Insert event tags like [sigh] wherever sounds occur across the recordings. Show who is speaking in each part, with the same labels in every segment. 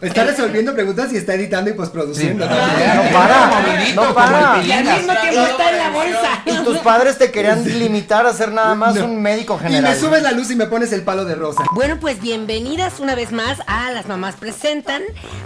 Speaker 1: Está resolviendo preguntas y está editando y postproduciendo.
Speaker 2: Sí.
Speaker 1: también.
Speaker 3: No para, no para.
Speaker 4: Y al mismo tiempo está en la bolsa.
Speaker 3: Y
Speaker 2: [laughs]
Speaker 3: tus padres te querían limitar a ser nada más un médico
Speaker 1: Y me
Speaker 3: general.
Speaker 1: subes la luz y me pones el palo de rosa.
Speaker 4: Bueno, pues bienvenidas una vez más a Las Mamás Presentan,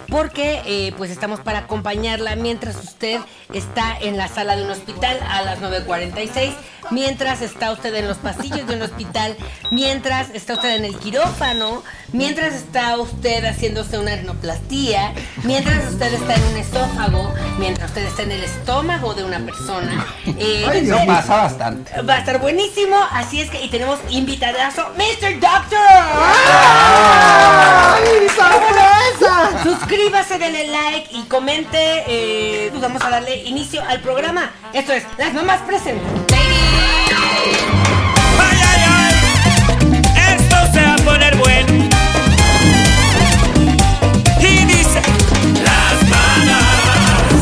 Speaker 4: porque eh, pues estamos para acompañarla mientras usted está en la sala de un hospital a las 9.46, mientras está usted en los pasillos de un hospital, mientras está usted en el quirófano, mientras está usted haciéndose una rinoplastía, mientras usted está en un esófago, mientras usted está en el estómago de una persona. eh,
Speaker 1: Ay, Dios
Speaker 2: Eso
Speaker 1: mío.
Speaker 2: pasa bastante.
Speaker 4: Va a estar buenísimo, así es que y tenemos invitadazo, Mr. Doctor.
Speaker 3: ¡Ah!
Speaker 1: ¡Ay, sorpresa!
Speaker 4: Suscríbase, denle like y comente. eh, pues vamos a darle inicio al programa. Esto es Las Mamás Presentan.
Speaker 5: Ay, ay, ay, esto se va a poner bueno. Y dice: Las mamas,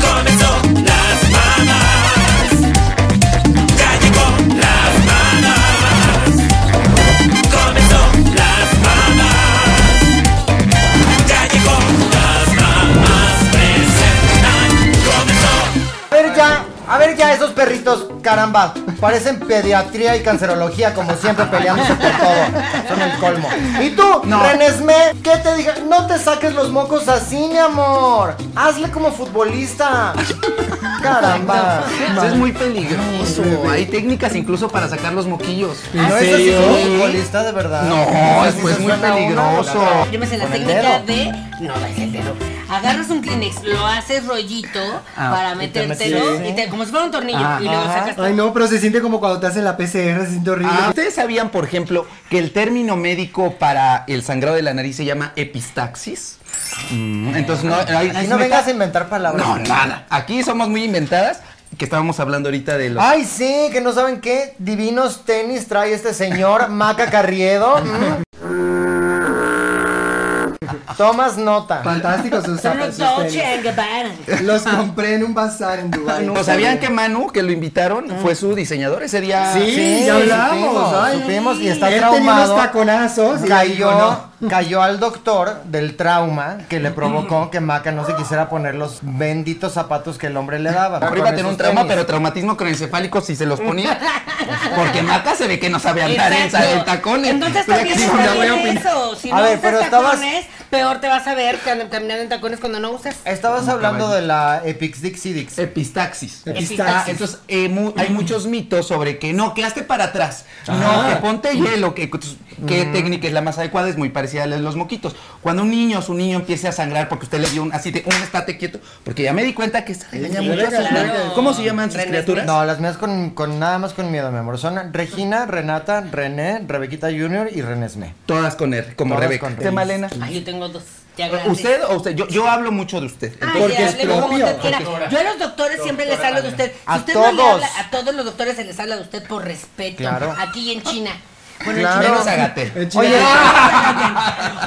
Speaker 5: comenzó las mamas. Ya llegó las mamas, comenzó las mamas. Ya llegó las mamas, presentan, comenzó.
Speaker 3: A ver ya, a ver ya esos perritos, caramba. Parecen pediatría y cancerología, como siempre peleándose por todo. Son el colmo. Y tú,
Speaker 2: No.
Speaker 3: Renesme, ¿qué te dije? No te saques los mocos así, mi amor. Hazle como futbolista. Caramba.
Speaker 2: Eso es muy peligroso. Hay técnicas incluso para sacar los moquillos.
Speaker 3: No es así como futbolista de verdad.
Speaker 2: No,
Speaker 3: Así
Speaker 2: pues
Speaker 3: se
Speaker 2: muy
Speaker 3: suena uno.
Speaker 2: peligroso.
Speaker 4: Yo me sé la
Speaker 3: Con el
Speaker 4: técnica
Speaker 3: dedo.
Speaker 4: de. No, es el dedo. Agarras un Kleenex, lo haces rollito
Speaker 2: Ah,
Speaker 4: para
Speaker 3: y te
Speaker 4: metértelo,
Speaker 3: metes, ¿eh?
Speaker 4: y te, como si fuera un tornillo,
Speaker 2: Ah,
Speaker 4: y luego
Speaker 3: ajá.
Speaker 4: sacas.
Speaker 1: Ay, no, pero se siente como cuando te hacen la PCR, se siente horrible.
Speaker 2: Ah, ¿Ustedes sabían, por ejemplo, que el término médico para el sangrado de la nariz se llama epistaxis? Mm, Entonces no, ahí-
Speaker 3: Aquí no vengas a inventar palabras.
Speaker 2: No, nada. Aquí somos muy inventadas. Que estábamos hablando ahorita de los.
Speaker 3: Ay, sí, que no saben qué divinos tenis trae este señor Maca Carriedo. Mm. Tomas nota.
Speaker 1: Fantástico sus
Speaker 4: Son
Speaker 1: zapatos.
Speaker 4: los
Speaker 1: sus
Speaker 4: Dolce
Speaker 1: tenis.
Speaker 4: and Gabbana.
Speaker 1: Los compré en un bazar en Dubai.
Speaker 2: ¿No sabían que Manu, que lo invitaron,
Speaker 3: Ah.
Speaker 2: fue su diseñador ese día?
Speaker 1: Sí, ya hablamos.
Speaker 3: supimos,
Speaker 1: ay.
Speaker 3: supimos, y está
Speaker 1: Él tenía
Speaker 3: traumado.
Speaker 1: unos taconazos. y dijo,
Speaker 3: Pues Cayó,
Speaker 1: no.
Speaker 3: cayó al doctor del trauma que le provocó que Maca no se quisiera poner los benditos zapatos que el hombre le daba.
Speaker 2: Ahora iba
Speaker 3: Ah, Con
Speaker 2: a tener un
Speaker 3: esos
Speaker 2: trauma,
Speaker 3: tenis.
Speaker 2: pero traumatismo croencefálico si se
Speaker 3: [laughs]
Speaker 2: los ponía. Porque Maca se ve que no sabe andar en,
Speaker 4: Exacto.
Speaker 2: en tacones.
Speaker 4: Entonces
Speaker 2: Pero
Speaker 4: también
Speaker 2: aquí
Speaker 4: está
Speaker 2: no la
Speaker 4: bien
Speaker 2: voy a opinar.
Speaker 4: eso. Si
Speaker 3: A
Speaker 4: no
Speaker 3: ver,
Speaker 4: usas
Speaker 3: pero estabas-
Speaker 4: tacones, peor te vas a ver cam- caminando en tacones cuando no usas.
Speaker 2: Eh,
Speaker 3: Estabas hablando de la Epix Dixie Dix.
Speaker 2: Epistaxis.
Speaker 1: Epistaxis.
Speaker 2: Ah, entonces eh, mu- hay muchos mitos sobre que no, que hazte para atrás, no, que ponte hielo, que, que técnica es la más adecuada, es muy parecida a la de los moquitos. Cuando un niño, su niño empiece a sangrar porque usted le dio un así de un estate quieto, porque ya me di cuenta que esta regaña
Speaker 1: Sí,
Speaker 2: mucho a sus
Speaker 1: claro.
Speaker 2: niños. ¿Cómo se llaman sus
Speaker 4: Renes,
Speaker 2: criaturas?
Speaker 3: No, las mías con, con nada más con miedo, mi amor. Son Regina, Renata, René, Rebequita Junior y Renesme.
Speaker 2: Todas con R, como
Speaker 3: Todas
Speaker 2: Rebeca.
Speaker 3: con R.
Speaker 2: ¿Usted, Malena?
Speaker 4: Ay, yo tengo dos. Ya grandes.
Speaker 2: ¿Usted o usted? Yo, yo hablo mucho de usted.
Speaker 4: Ay,
Speaker 2: Entonces,
Speaker 4: ya,
Speaker 1: es
Speaker 4: hable como
Speaker 1: propio.
Speaker 4: usted quiera. Yo a los doctores siempre les hablo de usted. Si
Speaker 3: A
Speaker 4: usted no le
Speaker 3: todos.
Speaker 4: habla- a todos los doctores se les habla de usted por respeto.
Speaker 3: Claro.
Speaker 4: Aquí y en
Speaker 2: [laughs]
Speaker 4: China. Bueno,
Speaker 3: Claro.
Speaker 2: menos Agatel.
Speaker 1: En Chile-
Speaker 3: Oye,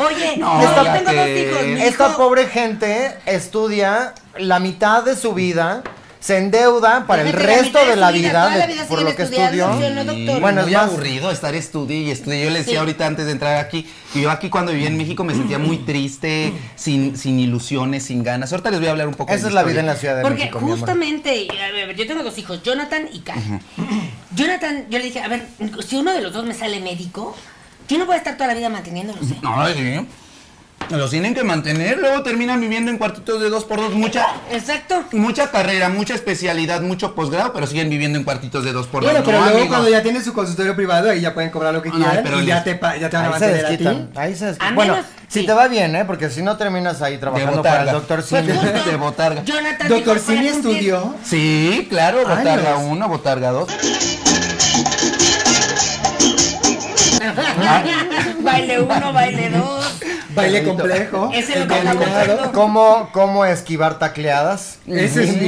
Speaker 4: Oye,
Speaker 2: No,
Speaker 4: yo
Speaker 2: ya
Speaker 4: tengo dos
Speaker 2: te-
Speaker 4: hijos. mi
Speaker 3: Esta
Speaker 4: hijo-
Speaker 3: pobre gente estudia la mitad de su vida, se endeuda para el
Speaker 4: Fíjate, la
Speaker 3: resto
Speaker 4: mitad
Speaker 3: de la
Speaker 4: su
Speaker 3: vida,
Speaker 4: toda la
Speaker 3: de-
Speaker 4: vida
Speaker 3: por
Speaker 4: siguen
Speaker 3: lo que
Speaker 4: estudiando,
Speaker 3: estudió.
Speaker 4: ¿sí o no, doctor?
Speaker 3: Bueno,
Speaker 2: Bueno,
Speaker 3: es
Speaker 2: muy
Speaker 3: más-
Speaker 2: aburrido estar estudiando y estudiando. Yo le decía
Speaker 4: Sí.
Speaker 2: ahorita antes de entrar aquí, y yo aquí cuando vivía en México me sentía muy triste, sin, sin ilusiones, sin ganas. Ahorita les voy a hablar un poco. de
Speaker 3: Esa
Speaker 2: mi
Speaker 3: es la
Speaker 2: historia.
Speaker 3: vida en la Ciudad de
Speaker 4: Porque
Speaker 3: México, mi amor.
Speaker 4: justamente, a ver, yo tengo dos hijos, Jonathan y Kai. Jonathan, yo le dije, a ver, si uno de los dos me sale médico, yo no voy a estar toda la vida manteniéndolos. ¿eh?
Speaker 2: No, sí. Los tienen que mantener, luego terminan viviendo en cuartitos de dos por dos, mucha,
Speaker 4: Exacto.
Speaker 2: mucha carrera, mucha especialidad, mucho posgrado, pero siguen viviendo en cuartitos de dos por dos.
Speaker 1: Bueno, pero
Speaker 2: No,
Speaker 1: luego
Speaker 2: amigos.
Speaker 1: cuando ya tienes su consultorio privado, ahí ya pueden cobrar lo que
Speaker 2: Ay,
Speaker 1: quieran
Speaker 2: pero
Speaker 1: y ya
Speaker 2: les-
Speaker 1: te, pa- ya te van a
Speaker 3: Ahí se
Speaker 1: mantener a ti.
Speaker 3: desquitan, ahí se desquitan.
Speaker 4: A
Speaker 3: Bueno,
Speaker 4: menos-
Speaker 3: si
Speaker 4: sí.
Speaker 3: te va bien, ¿eh? Porque si no terminas ahí trabajando para el
Speaker 2: botarga.
Speaker 3: doctor
Speaker 2: Pues
Speaker 3: Simi.
Speaker 2: justo. De botarga.
Speaker 4: Jonathan
Speaker 1: Doctor
Speaker 4: dijo, para
Speaker 1: Simi
Speaker 4: cumplir-
Speaker 1: estudió.
Speaker 2: Sí, claro, botarga
Speaker 1: Años.
Speaker 2: uno, botarga dos.
Speaker 4: [laughs] baile uno, baile dos.
Speaker 1: Baile complejo.
Speaker 4: Ese lo que
Speaker 1: encaminado.
Speaker 4: acabo
Speaker 3: ¿Cómo, ¿Cómo esquivar tacleadas?
Speaker 1: Esa es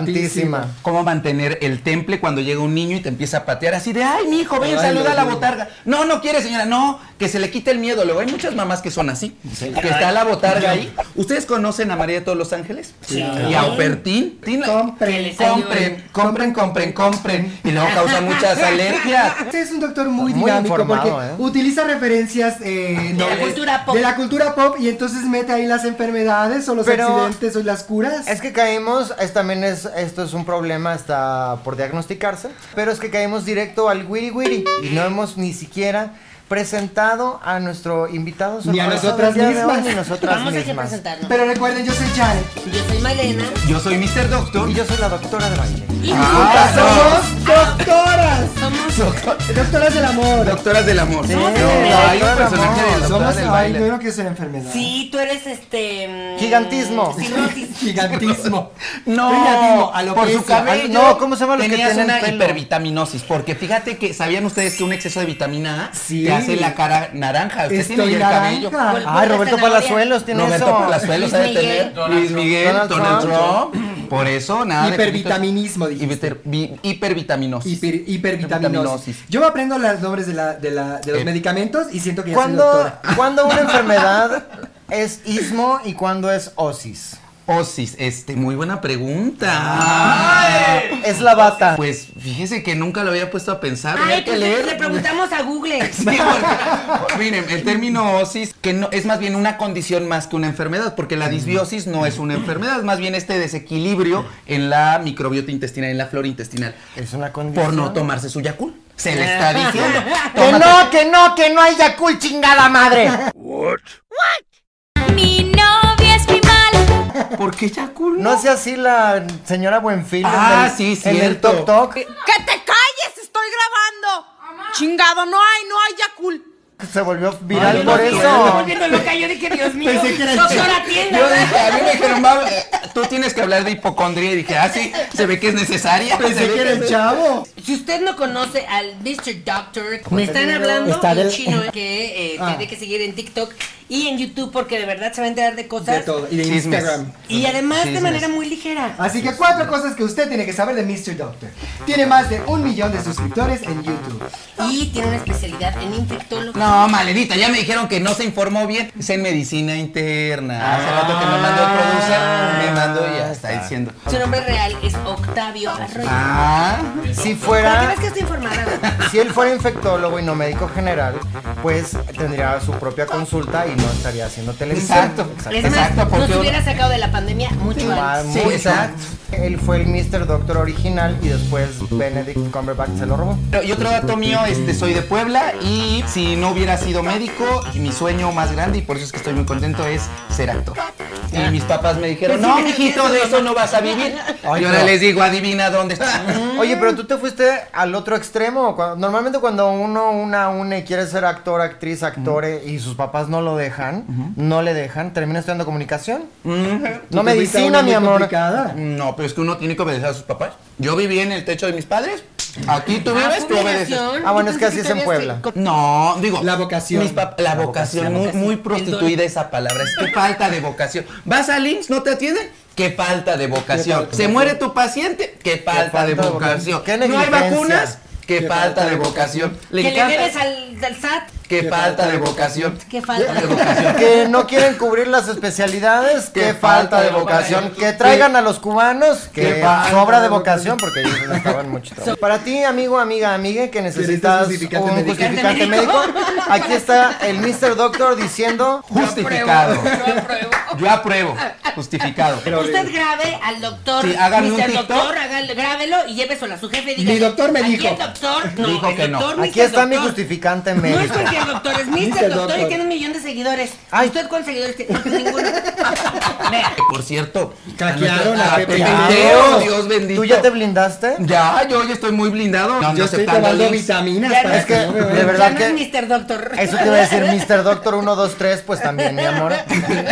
Speaker 1: importantísima.
Speaker 2: cómo mantener el temple cuando llega un niño y te empieza a patear así de, ay, mi hijo, ven,
Speaker 1: Ay,
Speaker 2: saluda a
Speaker 1: Dios
Speaker 2: la
Speaker 1: mío.
Speaker 2: botarga. No, no quiere, señora, no, que se le quite el miedo. Luego hay muchas mamás que son así, que está la botarga ahí. ¿Ustedes conocen a María de todos los Ángeles? Sí. Y a Ofertín. Tin-
Speaker 1: Compren,
Speaker 4: Que les
Speaker 2: compren, compren, compren, compren. Y luego causan muchas alergias.
Speaker 1: Este es un doctor muy
Speaker 3: Muy
Speaker 1: dinámico
Speaker 3: informado,
Speaker 1: porque
Speaker 3: ¿eh?
Speaker 1: utiliza referencia
Speaker 4: la cultura pop.
Speaker 1: de la cultura cultura pop y entonces mete ahí las enfermedades o los
Speaker 3: Pero-
Speaker 1: accidentes o las curas.
Speaker 3: Es que caemos, es, también es, esto es un problema hasta por diagnosticarse, pero es que caemos directo al wiri wiri y no hemos ni siquiera presentado a nuestro invitado
Speaker 1: Ni a
Speaker 3: sorpresa
Speaker 1: nosotras
Speaker 3: del día de hoy,
Speaker 1: mismas.
Speaker 3: ni nosotras
Speaker 4: Vamos aquí a
Speaker 3: mismas.
Speaker 4: presentarnos.
Speaker 1: Pero recuerden, yo soy Janet.
Speaker 4: Yo soy Malena.
Speaker 2: Yo soy Mr. Doctor.
Speaker 3: Y yo soy la doctora de baile.
Speaker 4: Y
Speaker 2: Ah.
Speaker 1: ¡Juntas somos doctoras!
Speaker 4: somos
Speaker 1: Doctoras del amor.
Speaker 2: Doctoras del amor.
Speaker 4: Sí,
Speaker 2: no,
Speaker 4: doctora
Speaker 2: hay un
Speaker 3: del
Speaker 2: personaje
Speaker 3: amor.
Speaker 2: de doctora
Speaker 1: Somos,
Speaker 2: del
Speaker 1: ay, yo
Speaker 2: baile.
Speaker 1: creo que es una enfermedad.
Speaker 4: Sí, tú eres este. mm,
Speaker 3: Gigantismo.
Speaker 4: Sí, no, sí, sí.
Speaker 1: [laughs] Gigantismo.
Speaker 2: No,
Speaker 1: Gigantismo, alopecia.
Speaker 2: por su cabello.
Speaker 3: Al- no, ¿cómo se llama los que
Speaker 2: Tenías
Speaker 3: tienen
Speaker 2: una
Speaker 3: pelo?
Speaker 2: hipervitaminosis, porque fíjate que sabían ustedes que un exceso de vitamina A
Speaker 1: Sí.
Speaker 2: te hace la cara naranja. Usted
Speaker 1: Estoy
Speaker 2: tiene ya el cabello.
Speaker 1: naranja. Ah,
Speaker 4: Por-
Speaker 3: Ay, Roberto
Speaker 4: zanahoria.
Speaker 3: Palazuelos tiene
Speaker 2: Roberto
Speaker 3: eso.
Speaker 2: Palazuelos ha
Speaker 4: Luis
Speaker 2: de tener.
Speaker 4: Miguel.
Speaker 2: Luis Miguel,
Speaker 3: Donald
Speaker 2: Donald,
Speaker 3: Trump.
Speaker 2: Trump. Por eso, nada. de
Speaker 1: Hipervitaminismo,
Speaker 2: juguitos.
Speaker 1: dijiste.
Speaker 2: Hiper- vi- hipervitaminosis.
Speaker 1: Hiper- hipervitaminosis.
Speaker 2: Hipervitaminosis.
Speaker 1: Yo me aprendo los nombres de, la, de, la, de los
Speaker 2: Eh.
Speaker 1: medicamentos y siento que ya soy
Speaker 3: ¿Cuándo,
Speaker 1: doctora.
Speaker 3: cuándo una enfermedad es ismo y cuándo es osis?
Speaker 2: Osis, este, muy buena pregunta.
Speaker 3: Ah.
Speaker 1: Eh.
Speaker 3: Es la bata.
Speaker 2: Pues fíjese que nunca lo había puesto a pensar.
Speaker 4: Ay,
Speaker 2: [laughs]
Speaker 4: pues
Speaker 2: habría que leer.
Speaker 4: le preguntamos a Google.
Speaker 2: Sí, porque- miren, el término osis que no, es más bien una condición más que una enfermedad, porque la disbiosis no es una enfermedad, es más bien este desequilibrio en la microbiota intestinal, en la flora intestinal,
Speaker 3: Es una condición.
Speaker 2: por no tomarse su Yakult. Se le está diciendo.
Speaker 3: Que no, que no, que no hay Yakul, chingada madre.
Speaker 6: Mi novia es mi mal.
Speaker 2: ¿Por qué Yakult?
Speaker 3: No sea así la señora Buenfil.
Speaker 2: Ah,
Speaker 3: en el-
Speaker 2: sí,
Speaker 3: En el
Speaker 2: cierto.
Speaker 3: Tok Tok.
Speaker 7: Eh, ¡Que te calles! ¡Estoy grabando! ¡Chingado! ¡No hay, no hay Yakul!
Speaker 3: Se volvió viral
Speaker 2: Ay, no,
Speaker 3: por
Speaker 2: no,
Speaker 3: eso.
Speaker 4: Me estoy volviendo loca. Yo dije, Dios mío.
Speaker 1: Pensé que era el
Speaker 4: Doctora,
Speaker 2: Yo
Speaker 4: atienda.
Speaker 2: dije, a mí me dijeron, "Mam, eh, tú tienes que hablar de hipocondría. Y dije, ah, sí, se ve que es necesaria. [laughs] se
Speaker 1: Pensé
Speaker 2: ve
Speaker 1: que era el chavo.
Speaker 4: Si usted no conoce al Mr. Doctor, me están hablando
Speaker 1: Está
Speaker 4: en
Speaker 1: del-
Speaker 4: chino
Speaker 2: [laughs]
Speaker 4: que eh,
Speaker 1: Ah.
Speaker 4: tiene que seguir en TikTok y en YouTube porque de verdad se va a enterar de cosas.
Speaker 1: De todo. Y de
Speaker 2: Chismes.
Speaker 1: Instagram.
Speaker 4: Y además de
Speaker 2: Chismes.
Speaker 4: manera muy ligera.
Speaker 1: Así que cuatro cosas que usted tiene que saber de Mr. Doctor. Tiene más de un millón de suscriptores en YouTube.
Speaker 4: Y tiene una especialidad en infectólogo.
Speaker 2: No, maledita, ya me dijeron que no se informó bien. Es en medicina interna. Hace rato que me mandó el producer, me mandó y ya está
Speaker 1: Ah.
Speaker 2: diciendo.
Speaker 4: Su nombre real es Octavio Arroyo.
Speaker 2: Ah,
Speaker 3: Si
Speaker 4: ¿Para qué
Speaker 3: fuera,
Speaker 4: ves que estoy informada? güey?
Speaker 3: si él fuera infectólogo y no médico general, pues tendría su propia consulta y no estaría haciendo televisión.
Speaker 2: Exacto.
Speaker 4: Es más,
Speaker 2: Exacto, porque
Speaker 4: nos
Speaker 2: uno-
Speaker 4: hubiera sacado de la pandemia mucho
Speaker 3: Ah,
Speaker 4: antes.
Speaker 2: Sí,
Speaker 3: mucho.
Speaker 2: exacto.
Speaker 3: Él fue el Mr. Doctor original y después Benedict Cumberbatch se lo robó.
Speaker 1: Mm.
Speaker 2: Pero, Y otro dato mío, este, soy de Puebla y si no hubiera sido médico, mi sueño más grande y por eso es que estoy muy contento es ser actor. Y mis papás me dijeron, [laughs] no, mijito, de eso no vas a vivir.
Speaker 3: Ay,
Speaker 2: y ahora
Speaker 3: no.
Speaker 2: les digo, adivina dónde está.
Speaker 3: Oye, pero tú te fuiste al otro extremo. Cuando- normalmente cuando uno, una, une y quiere ser actor, actriz, actore y sus papás no lo dejan, no le dejan, termina estudiando comunicación. No
Speaker 1: Te fuiste a una
Speaker 3: medicina, mi
Speaker 1: muy
Speaker 3: amor.
Speaker 1: complicada.
Speaker 2: No, pero es que uno tiene que obedecer a sus papás. Yo viví en el techo de mis padres. Aquí tú vives, tú obedeces.
Speaker 4: Combinación.
Speaker 3: Ah, bueno, es que
Speaker 4: Yo
Speaker 3: así
Speaker 4: pensé
Speaker 3: es en
Speaker 4: todavía
Speaker 3: Puebla.
Speaker 4: estoy con-
Speaker 2: No, digo.
Speaker 1: La vocación.
Speaker 2: mis pap- la, vocación, muy, muy prostituida esa palabra. Es que falta de vocación. ¿Vas al IMSS? ¿No te atienden? Qué falta de vocación. ¿Se muere tu paciente? Qué falta, de
Speaker 3: falta de
Speaker 2: vocación.
Speaker 3: vocación. Qué
Speaker 2: ¿No hay
Speaker 3: negligencia.
Speaker 2: vacunas? Qué, falta de vocación.
Speaker 4: Que
Speaker 2: ¿Le
Speaker 4: le
Speaker 2: encanta?
Speaker 4: debes al, al SAT.
Speaker 2: Qué falta de vocación.
Speaker 4: Qué falta de
Speaker 2: vocación.
Speaker 3: Que no quieren cubrir las especialidades, qué,
Speaker 2: Qué
Speaker 3: falta
Speaker 2: falta
Speaker 3: de
Speaker 2: de
Speaker 3: vocación.
Speaker 2: vocación.
Speaker 3: Que traigan a los cubanos,
Speaker 2: Qué
Speaker 3: que
Speaker 2: falta
Speaker 3: sobra de
Speaker 1: de
Speaker 3: vocación, porque ellos no estaban mucho. trabajo. Para ti, amigo, amiga, amigue, que necesitas un
Speaker 1: justificante médico.
Speaker 3: justificante médico, aquí está el Mr. Doctor diciendo...
Speaker 2: Justificado.
Speaker 4: Yo apruebo.
Speaker 2: Yo apruebo.
Speaker 4: [laughs]
Speaker 2: Justificado.
Speaker 4: Usted grabe al doctor.
Speaker 2: Sí, hágame un
Speaker 4: Mr.
Speaker 2: TikTok.
Speaker 4: Doctor, hágale- grábelo y lléveselo a su jefe y diga.
Speaker 1: Mi doctor me
Speaker 4: aquí
Speaker 1: dijo".
Speaker 4: El doctor, no,
Speaker 2: Dijo
Speaker 4: el
Speaker 2: que no.
Speaker 4: doctor,
Speaker 3: Aquí
Speaker 4: Mr.
Speaker 3: está mi
Speaker 4: Doctor.
Speaker 3: justificante
Speaker 4: No es
Speaker 3: médico.
Speaker 4: cualquier doctor,
Speaker 2: [laughs]
Speaker 4: es Mr.
Speaker 1: Mr.
Speaker 4: Doctor,
Speaker 1: Doctor.
Speaker 4: y tiene un millón de seguidores.
Speaker 3: Ay.
Speaker 4: ¿Usted cuántos seguidores tiene? [laughs] No, ninguno. Vea.
Speaker 2: Por cierto,
Speaker 1: Hackearon
Speaker 2: a
Speaker 1: a Pepe
Speaker 2: Pepe
Speaker 1: Teo.
Speaker 2: Teo, Dios bendito.
Speaker 3: ¿Tú ya te blindaste?
Speaker 2: Ya, yo ya estoy muy blindado. No,
Speaker 1: Yo estoy
Speaker 2: no aceptando
Speaker 1: tomando
Speaker 2: links.
Speaker 1: vitaminas
Speaker 4: Ya
Speaker 1: para
Speaker 4: no-
Speaker 1: que no me
Speaker 3: de
Speaker 1: vean.
Speaker 3: verdad
Speaker 4: ya
Speaker 3: que-
Speaker 4: no es Mr. Doctor.
Speaker 3: Eso te iba a decir Mr. Doctor 1, 2, 3, pues también, mi amor.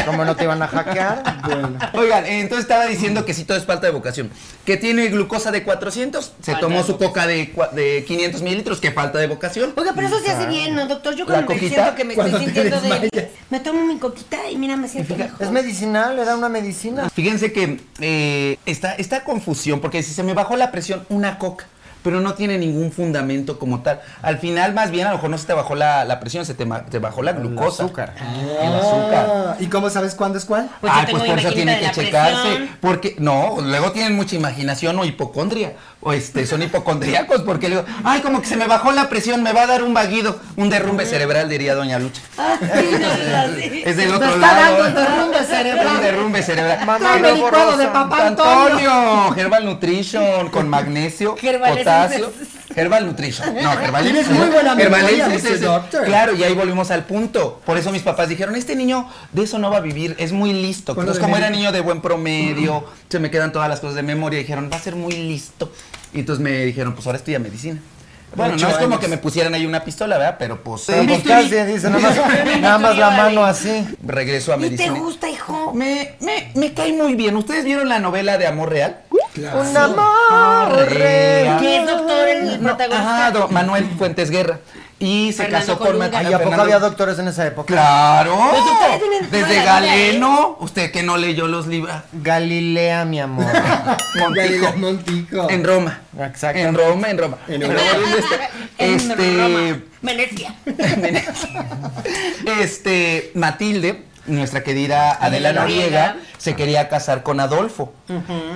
Speaker 3: Como no te iban a hackear.
Speaker 1: Bueno.
Speaker 2: Oigan, eh, entonces estaba diciendo que si todo es falta de vocación. Que tiene glucosa de 400, se tomó su coca de, cua- de 500 mililitros, que falta de vocación.
Speaker 4: Oiga, pero eso se hace bien, ¿no, doctor? Yo
Speaker 2: ¿La
Speaker 4: cuando me
Speaker 2: coquita?
Speaker 4: siento que me estoy
Speaker 1: Cuando te
Speaker 4: sintiendo
Speaker 1: desmayas.
Speaker 4: de... Me tomo mi coquita y mira, me siento mejor.
Speaker 3: Es medicinal, era una medicina.
Speaker 2: Fíjense que eh, está esta confusión, porque si se me bajó la presión, una coca. pero no tiene ningún fundamento como tal. Al final, más bien, a lo mejor no se te bajó la, la presión, se te, ma- te bajó la glucosa.
Speaker 3: azúcar.
Speaker 2: El azúcar.
Speaker 1: Ah, ¿Y cómo sabes cuándo es cuál?
Speaker 4: Pues yo
Speaker 2: ah,
Speaker 4: tengo
Speaker 2: pues
Speaker 4: mi
Speaker 2: por eso
Speaker 4: maquinita
Speaker 2: tiene
Speaker 4: de
Speaker 2: que
Speaker 4: la
Speaker 2: checarse.
Speaker 4: presión.
Speaker 2: Porque, no, luego tienen mucha imaginación o hipocondria. O este, son hipocondríacos, porque luego, ay, como que se me bajó la presión, me va a dar un vaguido, un derrumbe cerebral, diría Doña Lucha.
Speaker 4: Ah, sí, no, no, sí.
Speaker 2: [laughs] Es del otro
Speaker 1: está
Speaker 2: lado. ¿eh?
Speaker 1: dando un derrumbe cerebral.
Speaker 2: Un derrumbe cerebral.
Speaker 3: Mamá,
Speaker 2: Tráeme
Speaker 3: lo
Speaker 2: licuado
Speaker 3: borroso.
Speaker 2: de papá Antonio. Herbal Nutrition con
Speaker 1: [laughs]
Speaker 2: magnesio,
Speaker 4: Herbal
Speaker 2: potasio.
Speaker 4: Essences.
Speaker 2: Herbal Nutrition. No, Herbal
Speaker 1: Tienes
Speaker 2: Essences.
Speaker 1: muy buena
Speaker 2: Herbal
Speaker 1: memoria,
Speaker 2: Essences,
Speaker 1: Mr.
Speaker 2: ese-
Speaker 1: Doctor.
Speaker 2: Claro, y ahí volvimos al punto. Por eso mis papás dijeron, este niño de eso no va a vivir, es muy listo.
Speaker 1: Bueno,
Speaker 2: Entonces,
Speaker 1: de
Speaker 2: como era
Speaker 1: memoria.
Speaker 2: niño de buen promedio, se me quedan todas las cosas de memoria, dijeron, va a ser muy listo. Y entonces me dijeron, pues ahora estudia medicina. Bueno,
Speaker 1: Ocho
Speaker 2: no es como
Speaker 1: años.
Speaker 2: que me pusieran ahí una pistola, ¿verdad? Pero pues...
Speaker 3: Pero pues casi dice, nada más, nada más la mano así.
Speaker 2: Regreso a
Speaker 4: ¿Y te
Speaker 2: medicina.
Speaker 4: gusta, hijo?
Speaker 2: Me, me, me cae muy bien. ¿Ustedes vieron la novela de Amor Real?
Speaker 3: Un amor real.
Speaker 4: ¿Qué es doctor el
Speaker 2: No,
Speaker 4: protagonista?
Speaker 2: ajá,
Speaker 4: [laughs]
Speaker 2: don Manuel Fuentes Guerra. Y se
Speaker 4: Fernando
Speaker 2: casó con
Speaker 4: Colunga.
Speaker 2: Ma-
Speaker 3: Ay, ¿a poco
Speaker 2: Fernando-
Speaker 3: había doctores en esa época?
Speaker 2: Claro.
Speaker 4: Pues ustedes tienen toda
Speaker 2: Desde
Speaker 4: la vida, ¿eh?
Speaker 2: Galeno, usted que no leyó los libros.
Speaker 3: Galilea, mi [laughs] amor.
Speaker 2: Montijo.
Speaker 1: Galilea Montico.
Speaker 2: En Roma.
Speaker 3: Exacto.
Speaker 2: En Roma, en Roma.
Speaker 1: En
Speaker 2: Pero
Speaker 1: Europa.
Speaker 2: volviendo a
Speaker 4: [laughs] En
Speaker 2: este,
Speaker 4: Roma, Venecia.
Speaker 2: este, este, Matilde, nuestra querida Adela
Speaker 4: Adela
Speaker 2: Noriega,
Speaker 4: Noriega.
Speaker 2: se quería casar con Adolfo.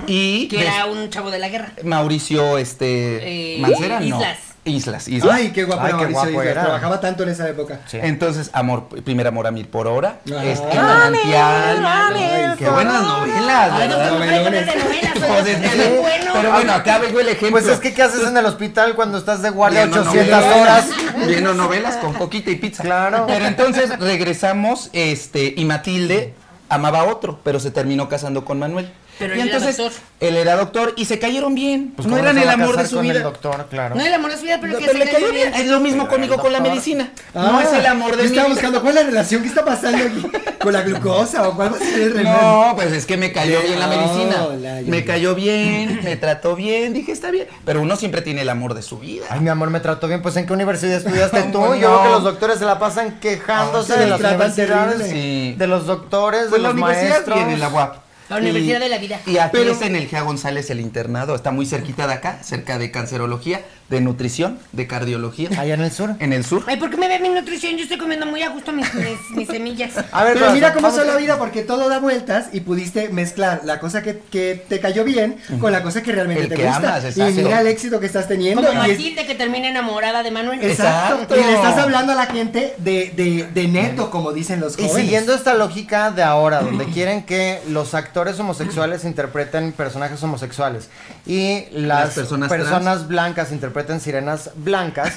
Speaker 2: Y
Speaker 4: Que
Speaker 2: des-
Speaker 4: era un chavo de la guerra.
Speaker 2: Mauricio este
Speaker 4: Eh,
Speaker 2: Mancera, no.
Speaker 4: Islas.
Speaker 2: Islas, Islas.
Speaker 1: Ay, qué guapa
Speaker 3: Ay,
Speaker 1: era
Speaker 3: qué
Speaker 1: Mauricio
Speaker 3: guapo
Speaker 1: Islas,
Speaker 3: era.
Speaker 1: Trabajaba tanto en esa época.
Speaker 2: Entonces, amor, primer amor a mil por hora.
Speaker 1: Ah.
Speaker 2: Este, El manantial. Ay, qué buenas novelas,
Speaker 4: Ay, doctor,
Speaker 2: ¿verdad?
Speaker 4: no puede poner de novela, soy
Speaker 2: Joder,
Speaker 4: doctor,
Speaker 2: sí.
Speaker 4: muy bueno.
Speaker 2: Pero bueno, acá vengo el ejemplo.
Speaker 3: Pues es que, ¿qué haces en el hospital cuando estás de guardia
Speaker 2: Viendo
Speaker 3: 800
Speaker 2: novelas,
Speaker 3: horas?
Speaker 2: Viendo novelas con coquita y pizza.
Speaker 3: Claro.
Speaker 2: Pero entonces regresamos, este, y Matilde amaba a otro, pero se terminó casando con Manuel.
Speaker 4: Pero
Speaker 2: y
Speaker 4: él era
Speaker 2: entonces
Speaker 4: doctor.
Speaker 2: él era doctor y se cayeron bien.
Speaker 3: Pues,
Speaker 2: no
Speaker 3: ¿cómo
Speaker 2: eran
Speaker 3: se
Speaker 2: el
Speaker 3: va a
Speaker 2: amor de
Speaker 3: casar
Speaker 2: su
Speaker 3: con el
Speaker 2: vida.
Speaker 3: doctor, claro.
Speaker 4: No el amor de su vida, pero que
Speaker 2: Pero
Speaker 4: se
Speaker 2: le cayó
Speaker 4: cayó
Speaker 2: bien. Es lo mismo conmigo con la medicina. No
Speaker 1: Ah,
Speaker 2: es el amor
Speaker 1: yo
Speaker 2: de mi
Speaker 1: estaba
Speaker 2: vida.
Speaker 1: buscando cuál es la relación que está pasando aquí con la glucosa o cuál va a ser el remedio.
Speaker 2: No, pues es que me cayó bien la
Speaker 1: No,
Speaker 2: medicina.
Speaker 1: la-
Speaker 2: Me cayó bien, me trató bien, dije, está bien. Pero uno siempre tiene el amor de su vida.
Speaker 3: Ay, mi amor, me trató bien. Pues, ¿en qué universidad [laughs] estudiaste tú?
Speaker 2: ¿Cómo
Speaker 3: Yo creo que
Speaker 2: no?
Speaker 3: los doctores se la pasan quejándose
Speaker 1: Ay, sí,
Speaker 3: de las
Speaker 1: tratan
Speaker 3: universidades,
Speaker 1: terrible.
Speaker 2: Sí.
Speaker 3: de los doctores, de
Speaker 2: Pues la
Speaker 3: los
Speaker 2: universidad
Speaker 3: maestros.
Speaker 2: viene en la UAP.
Speaker 4: La Universidad
Speaker 2: Y-
Speaker 4: de la Vida.
Speaker 2: Y aquí
Speaker 1: Pero-
Speaker 2: es en el Gia González el internado. Está muy cerquita de acá, cerca de cancerología, de nutrición, de cardiología.
Speaker 3: Allá en el sur.
Speaker 2: En el sur.
Speaker 4: Ay, ¿por qué me ve mi nutrición? Yo estoy comiendo muy a gusto mis, mis- mis semillas.
Speaker 3: A
Speaker 1: Pero
Speaker 3: ver, corazón,
Speaker 1: mira cómo
Speaker 3: vamos
Speaker 1: son
Speaker 3: a-
Speaker 1: la vida, porque todo da vueltas y pudiste mezclar la cosa que, que te cayó bien con la cosa que realmente
Speaker 2: El
Speaker 1: te
Speaker 2: que
Speaker 1: gusta.
Speaker 2: amas,
Speaker 1: y
Speaker 2: exacto.
Speaker 1: mira el éxito que estás teniendo.
Speaker 4: Como
Speaker 1: y es-
Speaker 4: Matilde que termina enamorada de Manuel.
Speaker 1: exacto.
Speaker 2: Exacto.
Speaker 1: Y le estás hablando a la gente de, de, de neto, como dicen los
Speaker 3: Y
Speaker 1: jóvenes.
Speaker 3: siguiendo esta lógica de ahora, donde quieren que los actores homosexuales interpreten personajes homosexuales y las,
Speaker 2: Las
Speaker 3: personas,
Speaker 2: personas
Speaker 3: blancas interpreten sirenas blancas,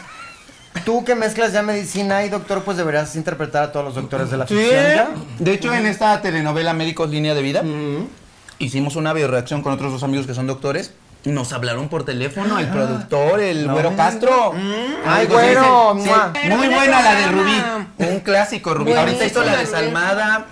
Speaker 3: tú que mezclas ya medicina y doctor, pues deberías interpretar a todos los doctores de la
Speaker 2: Sí.
Speaker 3: ficción ya.
Speaker 2: De hecho, en esta telenovela Médicos Línea de Vida, hicimos una videoreacción con otros dos amigos que son doctores. Nos hablaron por teléfono el productor, el güero Castro.
Speaker 3: Ay,
Speaker 2: Entonces,
Speaker 3: güero,
Speaker 2: sí,
Speaker 3: mua.
Speaker 2: Muy
Speaker 4: Pero
Speaker 2: buena la de Rubí.
Speaker 4: programa.
Speaker 2: Un clásico, Rubí. Ahorita hizo la
Speaker 4: Buenísima,
Speaker 2: desalmada.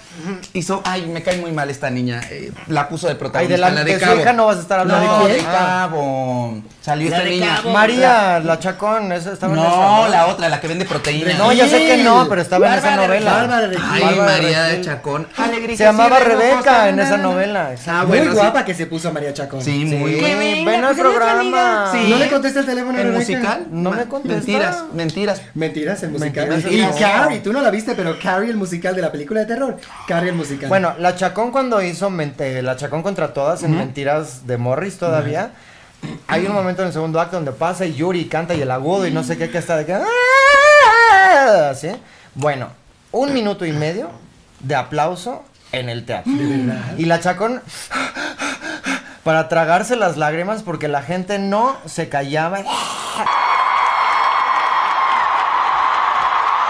Speaker 2: Hizo, ay, me cae muy mal esta niña. eh, la puso de
Speaker 3: Ay,
Speaker 2: protagonista.
Speaker 3: de la, de su
Speaker 2: Cabo.
Speaker 3: hija no vas a estar hablando.
Speaker 2: No,
Speaker 3: ¿De
Speaker 2: de
Speaker 3: quién?
Speaker 2: Cabo. Salió
Speaker 4: La
Speaker 2: esta
Speaker 4: de
Speaker 2: niña.
Speaker 4: Cabo.
Speaker 3: María, la Chacón, esa estaba en esa,
Speaker 2: No, la otra, la que vende proteína.
Speaker 3: No, ya sé que no, pero estaba en esa
Speaker 4: Bárbara de
Speaker 3: novela.
Speaker 1: Bárbara de
Speaker 2: Ay,
Speaker 3: Bárbara de
Speaker 2: María de
Speaker 3: Regil.
Speaker 2: Chacón. Alegría
Speaker 3: Se llamaba
Speaker 2: sí, de
Speaker 3: Rebeca
Speaker 2: Rebeca,
Speaker 3: en esa
Speaker 2: na, na, na.
Speaker 3: novela.
Speaker 2: Ah,
Speaker 1: Muy
Speaker 2: bueno, sí.
Speaker 1: guapa que se puso María Chacón.
Speaker 2: Sí, muy
Speaker 3: Sí, Ah.
Speaker 4: Que venga,
Speaker 3: ven al
Speaker 4: pues, es nuestra
Speaker 3: programa.
Speaker 4: amiga.
Speaker 2: Sí.
Speaker 1: ¿No le contesta el teléfono a
Speaker 2: ¿El
Speaker 1: Rebeca?
Speaker 2: musical?
Speaker 3: No me
Speaker 2: Ma-
Speaker 3: contesta.
Speaker 2: Mentiras, mentiras.
Speaker 1: Mentiras, el musical.
Speaker 3: Mentiras,
Speaker 1: y
Speaker 3: el musical.
Speaker 1: Carrie, tú no la viste, pero Carrie, el musical de la película de terror. Carrie, el musical.
Speaker 3: Bueno, la Chacón cuando hizo Ment- eh, La Chacón contra todas en Mentiras de Morris todavía. Hay un momento en el segundo acto donde pasa y Yuri canta y el agudo y no sé qué que está de que "Ah", así. Bueno, un minuto y medio de aplauso en el teatro. Y la Chacón para tragarse las lágrimas porque la gente no se callaba.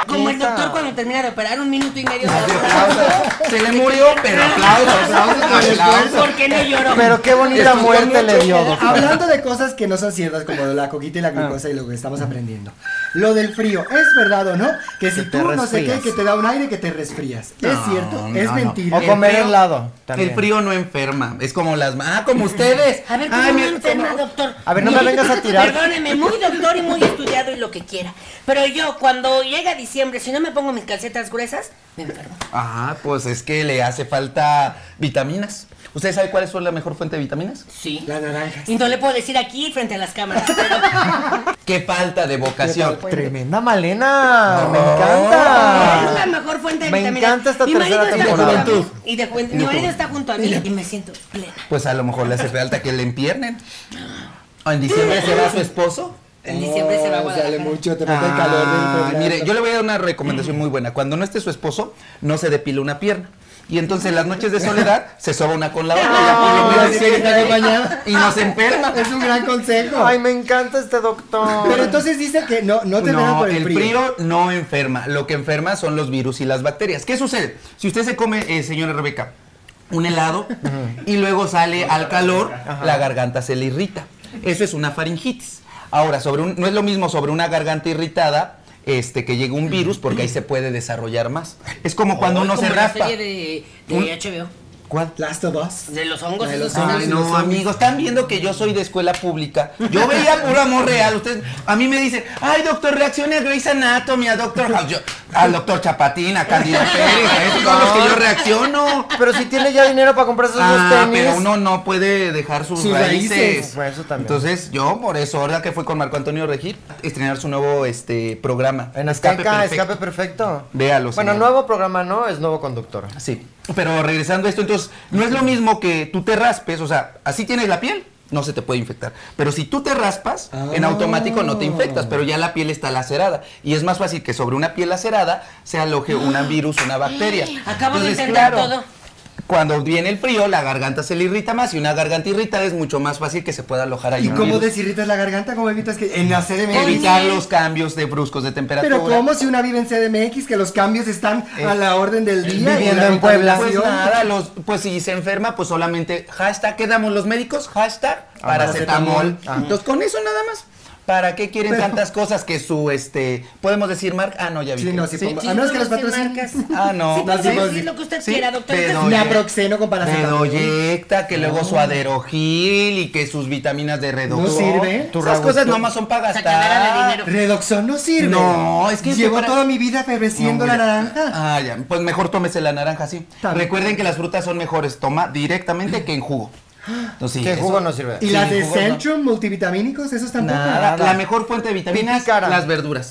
Speaker 4: Como el
Speaker 3: Neta.
Speaker 4: doctor cuando termina de operar un minuto y medio.
Speaker 2: Se le murió, pero aplauso, aplauso, aplauso.
Speaker 4: Pues, ¿Por qué no lloró?
Speaker 3: Pero qué bonita
Speaker 2: Estos son
Speaker 3: muerte le
Speaker 2: muchos
Speaker 3: dio.
Speaker 2: Ah.
Speaker 1: Hablando de cosas que no son ciertas, como la coquita y la glucosa y lo que estamos aprendiendo. Lo del frío, ¿es verdad o no? Que si
Speaker 3: Que te
Speaker 1: tú no sé qué,
Speaker 3: resfrías.
Speaker 1: que te da un aire que te resfrías. ¿Es
Speaker 2: No,
Speaker 1: cierto?
Speaker 2: no,
Speaker 1: ¿Es
Speaker 2: no.
Speaker 1: mentira?
Speaker 3: O comer helado también.
Speaker 2: El frío no enferma. Es como las. Ah, como ustedes.
Speaker 4: A ver, ¿cómo
Speaker 2: Ay,
Speaker 4: no
Speaker 2: mira,
Speaker 4: enferma,
Speaker 2: como-
Speaker 4: doctor?
Speaker 3: A ver, no me vengas a tirar.
Speaker 4: Perdóneme, muy doctor y muy estudiado y lo que quiera. Pero yo, cuando llega diciembre, si no me pongo mis calcetas gruesas, me enfermo.
Speaker 2: Ah, pues es que le hace falta vitaminas. ¿Ustedes saben cuáles son la mejor fuente de vitaminas?
Speaker 4: Sí.
Speaker 1: La naranja.
Speaker 4: Y no le puedo decir aquí frente a las cámaras. pero-
Speaker 2: Qué falta de vocación.
Speaker 3: Tremenda Malena, me
Speaker 4: Es la
Speaker 3: encanta.
Speaker 4: mejor fuente de
Speaker 3: Ah. Me
Speaker 4: vitaminas.
Speaker 3: encanta esta
Speaker 4: Mi
Speaker 3: tercera
Speaker 4: marido está
Speaker 3: temporada.
Speaker 4: junto a mí, Y de juventud. Mi marido está junto a mí y me siento plena.
Speaker 2: Pues a lo mejor le hace falta que le empiernen. ¿O en diciembre se va su esposo?
Speaker 4: En diciembre se va a
Speaker 1: Oh, Sale
Speaker 4: Guadalajara.
Speaker 1: mucho, te mete el calor del
Speaker 2: Ah,
Speaker 1: infernal.
Speaker 2: mire, yo le voy a dar una recomendación muy buena. Cuando no esté su esposo, no se depila una pierna. Y entonces las noches de soledad se soba una con la otra. ya por lo
Speaker 1: Ah,
Speaker 2: menos
Speaker 1: sí,
Speaker 2: se-
Speaker 1: está bien bañada.
Speaker 2: y no se enferma.
Speaker 1: Es un gran consejo.
Speaker 3: Ay, me encanta este doctor.
Speaker 1: Pero entonces dice que no, no te envenenas
Speaker 2: No,
Speaker 1: por
Speaker 2: el frío. no enferma. Lo que enferma son los virus y las bacterias. ¿Qué sucede? Si usted se come, eh, señora Rebeca, un helado y luego sale al calor, la garganta se le irrita. Eso es una faringitis. Ahora, sobre un- no es lo mismo sobre una garganta irritada este, que llegue un virus porque ahí se puede desarrollar más. Es como cuando uno se
Speaker 4: Como la
Speaker 2: raspa.
Speaker 4: serie de, de
Speaker 2: Un-
Speaker 4: HBO.
Speaker 2: ¿Cuál?
Speaker 1: Last of Us.
Speaker 4: De los hongos.
Speaker 1: La de
Speaker 4: esos
Speaker 1: los
Speaker 4: que
Speaker 2: Ah, Ay,
Speaker 1: hongos.
Speaker 4: salen.
Speaker 2: no, amigos, están viendo que yo soy de escuela pública. Yo veía puro amor real. Ustedes, a mí me dicen, ay, doctor, reaccione a Grey's Anatomy, a Doctor House. Yo, al doctor Chapatín, a
Speaker 3: [laughs]
Speaker 2: Cándido Pérez, a esos son los que yo reacciono.
Speaker 3: Pero si tiene ya dinero para comprarse esos
Speaker 2: Ah,
Speaker 3: tenis.
Speaker 2: pero uno no puede dejar sus,
Speaker 1: Sus
Speaker 2: raíces.
Speaker 1: raíces.
Speaker 3: Bueno, eso también.
Speaker 2: Entonces, yo, por eso, ahora que fue con Marco Antonio Regir, estrenar su nuevo este programa.
Speaker 3: En
Speaker 2: Escape
Speaker 3: Azteca,
Speaker 2: Perfecto.
Speaker 3: escape perfecto.
Speaker 2: Véalo,
Speaker 3: Bueno,
Speaker 2: señor.
Speaker 3: nuevo programa no, es nuevo conductor.
Speaker 2: Sí, pero regresando a esto, entonces, no es lo mismo que tú te raspes, o sea, así tienes la piel, no se te puede infectar. Pero si tú te raspas, en
Speaker 1: Ah.
Speaker 2: automático no te infectas, pero ya la piel está lacerada. Y es más fácil que sobre una piel lacerada se
Speaker 4: [gasps]
Speaker 2: aloje un virus, una bacteria.
Speaker 4: Acabo de intentar todo.
Speaker 2: Cuando viene el frío, la garganta se le irrita más y una garganta irritada es mucho más fácil que se pueda alojar ahí.
Speaker 1: ¿Y
Speaker 2: un
Speaker 1: cómo
Speaker 2: virus.
Speaker 1: desirritas la garganta? ¿Cómo evitas que en la CDMX?
Speaker 2: Evitar los cambios de bruscos de temperatura.
Speaker 1: Pero ¿cómo si una vive en CDMX que los cambios están a la orden del día? y
Speaker 3: viviendo
Speaker 1: la
Speaker 3: en Puebla.
Speaker 2: Pues
Speaker 1: contaminación?
Speaker 2: nada, los, pues si se enferma, pues solamente hashtag, ¿qué damos los médicos? Hashtag paracetamol.
Speaker 3: Ah.
Speaker 2: Entonces, con eso nada más. ¿Para qué quieren
Speaker 1: Pero-
Speaker 2: tantas cosas que su, este, podemos decir, Mark? Ah, no, ya vi.
Speaker 1: Sí,
Speaker 2: que-
Speaker 1: no, sí, pongo-
Speaker 4: Sí,
Speaker 1: a menos
Speaker 4: no
Speaker 1: que los
Speaker 4: sé
Speaker 1: patrocinen.
Speaker 4: marcas.
Speaker 2: Ah, no.
Speaker 4: Sí, puede
Speaker 1: Sí,
Speaker 4: decir
Speaker 1: sí.
Speaker 4: lo que usted
Speaker 2: Sí,
Speaker 4: quiera, doctor.
Speaker 2: pero-
Speaker 4: Usted-
Speaker 1: Naproxeno con paracetamol.
Speaker 2: Bedoyecta, que luego su aderogil y que sus vitaminas de redox.
Speaker 1: No sirve.
Speaker 3: Tu
Speaker 2: Esas
Speaker 3: Rabuto.
Speaker 2: cosas nomás son para
Speaker 4: Se acabará de
Speaker 2: gastar.
Speaker 4: dinero.
Speaker 1: Redoxón no sirve.
Speaker 2: No, es que
Speaker 1: llevo
Speaker 2: para-
Speaker 1: toda mi vida
Speaker 2: No,
Speaker 1: bebeciendo la
Speaker 2: mira.
Speaker 1: naranja.
Speaker 2: Ah, ya. Pues mejor tómese la naranja, sí.
Speaker 1: También.
Speaker 2: Recuerden que las frutas son mejores. Toma directamente que en jugo. No, sí,
Speaker 3: Que el
Speaker 2: eso-
Speaker 3: jugo no sirve.
Speaker 1: Y
Speaker 2: Ah, Sí,
Speaker 1: las de
Speaker 2: jugo, no.
Speaker 1: Centrum multivitamínicos, esos tampoco.
Speaker 2: Nada.
Speaker 3: Nada.
Speaker 2: La mejor fuente de vitaminas,
Speaker 3: Pipícara.
Speaker 2: las verduras.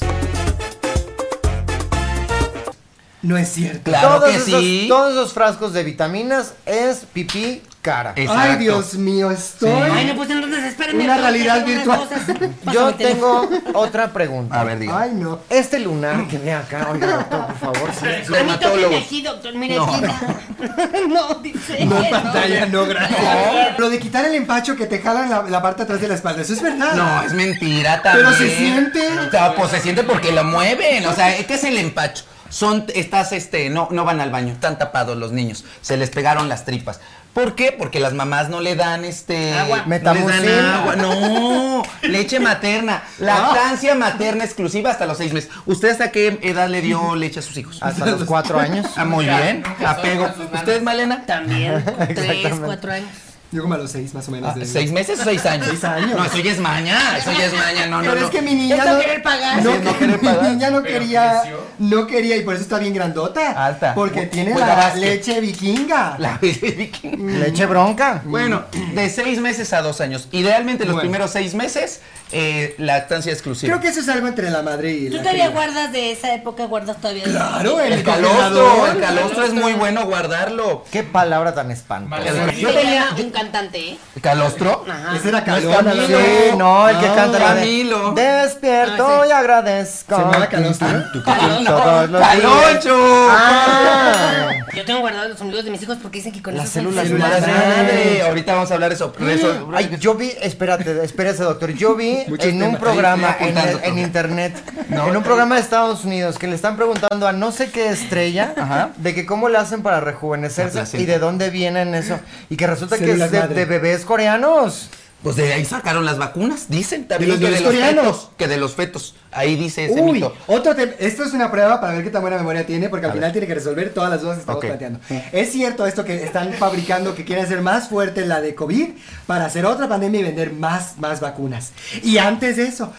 Speaker 1: No es cierto.
Speaker 2: Claro
Speaker 3: todos,
Speaker 2: que
Speaker 3: esos,
Speaker 2: sí.
Speaker 3: todos esos frascos de vitaminas es pipí cara.
Speaker 2: Exacto.
Speaker 1: Ay, Dios mío, estoy.
Speaker 4: Ay, no, pues entonces espérenme.
Speaker 1: Una
Speaker 4: doctor,
Speaker 1: realidad
Speaker 4: que tengo unas cosas. Pásame
Speaker 3: Yo
Speaker 4: el teléfono.
Speaker 3: tengo otra pregunta.
Speaker 2: A ver, diga.
Speaker 1: Ay,
Speaker 2: [laughs]
Speaker 1: no.
Speaker 3: Este lunar que ve acá, oiga, doctor, por favor, sí.
Speaker 4: A mí tóquenme
Speaker 2: Dermatólogos.
Speaker 4: aquí, doctor, mire
Speaker 2: No.
Speaker 4: aquí. [laughs] No, dice.
Speaker 1: No
Speaker 4: que
Speaker 1: pantalla, no, gracias. Lo de quitar el empacho que te jalan la, la parte atrás de la espalda, eso es verdad.
Speaker 2: No, es mentira también.
Speaker 1: Ah. Pero se siente.
Speaker 2: No, pues se siente porque lo mueven. O sea, este es el empacho. Son, estás, este, no, no van al baño, están tapados los niños. Se les pegaron las tripas. ¿Por qué? Porque las mamás no le dan este.
Speaker 4: Agua.
Speaker 2: No les dan
Speaker 3: Metamucil.
Speaker 1: [laughs]
Speaker 2: agua. No, leche materna. Lactancia materna exclusiva hasta los seis meses. ¿Usted hasta qué edad le
Speaker 1: [laughs]
Speaker 2: dio leche a sus hijos?
Speaker 3: Hasta los cuatro años.
Speaker 2: Ah, muy bien. Apego. ¿Ustedes, Malena?
Speaker 4: También, con tres,
Speaker 3: Exactamente.
Speaker 4: cuatro años.
Speaker 1: Yo como a los seis más o menos.
Speaker 2: Ah,
Speaker 1: de-
Speaker 2: ¿Seis meses o seis años?
Speaker 1: Seis años.
Speaker 2: No, eso ya es maña, eso ya es maña, no, no,
Speaker 1: Pero
Speaker 2: no.
Speaker 1: es que mi niña
Speaker 4: Esto
Speaker 1: no,
Speaker 4: querer pagar.
Speaker 1: no,
Speaker 2: Sí, no querer
Speaker 1: mi [laughs]
Speaker 2: pagar.
Speaker 1: niña no quería, no quería y por eso está bien grandota.
Speaker 2: Alta.
Speaker 1: Porque
Speaker 2: Ju-
Speaker 1: tiene
Speaker 2: juega
Speaker 1: la
Speaker 2: básquet.
Speaker 1: leche vikinga.
Speaker 2: La [laughs] viking.
Speaker 3: Leche bronca.
Speaker 2: Bueno, de seis meses a dos años. Idealmente los
Speaker 1: Bueno.
Speaker 2: primeros seis meses, eh, lactancia exclusiva.
Speaker 1: Creo que eso es algo entre la madre y
Speaker 4: ¿Tú
Speaker 1: la
Speaker 4: todavía
Speaker 1: cría.
Speaker 4: guardas de esa época? ¿Guardas todavía?
Speaker 1: Claro, el,
Speaker 2: el calostro, el
Speaker 1: congelador.
Speaker 2: calostro es muy bueno guardarlo.
Speaker 3: Qué palabra tan espantosa.
Speaker 4: Yo tenía un cantante, ¿eh?
Speaker 2: ¿Calostro?
Speaker 1: Ah, Ese era
Speaker 2: No es
Speaker 1: calona,
Speaker 2: Camilo.
Speaker 3: Sí, no, el que
Speaker 1: No,
Speaker 3: canta la de,
Speaker 2: Camilo.
Speaker 3: Despierto
Speaker 4: Ah, sí.
Speaker 3: y agradezco.
Speaker 1: Se llama calostro.
Speaker 3: Todos los días.
Speaker 2: ¡Caloncho!
Speaker 3: Ah.
Speaker 4: Yo tengo guardados los ombligos de mis hijos porque dicen que con
Speaker 3: Las Mm.
Speaker 4: eso
Speaker 3: células
Speaker 2: Su madre.
Speaker 3: madre.
Speaker 2: Ahorita vamos a hablar de eso. eso-
Speaker 3: Ay, yo vi, espérate, espérese doctor, yo vi
Speaker 1: Muchos
Speaker 3: en un
Speaker 1: temas.
Speaker 3: programa
Speaker 2: Estoy
Speaker 3: en,
Speaker 2: apuntando,
Speaker 3: en
Speaker 2: doctor.
Speaker 3: internet, en un programa de Estados Unidos que le están preguntando a no sé qué estrella
Speaker 2: Ajá.
Speaker 3: de que cómo le hacen para
Speaker 2: La
Speaker 3: rejuvenecerse
Speaker 2: placenta.
Speaker 3: y de dónde vienen eso y que resulta que
Speaker 1: Células
Speaker 3: es de,
Speaker 1: madre.
Speaker 3: de bebés coreanos.
Speaker 2: Pues de ahí sacaron las vacunas, dicen también.
Speaker 1: los
Speaker 2: que
Speaker 1: bebés coreanos.
Speaker 2: fetos, que de los fetos. Ahí dice ese
Speaker 1: Uy,
Speaker 2: mito.
Speaker 1: otro tem- esto es una prueba para ver qué tan buena memoria tiene, porque al
Speaker 2: A
Speaker 1: final
Speaker 2: ver.
Speaker 1: tiene que resolver todas las dudas que estamos
Speaker 2: Ok.
Speaker 1: planteando. ¿Es cierto esto que están fabricando, que quieren hacer más fuerte la de COVID para hacer otra pandemia y vender más, más vacunas? Y antes de eso,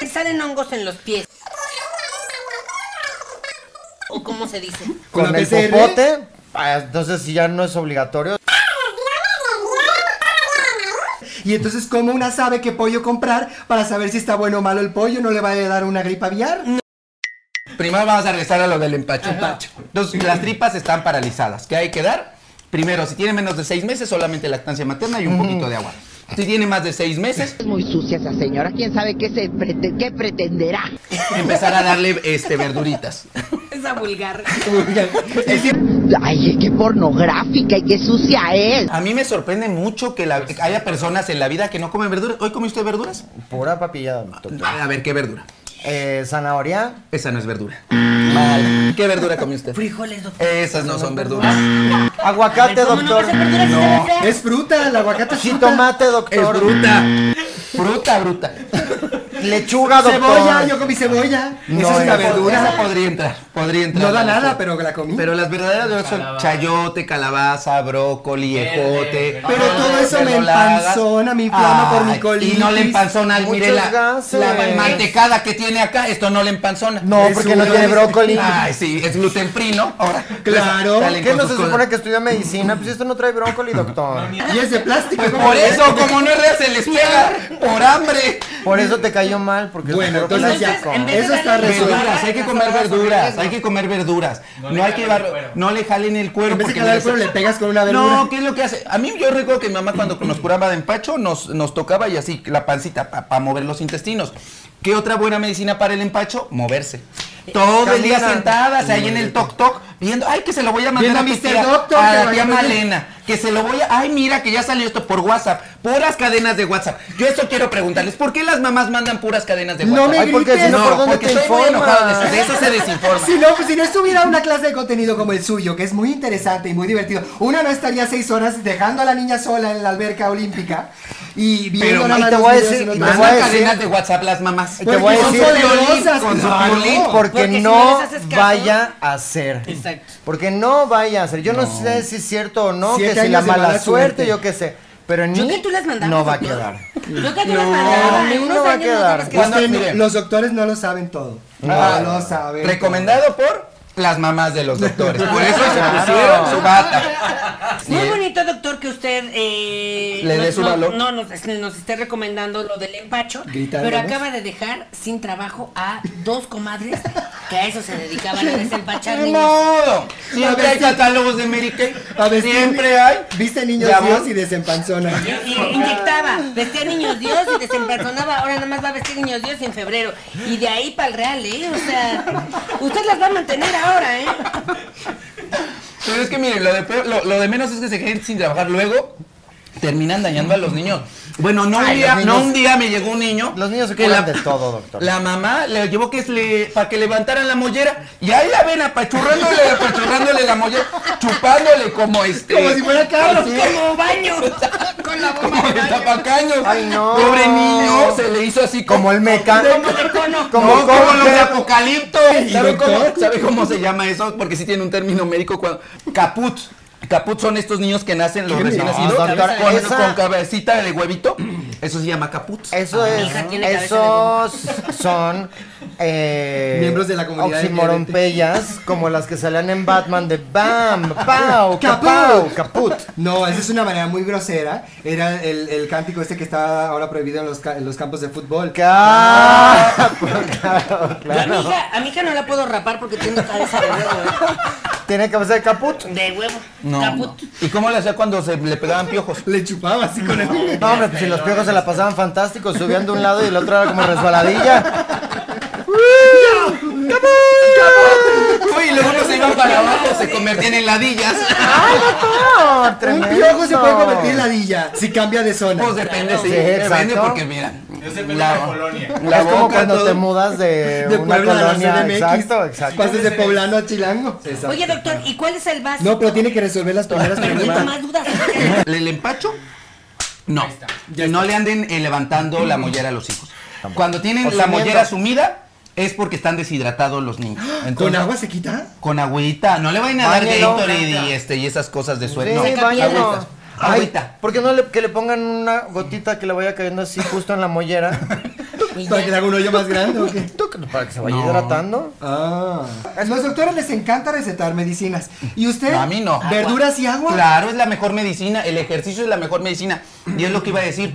Speaker 4: Te Salen hongos en los pies. ¿O cómo se dice?
Speaker 1: con
Speaker 3: Con,
Speaker 1: la
Speaker 3: el
Speaker 1: PCR.
Speaker 3: popote, ah, entonces sí ya no es obligatorio.
Speaker 1: y entonces como una sabe qué pollo comprar para saber si está bueno o malo el pollo, no le va a dar una gripa aviar.
Speaker 2: Primero vamos a regresar a lo del empacho. Entonces, las tripas están paralizadas. ¿Qué hay que dar? Primero, si tiene menos de seis meses, solamente lactancia materna y un poquito de agua. Si tiene más de seis meses,
Speaker 8: Mm. Es muy sucia esa señora. ¿Quién sabe qué, se prete- qué pretenderá?
Speaker 2: empezar a darle este, verduritas.
Speaker 4: Esa vulgar.
Speaker 8: Ay, qué pornográfica y qué sucia es.
Speaker 2: A mí me sorprende mucho que la- haya personas en la vida que no comen verduras. ¿Hoy come usted verduras?
Speaker 3: Pura papilla. doctor.
Speaker 2: A ver, ¿qué verdura?
Speaker 3: Eh, zanahoria.
Speaker 2: Esa no es verdura. Mal. ¿Qué verdura comió usted?
Speaker 4: Frijoles, doctor.
Speaker 2: Esas no son verduras.
Speaker 3: Aguacate,
Speaker 4: ¿Cómo no
Speaker 3: doctor.
Speaker 4: vas a perder esa desgracia?
Speaker 1: Es fruta, el aguacate es fruta.
Speaker 3: Jitomate,
Speaker 2: Es
Speaker 3: doctor.
Speaker 2: fruta. Fruta, bruta.
Speaker 3: Lechuga, doctor.
Speaker 1: Cebolla, yo comí cebolla.
Speaker 3: No,
Speaker 1: Esa es una
Speaker 3: esa-
Speaker 2: Esa
Speaker 1: verdura.
Speaker 2: podría entrar. Podría entrar.
Speaker 1: No da
Speaker 2: Doctor.
Speaker 1: nada, pero la comí.
Speaker 2: Pero las verdaderas verduras son chayote, calabaza, brócoli, ejote.
Speaker 1: Pero todo eso me
Speaker 2: verdolagas.
Speaker 1: empanzona, me inflama por mi
Speaker 2: Ay,
Speaker 1: colitis.
Speaker 2: Y no le empanzona,
Speaker 3: Muchos
Speaker 2: mire la,
Speaker 3: gases.
Speaker 2: la mantecada que tiene acá, esto no le empanzona.
Speaker 3: No,
Speaker 1: Es
Speaker 3: porque no
Speaker 1: una-
Speaker 3: tiene brócoli.
Speaker 2: Ay, sí, es gluten free, ¿no? Ahora.
Speaker 1: Claro.
Speaker 2: salen
Speaker 3: ¿Qué
Speaker 2: con
Speaker 3: no
Speaker 2: sus
Speaker 3: se
Speaker 2: cosas.
Speaker 3: supone que estudia medicina? Pues esto no trae brócoli, doctor.
Speaker 1: Y es de plástico.
Speaker 2: Pues
Speaker 1: ¿cómo
Speaker 2: por
Speaker 1: ves?
Speaker 2: eso, como no es real, se les pega por hambre.
Speaker 3: Por eso te cayó mal, porque
Speaker 1: Bueno,
Speaker 3: es
Speaker 1: entonces ya,
Speaker 3: plástico.
Speaker 4: en vez de
Speaker 1: eso está
Speaker 4: darle
Speaker 1: resuelto.
Speaker 2: Verduras, hay que comer verduras, hay que comer verduras. No, hay que bar- no le jalen el cuero.
Speaker 1: En vez de
Speaker 2: porque
Speaker 1: jalar el
Speaker 2: mire,
Speaker 1: cuero, le pegas con una verdura.
Speaker 2: No, ¿qué es lo que hace? A mí yo recuerdo que mi mamá cuando nos curaba de empacho nos, nos tocaba y así la pancita para mover los intestinos. ¿Qué otra buena medicina para el empacho? Moverse.
Speaker 1: Eh,
Speaker 2: Todo el día
Speaker 3: Camina.
Speaker 2: sentadas ahí en el toc toc viendo, ay que se lo voy a mandar
Speaker 1: Viendo
Speaker 2: a,
Speaker 1: a
Speaker 2: mi
Speaker 1: Mr.
Speaker 2: tía-
Speaker 1: Doctor,
Speaker 2: a
Speaker 1: que
Speaker 2: la
Speaker 1: vaya
Speaker 2: tía
Speaker 1: muy bien.
Speaker 2: Malena, que se lo voy a, ay mira que ya salió esto por WhatsApp, puras cadenas de WhatsApp. Yo esto quiero preguntarles, ¿por qué las mamás mandan puras cadenas de
Speaker 1: No
Speaker 2: WhatsApp?
Speaker 1: me
Speaker 2: Ay,
Speaker 1: grites.
Speaker 2: porque si no,
Speaker 1: No,
Speaker 2: ¿por dónde
Speaker 3: porque
Speaker 2: te
Speaker 3: estoy muy
Speaker 2: informas?
Speaker 3: enojada de
Speaker 2: de,
Speaker 3: eso.
Speaker 2: eso se desinforma.
Speaker 1: Si no, pues, si no estuviera una clase de contenido como el suyo, que es muy interesante y muy divertido, una no estaría seis horas dejando a la niña sola en la alberca olímpica y viendo
Speaker 2: Pero,
Speaker 1: nada
Speaker 2: y
Speaker 1: más
Speaker 3: te
Speaker 1: los
Speaker 3: voy a
Speaker 1: videos
Speaker 3: decir-
Speaker 1: y
Speaker 3: y
Speaker 1: no-
Speaker 3: te
Speaker 2: Mandan
Speaker 3: voy a decir-
Speaker 2: cadenas de WhatsApp las mamás.
Speaker 3: Te voy a
Speaker 1: Porque son
Speaker 3: decir-
Speaker 1: poderosas,
Speaker 2: Con su
Speaker 1: claro.
Speaker 2: violín, por-
Speaker 3: Porque,
Speaker 4: Porque si no
Speaker 3: no
Speaker 4: les haces caso-
Speaker 3: vaya a ser.
Speaker 4: Exacto.
Speaker 3: Porque no vaya a ser. Yo no, sé si es cierto o no,
Speaker 1: Siete
Speaker 3: que si la
Speaker 1: años de
Speaker 3: mala,
Speaker 1: mala suerte.
Speaker 3: suerte, yo qué sé. Pero en
Speaker 4: Yo
Speaker 3: mí
Speaker 4: que tú las mandabas.
Speaker 3: no va a
Speaker 4: doctor.
Speaker 3: quedar.
Speaker 4: Yo que tú las mandaba.
Speaker 3: a mí
Speaker 4: en unos
Speaker 3: no va a
Speaker 4: años no
Speaker 3: quedar.
Speaker 4: sabes qué
Speaker 2: Cuando-
Speaker 1: Usted no-
Speaker 2: mire.
Speaker 1: los doctores no lo saben todo. No, lo saben. todo.
Speaker 2: Recomendado por las mamás de los doctores. Por eso se pusieron su bata.
Speaker 4: Muy bonito, doctor, que usted eh,
Speaker 2: Le
Speaker 4: no-
Speaker 2: dé su
Speaker 4: no-
Speaker 2: valor.
Speaker 4: No, nos, nos esté recomendando lo del empacho,
Speaker 1: Gritar,
Speaker 4: pero
Speaker 1: vamos.
Speaker 4: acaba de dejar sin trabajo a dos comadres que a eso se dedicaban a
Speaker 2: [laughs]
Speaker 4: desempachar
Speaker 2: Ni
Speaker 4: niños.
Speaker 2: modo. Siempre
Speaker 1: A
Speaker 2: hay
Speaker 1: vestir-
Speaker 2: catálogos de Mary Kay.
Speaker 1: A ver,
Speaker 2: Siempre hay.
Speaker 1: Viste niños
Speaker 2: Ya
Speaker 1: Dios
Speaker 2: voy.
Speaker 1: y desempanzona.
Speaker 4: Y- y Inyectaba, vestía niños Dios y desempersonaba. Ahora nada más va a vestir niños Dios en febrero. Y de ahí para el real, ¿eh? O sea, usted las va a mantener ahora, ¿eh?
Speaker 2: Pero Pues es que miren, lo de, peor- lo, lo de menos es que se queden sin trabajar luego. Terminan dañando a los niños. Bueno, no, un
Speaker 3: Ay,
Speaker 2: día,
Speaker 3: los
Speaker 2: no
Speaker 3: niños-
Speaker 2: un día me llegó un niño.
Speaker 3: Los niños se curan de todo, doctor.
Speaker 2: La mamá le llevó que es le, para que levantaran la mollera. Y ahí la ven apachurrándole, apachurrándole la mollera, chupándole como este.
Speaker 1: Como si fuera Carlos.
Speaker 4: Como baño. Con la bomba
Speaker 2: Como
Speaker 4: de
Speaker 2: de
Speaker 4: baño.
Speaker 2: tapacaños.
Speaker 3: Ay, no.
Speaker 2: Pobre niño, se le hizo así
Speaker 3: Como el meca.
Speaker 2: Como,
Speaker 3: Como,
Speaker 2: como los de
Speaker 3: Conan.
Speaker 2: Apocalipto. ¿Sabe
Speaker 1: doctor?
Speaker 2: cómo, sabe cómo se llama eso? Porque sí tiene un término médico. Cuando... Caput. Caput son estos niños que nacen los recién
Speaker 3: No,
Speaker 2: nacidos
Speaker 3: doctor,
Speaker 2: con,
Speaker 3: esa-
Speaker 2: con cabecita de huevito. Eso se llama caput.
Speaker 3: Eso
Speaker 4: Ah, mi
Speaker 3: es,
Speaker 4: hija tiene cabeza de bomba.
Speaker 3: esos
Speaker 4: [laughs]
Speaker 3: son eh,
Speaker 1: Miembros de la comunidad
Speaker 3: oximorompeyas, como las que salían en Batman de
Speaker 1: [laughs]
Speaker 3: Bam, Pau, Capau,
Speaker 1: Caput.
Speaker 3: Caput.
Speaker 1: No, esa es una manera muy grosera. Era el, el cántico este que está ahora prohibido en los, ca- en los campos de fútbol.
Speaker 3: Caput.
Speaker 4: Yo a, mi hija, a mi hija no la puedo rapar porque tiene cabeza de huevo,
Speaker 3: Tiene cabeza de Caput.
Speaker 4: ¿eh? De huevo.
Speaker 2: No, no.
Speaker 4: Caput.
Speaker 2: ¿Y cómo le hacía cuando se le pegaban piojos?
Speaker 1: Le chupaba así con el...
Speaker 3: No, hombre, pues si los piojos se la pasaban fantásticos, subían de un lado y el otro era como resbaladilla.
Speaker 2: [laughs] Uy, y luego uno se iban para abajo, se convertían en ladillas.
Speaker 3: ¡Ah,
Speaker 1: Un
Speaker 3: tremendo!
Speaker 1: piojo se puede convertir en ladilla si cambia de zona.
Speaker 2: Pues depende, sí,
Speaker 3: Sí,
Speaker 2: depende
Speaker 3: exacto.
Speaker 2: porque mira. la, colonia.
Speaker 3: es como cuando te mudas de,
Speaker 1: De
Speaker 3: una
Speaker 1: Puebla a la
Speaker 3: colonia.
Speaker 1: CDMX.
Speaker 3: Exacto, exacto.
Speaker 1: Pasas de poblano a chilango.
Speaker 4: Oye, doctor, ¿y cuál es el vaso?
Speaker 1: No, pero tiene que resolver las primeras
Speaker 3: [laughs]
Speaker 4: Pero tengo
Speaker 2: [laughs]
Speaker 1: preguntas.
Speaker 4: más dudas.
Speaker 2: El empacho No. Y no le anden eh, levantando la mollera a los hijos. Cuando tienen
Speaker 3: O
Speaker 2: la
Speaker 3: sumiendo.
Speaker 2: mollera sumida, es porque están deshidratados los niños.
Speaker 1: ¡Ah! ¿Con
Speaker 2: Entonces,
Speaker 1: agua se quita?
Speaker 2: Con agüita. No le vayan a dar
Speaker 3: Báñelo.
Speaker 2: Gatorade y, este, y esas cosas de suelo.
Speaker 3: Sí,
Speaker 2: No,
Speaker 3: bañalo.
Speaker 2: agüitas.
Speaker 3: Pues Ay,
Speaker 2: Agüita.
Speaker 3: ¿Por qué no le, que le pongan una gotita que le vaya cayendo así justo en
Speaker 1: [laughs]
Speaker 3: la mollera?
Speaker 1: ¿Para que le haga un hoyo más grande o qué?
Speaker 3: Tuc, Para que se vaya hidratando.
Speaker 1: Ah. A los doctores les encanta recetar medicinas. ¿Y usted?
Speaker 2: No, a mí no.
Speaker 1: ¿Verduras y agua?
Speaker 2: Claro, es la mejor medicina, el ejercicio es la mejor medicina. Y es lo que iba a decir.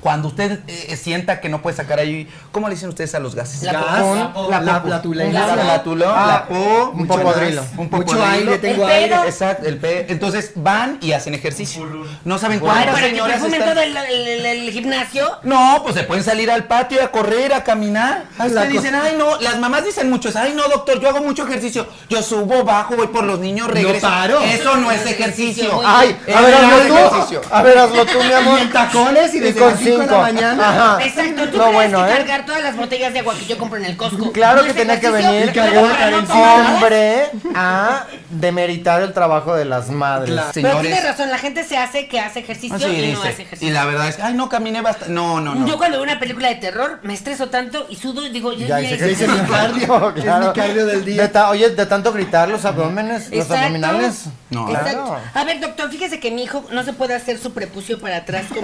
Speaker 2: Cuando usted eh, sienta que no puede sacar ahí, ¿cómo le dicen udes a los gases?
Speaker 4: La
Speaker 1: Gas,
Speaker 4: popó.
Speaker 1: la, la,
Speaker 2: popó.
Speaker 1: flatulencia.
Speaker 2: La flatulo- la po-
Speaker 3: un popodrilo.
Speaker 2: Un
Speaker 1: Ah, Mucho
Speaker 2: popodrilo.
Speaker 1: aire, tengo
Speaker 4: El
Speaker 1: aire.
Speaker 4: pedo.
Speaker 2: Exacto, el pe- Entonces van y hacen ejercicio. No saben
Speaker 4: Claro,
Speaker 2: cuántas
Speaker 4: para que
Speaker 2: señoras
Speaker 4: perfumen
Speaker 2: están-
Speaker 4: todo el, el- el- el gimnasio.
Speaker 2: No, pues se pueden salir al patio a correr, a caminar.
Speaker 1: Ay,
Speaker 2: Ustedes
Speaker 1: la co-
Speaker 2: dicen, ay no, las mamás dicen mucho, ay no, doctor, yo hago mucho ejercicio. Yo subo, bajo, voy por los niños, regreso.
Speaker 1: paro.
Speaker 2: Eso no es ejercicio.
Speaker 3: Ay, a
Speaker 1: Eh,
Speaker 2: Es
Speaker 3: ver,
Speaker 2: gran
Speaker 3: hazlo tú.
Speaker 2: ejercicio.
Speaker 3: A ver, hazlo tú, mi amor.
Speaker 1: Y en tacones [laughs] y desde
Speaker 3: con
Speaker 1: las cinco de la
Speaker 3: cinco.
Speaker 1: mañana.
Speaker 3: Ajá.
Speaker 4: Exacto, tú
Speaker 3: Ah, No,
Speaker 4: tienes
Speaker 3: bueno,
Speaker 4: que
Speaker 3: ¿eh?
Speaker 4: cargar todas las botellas de agua que yo compro en el Costco.
Speaker 3: Claro
Speaker 4: ¿No
Speaker 3: que
Speaker 4: es
Speaker 3: tenía que
Speaker 4: ejercicio?
Speaker 3: venir,
Speaker 1: Y cargar
Speaker 4: Pero para no
Speaker 1: carencita.
Speaker 4: tomar nada.
Speaker 3: hombre, a demeritar el trabajo de las madres.
Speaker 1: Claro.
Speaker 4: Pero
Speaker 2: Señores.
Speaker 4: tiene razón, la gente se hace que hace ejercicio
Speaker 2: Así
Speaker 4: y no
Speaker 2: dice.
Speaker 4: hace
Speaker 2: y
Speaker 4: ejercicio.
Speaker 2: la verdad es que, ay, no caminé bastante. No, no, no.
Speaker 4: Yo cuando veo una película de terror me estreso tanto y sudo y digo, yo
Speaker 3: Ya
Speaker 4: ya
Speaker 3: hice
Speaker 4: hice
Speaker 1: Ese es mi cardio, es mi cardio del día.
Speaker 3: De ta- oye, de tanto gritar los abdómenes, los
Speaker 4: Exacto.
Speaker 3: abdominales.
Speaker 2: No.
Speaker 4: Exacto.
Speaker 3: Claro.
Speaker 4: A ver, doctor, fíjese que mi hijo no se puede hacer su prepucio para atrás
Speaker 3: [laughs]
Speaker 4: como-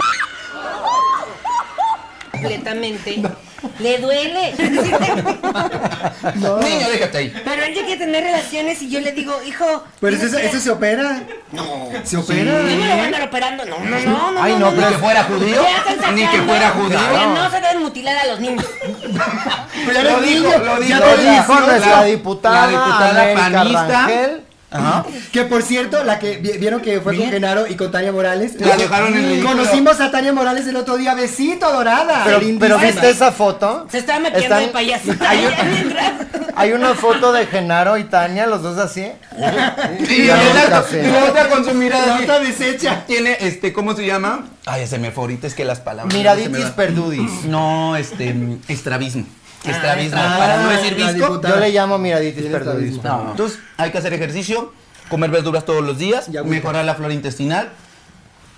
Speaker 4: completamente. Le duele.
Speaker 3: [laughs]
Speaker 2: Niño, déjate ahí.
Speaker 4: Pero él ya quiere tener relaciones y yo le digo, hijo.
Speaker 1: Pero
Speaker 4: tienes
Speaker 1: eso,
Speaker 4: que-
Speaker 1: eso se opera. No. Se opera.
Speaker 4: No me lo van
Speaker 2: ¿eh?
Speaker 4: a andar operando. No, no, no. no
Speaker 3: Ay, no,
Speaker 2: Ni que fuera judío,
Speaker 4: Ya están sacando
Speaker 2: ni que fuera judío.
Speaker 4: que No se deben mutilar a los niños.
Speaker 1: Pero ya no es niño, ya
Speaker 3: Lo
Speaker 1: no es
Speaker 3: dijo
Speaker 1: niño.
Speaker 3: nuestra diputada,
Speaker 2: la diputada
Speaker 3: América
Speaker 2: panista.
Speaker 3: Rangel.
Speaker 2: Ajá.
Speaker 1: Que por cierto, la que vi- vieron que fue con Genaro y con Tania Morales.
Speaker 2: La dejaron en ridículo.
Speaker 1: Conocimos a Tania Morales el otro día, besito dorada.
Speaker 3: Pero, pero
Speaker 1: Lindísima.
Speaker 3: viste esa foto.
Speaker 4: Se está metiendo
Speaker 3: Están-
Speaker 4: de
Speaker 2: [laughs]
Speaker 4: payaso.
Speaker 3: Hay, un- hay una foto de Genaro y Tania, los dos así.
Speaker 2: Y
Speaker 3: Ya
Speaker 2: la
Speaker 3: nunca
Speaker 2: otra-
Speaker 3: sé.
Speaker 2: y la otra con su mirada
Speaker 1: La
Speaker 2: así.
Speaker 1: otra deshecha.
Speaker 2: Tiene, este, ¿cómo se llama? Ay, se me fue ahorita, es que las palabras. no se
Speaker 3: Miraditis
Speaker 2: me van.
Speaker 3: perdudis.
Speaker 2: No, este, mm, estrabismo. Estrabismo,
Speaker 1: Ah,
Speaker 2: para no decir
Speaker 1: la
Speaker 2: visco.
Speaker 1: diputada.
Speaker 3: Yo le llamo miraditis
Speaker 1: Tienes
Speaker 3: perdudis.
Speaker 1: todismo.
Speaker 2: No, entonces hay que hacer ejercicio, comer verduras todos los días,
Speaker 1: Y agüita.
Speaker 2: mejorar la flora intestinal,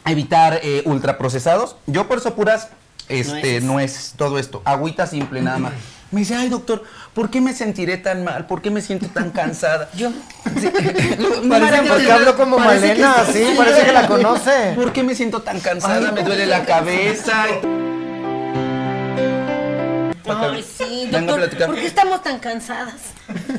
Speaker 2: evitar eh, ultraprocesados. Yo por eso puras este, nueces. todo esto, agüita simple nada
Speaker 3: [clears throat]
Speaker 2: más. Me dice, ay doctor, ¿por qué me sentiré tan mal? ¿Por qué me siento
Speaker 3: [laughs]
Speaker 2: tan cansada? Yo.
Speaker 3: Parece que porque hablo como
Speaker 1: parece que
Speaker 3: Malena,
Speaker 1: está-
Speaker 3: sí, parece que la
Speaker 2: [laughs]
Speaker 3: conoce.
Speaker 2: ¿Por qué me siento tan cansada? Me duele la
Speaker 3: [laughs]
Speaker 2: cabeza.
Speaker 4: Ay, sí,
Speaker 2: Vengo a
Speaker 4: doctor,
Speaker 2: platicar.
Speaker 4: ¿por qué estamos tan cansadas?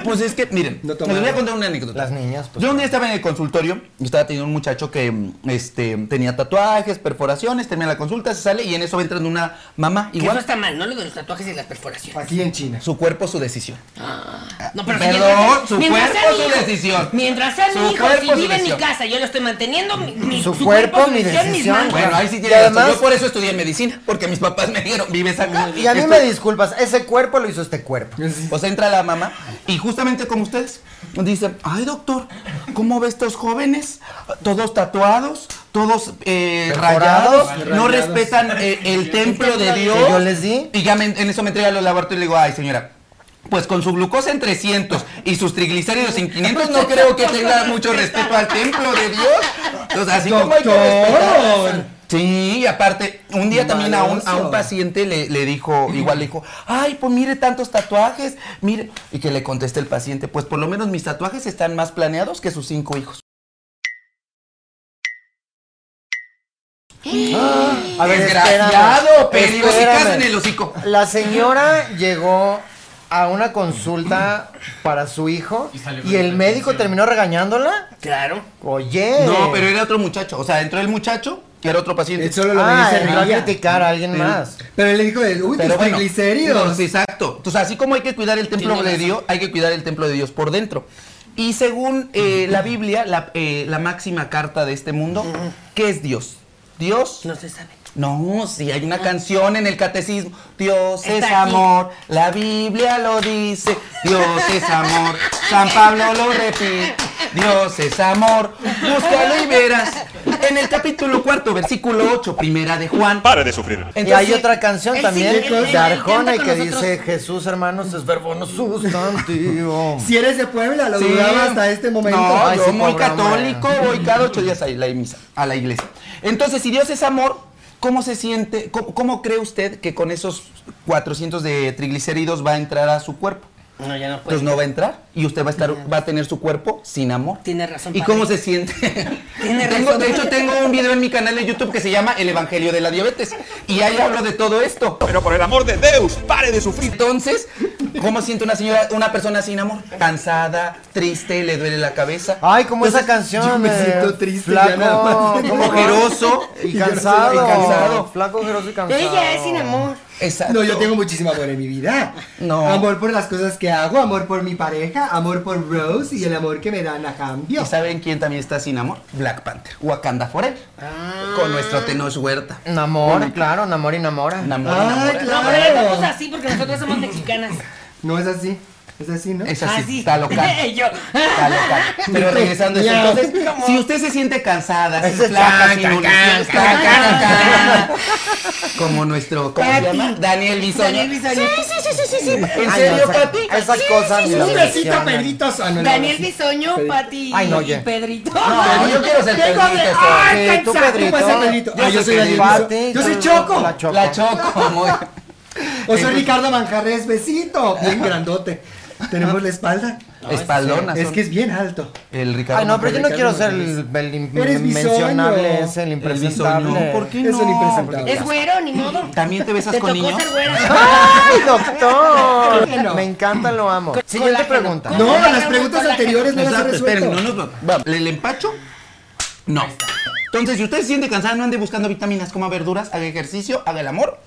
Speaker 2: Pues es que, miren,
Speaker 1: No
Speaker 2: les
Speaker 1: tomaron.
Speaker 2: voy a contar una anécdota.
Speaker 3: Las niñas, pues.
Speaker 2: Yo un día estaba en el consultorio y estaba teniendo un muchacho que mm, este, tenía tatuajes, perforaciones, termina la consulta, se sale y en eso va entrando una mamá.
Speaker 4: Que eso
Speaker 2: Igual
Speaker 4: está mal, ¿no? Lo de los tatuajes y las perforaciones.
Speaker 1: Aquí en China.
Speaker 2: su cuerpo, su decisión.
Speaker 4: No, pero si
Speaker 2: Ah, Perdón,
Speaker 4: mientras-
Speaker 2: su
Speaker 4: mientras
Speaker 2: cuerpo,
Speaker 4: sea mi
Speaker 2: su
Speaker 4: hijo-
Speaker 2: decisión.
Speaker 4: Mientras sea
Speaker 2: Su
Speaker 4: mi hijo,
Speaker 2: cuerpo,
Speaker 4: si
Speaker 2: su
Speaker 4: vive en mi
Speaker 2: decisión.
Speaker 4: casa, yo lo estoy manteniendo. mi- mi-
Speaker 3: Su cuerpo, mi
Speaker 4: mis
Speaker 3: decisión.
Speaker 4: manos.
Speaker 2: Bueno, ahí sí
Speaker 3: Y
Speaker 2: tiene razón.
Speaker 3: además- Ah,
Speaker 2: Yo por eso estudié medicina, porque mis papás me dijeron, vives acá.
Speaker 3: Y a mí
Speaker 2: Esto-
Speaker 3: me disculpas, ese cuerpo lo hizo este cuerpo.
Speaker 2: Pues entra la mamá y justamente como ustedes dice, ay doctor, ¿cómo ve estos jóvenes? Todos tatuados, todos eh,
Speaker 3: Perforados.
Speaker 2: rayados, no respetan eh, el templo de Dios.
Speaker 3: Que yo les di.
Speaker 2: Y ya me- en eso me entrega los laboratorios y le digo, ay señora. Pues con su glucosa en 300 y sus triglicéridos en 500 no creo que tenga mucho respeto al templo de Dios. Entonces, así como hay que respetar. Sí, y aparte, un día también a un, a un
Speaker 1: Maloso.
Speaker 2: paciente le, le dijo, igual le dijo, ay, pues mire tantos tatuajes, mire. Y que le conteste el paciente, pues por lo menos mis tatuajes están más planeados que sus cinco hijos.
Speaker 3: A ver,
Speaker 2: Ah, Desgraciado,
Speaker 3: espérame,
Speaker 2: peligrosicazo en
Speaker 3: espérame.
Speaker 2: el hocico.
Speaker 3: La señora llegó a una consulta para su hijo y el médico terminó regañándola.
Speaker 4: Claro.
Speaker 3: Oye.
Speaker 2: No, pero era otro muchacho, o sea, entró el muchacho y era otro paciente.
Speaker 1: Él solo lo
Speaker 3: Ah,
Speaker 1: veía y se
Speaker 3: él va a
Speaker 1: reía.
Speaker 3: criticar a alguien más.
Speaker 1: Pero él le dijo, uy,
Speaker 2: Pero
Speaker 1: tus
Speaker 2: bueno,
Speaker 1: triglicéridos.
Speaker 2: sí, exacto. Entonces, así como hay que cuidar el templo de Dios, hay que cuidar el templo de Dios por dentro. Y según eh, la Biblia, la, eh, la máxima carta de este mundo, ¿qué es Dios? Dios
Speaker 4: No se sabe.
Speaker 2: no, sí, hay
Speaker 3: Ah.
Speaker 2: una canción en el catecismo. Dios
Speaker 4: Está
Speaker 2: es
Speaker 4: aquí.
Speaker 2: amor, la Biblia lo dice. Dios es amor, San Pablo lo repite. Dios es amor, búscalo y verás. En el capítulo cuarto, versículo 8, primera de Juan.
Speaker 5: Pare de sufrir.
Speaker 3: y hay otra
Speaker 4: él
Speaker 3: canción
Speaker 4: sí,
Speaker 3: también
Speaker 4: él- él- él
Speaker 3: de Arjona
Speaker 4: canta
Speaker 3: que
Speaker 4: con
Speaker 3: dice
Speaker 4: nosotros.
Speaker 3: Jesús hermanos es verbo no sustantivo.
Speaker 1: Si eres de Puebla, lo
Speaker 2: Sí.
Speaker 1: dudaba hasta este momento.
Speaker 2: No,
Speaker 3: Ay,
Speaker 2: yo
Speaker 3: sí,
Speaker 2: muy
Speaker 3: pobre hombre.
Speaker 2: católico, voy cada ocho días a la misa, a la iglesia. Entonces, si Dios es amor, ¿Cómo se siente, cómo, cómo cree usted que con esos 400 de triglicéridos va a entrar a su cuerpo?
Speaker 4: No, ya no puede.
Speaker 2: Pues no va a entrar y usted va a estar, va a tener su cuerpo sin amor.
Speaker 4: Tiene razón,
Speaker 2: ¿Y
Speaker 4: padre.
Speaker 2: cómo se siente?
Speaker 4: [laughs] Tiene
Speaker 2: Tengo-
Speaker 4: razón.
Speaker 2: De hecho, tengo un video en mi canal de YouTube que se llama El Evangelio de la Diabetes y ahí hablo de todo esto.
Speaker 9: Pero por el amor de Deus, pare de sufrir.
Speaker 2: Entonces, ¿cómo siente una señora, una persona sin amor? Cansada, triste, le duele la cabeza.
Speaker 3: Ay, como esa canción.
Speaker 1: yo me
Speaker 3: de
Speaker 1: siento triste ya
Speaker 3: flaco,
Speaker 1: nada más.
Speaker 3: como
Speaker 2: Ojeroso
Speaker 3: y
Speaker 1: Y yo no sé, y
Speaker 3: cansado.
Speaker 2: cansado.
Speaker 3: Flaco, ojeroso y cansado.
Speaker 4: Ella es sin amor.
Speaker 2: Exacto.
Speaker 1: No, yo tengo muchísimo amor en mi vida.
Speaker 2: No.
Speaker 1: Amor por las cosas que hago, amor por mi pareja, amor por Rose y el amor que me dan a cambio.
Speaker 2: ¿Y saben quién también está sin amor? Black Panther. Wakanda Forever.
Speaker 4: Ah.
Speaker 2: Con nuestro Tenoch Huerta.
Speaker 3: Namor, claro, Namor y Namora.
Speaker 2: Namor,
Speaker 1: Ay,
Speaker 2: enamora.
Speaker 4: No, pero estamos así porque nosotros somos mexicanas.
Speaker 1: No es así. Es así, ¿no?
Speaker 2: Es así,
Speaker 4: Así. [laughs]
Speaker 2: está local.
Speaker 4: Yo.
Speaker 2: Está [laughs] local. Pero regresando a eso, entonces, si usted se siente cansada, sin
Speaker 3: Ese es
Speaker 2: flaca,
Speaker 3: can,
Speaker 2: sin
Speaker 3: can,
Speaker 2: voluntad, can, can, can, [laughs] como nuestro, ¿cómo se llama? Daniel Bisoño.
Speaker 4: Daniel Bisoño.
Speaker 2: ¿En
Speaker 3: Ay,
Speaker 2: serio,
Speaker 3: no, esa-
Speaker 2: Katy?
Speaker 3: Esas cosas. ni las
Speaker 1: Un besito,
Speaker 3: mencionan.
Speaker 1: Pedrito. Ah, no, no,
Speaker 4: Daniel
Speaker 1: sí.
Speaker 4: Bisoño,
Speaker 1: Pedrito.
Speaker 4: Pati
Speaker 3: Ay, no,
Speaker 4: y
Speaker 3: ya.
Speaker 4: Pedrito.
Speaker 2: No, yo
Speaker 4: [laughs]
Speaker 2: quiero ser
Speaker 1: Tengo de-
Speaker 2: Pedrito,
Speaker 1: ¡Ay,
Speaker 3: Sí, tú,
Speaker 1: cansado!
Speaker 3: Pedrito.
Speaker 1: puedes ser Pedrito.
Speaker 2: Yo
Speaker 1: Ah, yo
Speaker 2: soy
Speaker 1: soy Daniel
Speaker 2: Pedrito.
Speaker 1: Bisoño. Yo
Speaker 3: Pati,
Speaker 1: soy
Speaker 3: tú,
Speaker 1: Choco.
Speaker 3: la Choco.
Speaker 2: La choco, muy-
Speaker 1: O soy Ricardo Manjarres. Besito. Bien grandote. Tenemos la espalda.
Speaker 2: Espaldona.
Speaker 1: Es
Speaker 2: son-
Speaker 1: que es bien alto.
Speaker 2: el Ricardo.
Speaker 3: Ay, no, pero yo no
Speaker 1: Ricardo
Speaker 3: quiero ser el,
Speaker 1: Manjarres.
Speaker 3: el im-
Speaker 1: Eres bisoño.
Speaker 3: mencionable, es el
Speaker 2: El bisoño.
Speaker 3: impresentable.
Speaker 2: ¿Por qué
Speaker 1: Es un
Speaker 2: no? Eh,
Speaker 1: impresentable.
Speaker 4: Es güero, ni modo.
Speaker 2: ¿También te besas
Speaker 4: Te
Speaker 2: con
Speaker 4: tocó
Speaker 2: niños?
Speaker 4: ser güera.
Speaker 2: [laughs]
Speaker 3: ¡Ay, doctor!
Speaker 1: ¿Por qué no?
Speaker 3: Me encanta, lo amo. Siguiente
Speaker 4: colágeno.
Speaker 3: pregunta.
Speaker 1: No, las preguntas anteriores no las he
Speaker 2: Exacto,
Speaker 1: resuelto.
Speaker 2: espérenme, no nos va- va- ¿El empacho? No. Entonces, si usted se siente cansado, no ande buscando vitaminas, coma verduras, haga ejercicio, haga el amor.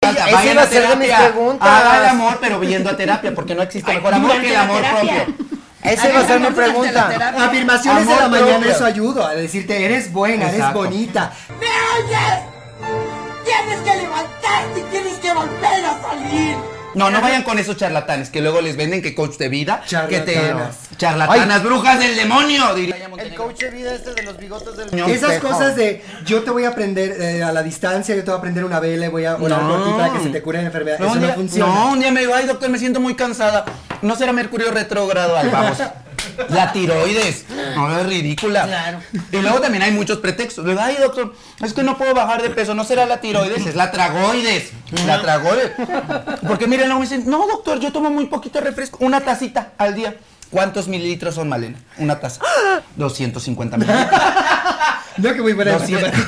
Speaker 3: Esa iba a ser de mis preguntas.
Speaker 2: Haga el amor, pero yendo a terapia, porque no existe
Speaker 4: Ay,
Speaker 2: mejor amor
Speaker 4: durante
Speaker 2: que el
Speaker 4: la
Speaker 2: amor
Speaker 4: terapia.
Speaker 2: propio.
Speaker 3: Esa iba a ser mi pregunta.
Speaker 1: Afirmaciones de
Speaker 2: Amor
Speaker 1: la mañana,
Speaker 2: propio.
Speaker 1: eso ayuda. A decirte, eres buena, eres
Speaker 2: Exacto.
Speaker 1: bonita.
Speaker 7: ¿Me oyes? Tienes que levantarte y tienes que volver a salir.
Speaker 2: No, no vayan con esos charlatanes que luego les venden que coach de vida, que
Speaker 1: Charlatanas.
Speaker 2: te charlatanas, brujas del demonio, diría
Speaker 3: El
Speaker 2: Montenegro.
Speaker 3: coach de vida este de los bigotes del...
Speaker 1: Esas
Speaker 3: Espejo.
Speaker 1: cosas de yo te voy a aprender eh, a la distancia, yo te voy a aprender una vela y voy a orar por ti para que se te cure la enfermedad.
Speaker 2: No,
Speaker 1: eso
Speaker 2: un
Speaker 1: no
Speaker 2: día,
Speaker 1: funciona.
Speaker 2: no, un día me digo, ay doctor, me siento muy cansada. No será mercurio retrógrado, ay,
Speaker 1: [laughs]
Speaker 2: vamos. La tiroides. No, es ridícula.
Speaker 4: Claro.
Speaker 2: Y luego también hay muchos pretextos. Le digo, ay doctor, es que no puedo bajar de peso. No será la tiroides, es la tragoides. La tragoides. Porque miren, luego me dicen, no doctor, yo tomo muy poquito refresco. Una tacita al día. ¿Cuántos mililitros son, Malena? Una
Speaker 1: [gasps]
Speaker 2: taza.
Speaker 1: [laughs]
Speaker 2: 250 mililitros.
Speaker 1: No, que muy buena.
Speaker 2: 200. [laughs]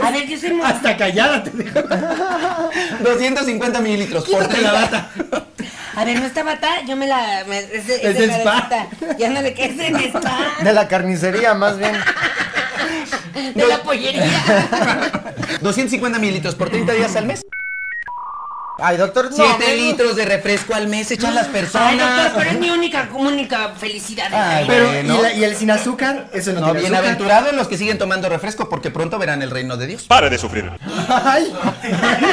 Speaker 4: A ver, yo soy
Speaker 1: [laughs]
Speaker 4: muy...
Speaker 1: Hasta callada te dejo.
Speaker 2: 250 mililitros. Por
Speaker 1: Quítate la
Speaker 2: 30.
Speaker 1: bata.
Speaker 4: A ver, no está bata, yo me la... me- es de,
Speaker 1: Es
Speaker 4: de
Speaker 1: de spa.
Speaker 4: cabecita. Ya no le que es en spa.
Speaker 3: De la carnicería, más bien.
Speaker 4: De la pollería.
Speaker 3: [laughs]
Speaker 2: [laughs] 250 mililitros por 30 días al mes.
Speaker 3: Ay, doctor, no.
Speaker 2: 7
Speaker 3: me- Ah,
Speaker 2: litros de refresco al mes echan las
Speaker 4: Ay, doctor,
Speaker 2: personas.
Speaker 4: pero es mi única, única felicidad.
Speaker 2: Ay,
Speaker 1: Pero,
Speaker 2: Bueno.
Speaker 1: ¿y, la- y el sin azúcar? Eso no,
Speaker 2: No,
Speaker 1: tiene azúcar.
Speaker 2: bienaventurados los que siguen tomando refresco porque pronto verán el reino de Dios.
Speaker 9: Pare de sufrir.
Speaker 1: [laughs] Ay,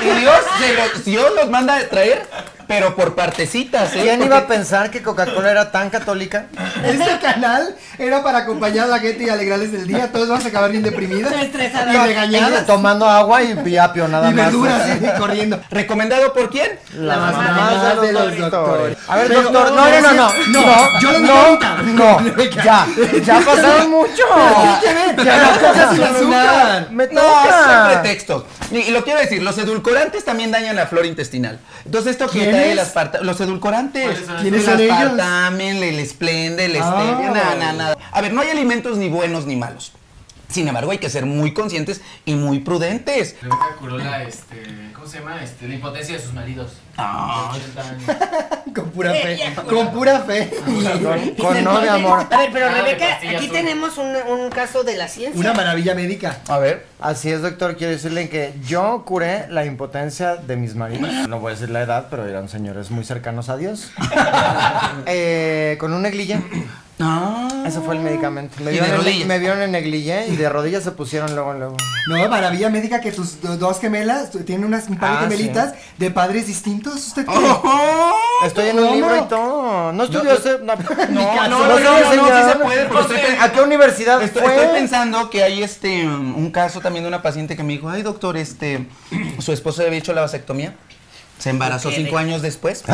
Speaker 2: Y Dios, se los, Dios los manda a traer, pero por partecitas, ¿eh?
Speaker 3: ¿Quién iba a
Speaker 2: Porque-
Speaker 3: pensar que Coca-Cola era tan católica?
Speaker 1: este canal era para acompañar a la gente y alegrarles el día. Todos vamos a acabar bien deprimidos.
Speaker 4: Estresadas.
Speaker 1: Y
Speaker 3: Ella
Speaker 1: regañadas.
Speaker 3: Tomando agua y piapio, nada
Speaker 1: Y
Speaker 3: más. [laughs]
Speaker 1: verduras [laughs] y corriendo.
Speaker 2: ¿Recomendado por quién?
Speaker 3: Las
Speaker 1: Las
Speaker 3: mamás
Speaker 1: mamás de los doctores.
Speaker 3: A ver,
Speaker 1: Pero-
Speaker 3: doctor, no, no, no, no, no,
Speaker 1: yo lo dije
Speaker 3: no,
Speaker 1: ahorita. [laughs]
Speaker 3: no, ya, ya pasaron mucho.
Speaker 1: Las cosas sin
Speaker 3: no,
Speaker 1: azúcar.
Speaker 3: Me
Speaker 2: No, son
Speaker 3: toca.
Speaker 2: pretextos. Y, y lo quiero decir, los edulcorantes también dañan la flora intestinal. Entonces esto que
Speaker 1: ¿Quiénes?
Speaker 2: trae el asparta- los edulcorantes,
Speaker 1: ¿Quiénes
Speaker 2: el
Speaker 1: son ellos?
Speaker 2: aspartamen, el esplende, el
Speaker 1: Ah.
Speaker 2: stevia, nada, nada, nada. A ver, no hay alimentos ni buenos ni malos. Sin embargo, hay que ser muy conscientes y muy prudentes.
Speaker 10: Rebeca curó la, este, ¿cómo se llama? Este, la impotencia de sus maridos.
Speaker 2: Ah.
Speaker 10: 80 años.
Speaker 1: Con pura fe. Con pura fe.
Speaker 3: Con- Con no, mi amor.
Speaker 4: A ver, pero
Speaker 10: Ah, de
Speaker 4: Rebeca,
Speaker 10: pastilla
Speaker 4: aquí
Speaker 10: azul.
Speaker 4: tenemos un, un caso de la ciencia.
Speaker 1: Una maravilla médica.
Speaker 2: A ver.
Speaker 3: Así es, doctor, quiero decirle que yo curé la impotencia de mis maridos. No voy a decir la edad, pero eran señores muy cercanos a Dios. [laughs] Eh, con un neglige.
Speaker 1: Ah.
Speaker 3: Ese fue el medicamento. Me
Speaker 2: Y de
Speaker 3: vieron, en,
Speaker 2: rodillas.
Speaker 3: me vieron en neglige y de rodillas se pusieron luego, luego.
Speaker 1: No, maravilla médica que tus do- dos gemelas tu- tienen unas un par de
Speaker 3: Ah, Oh.
Speaker 1: gemelitas de padres distintos. ¿Usted cree?
Speaker 2: ¡Oh!
Speaker 3: Estoy en un
Speaker 1: ¿Cómo?
Speaker 3: libro y todo. No estudió ese. No, [laughs]
Speaker 2: No, no,
Speaker 3: no,
Speaker 2: no, no, no,
Speaker 3: señor.
Speaker 2: sí se puede, porque
Speaker 3: Estoy
Speaker 2: estoy
Speaker 3: pe- ¿A qué universidad
Speaker 2: Estoy,
Speaker 3: fue?
Speaker 2: estoy pensando que hay este um, un caso también de una paciente que me dijo, ay doctor, este su esposo había hecho la vasectomía, se embarazó
Speaker 4: Ok.
Speaker 2: cinco años después.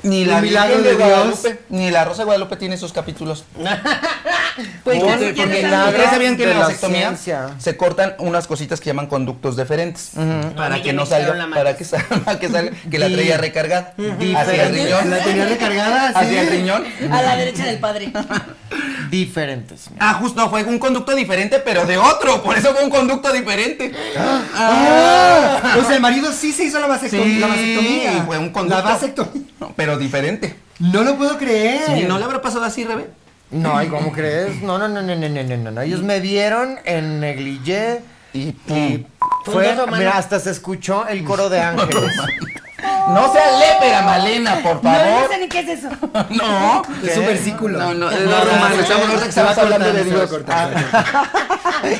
Speaker 2: Ni la
Speaker 3: Ah,
Speaker 1: Un milagro
Speaker 2: Virgen de
Speaker 1: de Dios.
Speaker 2: Guadalupe, ni la Rosa de Guadalupe tiene esos capítulos.
Speaker 4: Pues ya
Speaker 3: Porque-
Speaker 4: no tienes
Speaker 3: porque
Speaker 4: algo.
Speaker 3: nada-
Speaker 2: ¿Ustedes sabían que
Speaker 3: de
Speaker 2: en la
Speaker 3: la
Speaker 2: vasectomía
Speaker 3: ciencia.
Speaker 2: se cortan unas cositas que llaman conductos deferentes?
Speaker 4: A
Speaker 2: Para
Speaker 4: mí
Speaker 2: que
Speaker 4: ya me
Speaker 2: no
Speaker 4: hicieron la
Speaker 2: salga,
Speaker 4: mano.
Speaker 2: [laughs] para que salga, que salga, que la
Speaker 3: Di-
Speaker 2: traía recargada. Hacia el
Speaker 3: diferente.
Speaker 2: riñón.
Speaker 1: La tenía recargada, sí.
Speaker 2: Hacia el riñón.
Speaker 4: A la derecha del padre.
Speaker 3: Diferentes.
Speaker 2: Ah, justo, fue un conducto diferente, pero de otro. Por eso fue un conducto diferente.
Speaker 1: Ah, o sea, el marido sí se hizo la, vasecto-
Speaker 2: Sí,
Speaker 1: la vasectomía.
Speaker 2: fue un
Speaker 1: la
Speaker 2: conducto.
Speaker 1: vasectomía.
Speaker 2: No, Pero diferente.
Speaker 1: No lo puedo creer.
Speaker 2: ¿Y no le habrá pasado así, Rebe?
Speaker 3: No, ¿y cómo crees? No, no, no, no, no, no, no, no, no. Ellos me vieron en negligé
Speaker 2: Y
Speaker 3: y
Speaker 4: Con
Speaker 3: fue,
Speaker 4: dos manos.
Speaker 3: mira, hasta se escuchó el coro de ángeles.
Speaker 2: No sea lépera, Malena, por
Speaker 4: No, no
Speaker 2: favor.
Speaker 4: sé ni qué es eso.
Speaker 2: No.
Speaker 1: Es un versículo.
Speaker 2: No, no, no,
Speaker 1: Ah,
Speaker 2: romano,
Speaker 1: eh,
Speaker 2: estamos-
Speaker 1: se va
Speaker 2: estamos
Speaker 1: a cortar,
Speaker 2: hablando
Speaker 1: se
Speaker 2: de
Speaker 1: va a
Speaker 2: Dios.
Speaker 1: cortar.
Speaker 3: Ah,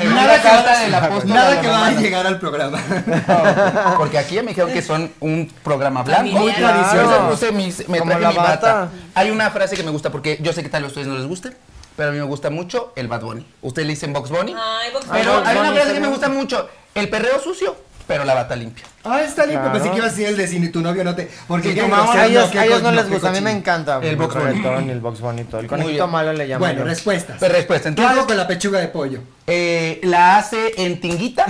Speaker 2: Nada carta del apóstol. a
Speaker 1: Nada
Speaker 2: la
Speaker 1: que va a
Speaker 2: romana.
Speaker 1: llegar al programa.
Speaker 2: No, Porque aquí ya me dijeron que son un programa blanco.
Speaker 4: Muy
Speaker 3: tradicional.
Speaker 2: Yo me puse mis- me
Speaker 3: Como
Speaker 2: traje
Speaker 3: la
Speaker 2: mi bata.
Speaker 3: bata.
Speaker 2: Hay una frase que me gusta porque yo sé que tal vez a ustedes no les guste, pero a mí me gusta mucho el Bad Bunny. Ustedes le dicen Box Bunny.
Speaker 4: Ay, Ah, Box
Speaker 2: Pero
Speaker 3: Bunny.
Speaker 2: hay una
Speaker 3: Bunny
Speaker 2: frase que me
Speaker 3: también.
Speaker 2: gusta mucho. El perreo sucio, pero la bata limpia.
Speaker 1: Ah, está limpio.
Speaker 3: Claro.
Speaker 1: Pensé que iba a decir el de si ni tu novio no te. Porque
Speaker 3: Y
Speaker 1: qué
Speaker 3: tu mamá,
Speaker 1: grosero,
Speaker 3: a ellos,
Speaker 1: qué
Speaker 3: a ellos
Speaker 1: cochino,
Speaker 3: no les
Speaker 1: qué
Speaker 3: gusta, a mí me
Speaker 1: cochino.
Speaker 3: encanta.
Speaker 2: El box bunny.
Speaker 3: reggaetón y el box bonito. El conejito
Speaker 2: bien.
Speaker 3: malo le llaman.
Speaker 1: Bueno,
Speaker 3: yo.
Speaker 1: respuestas.
Speaker 2: Pero respuesta,
Speaker 1: ¿Qué
Speaker 2: entonces.
Speaker 1: hago con la pechuga de pollo?
Speaker 2: Eh, la hace en tinguita,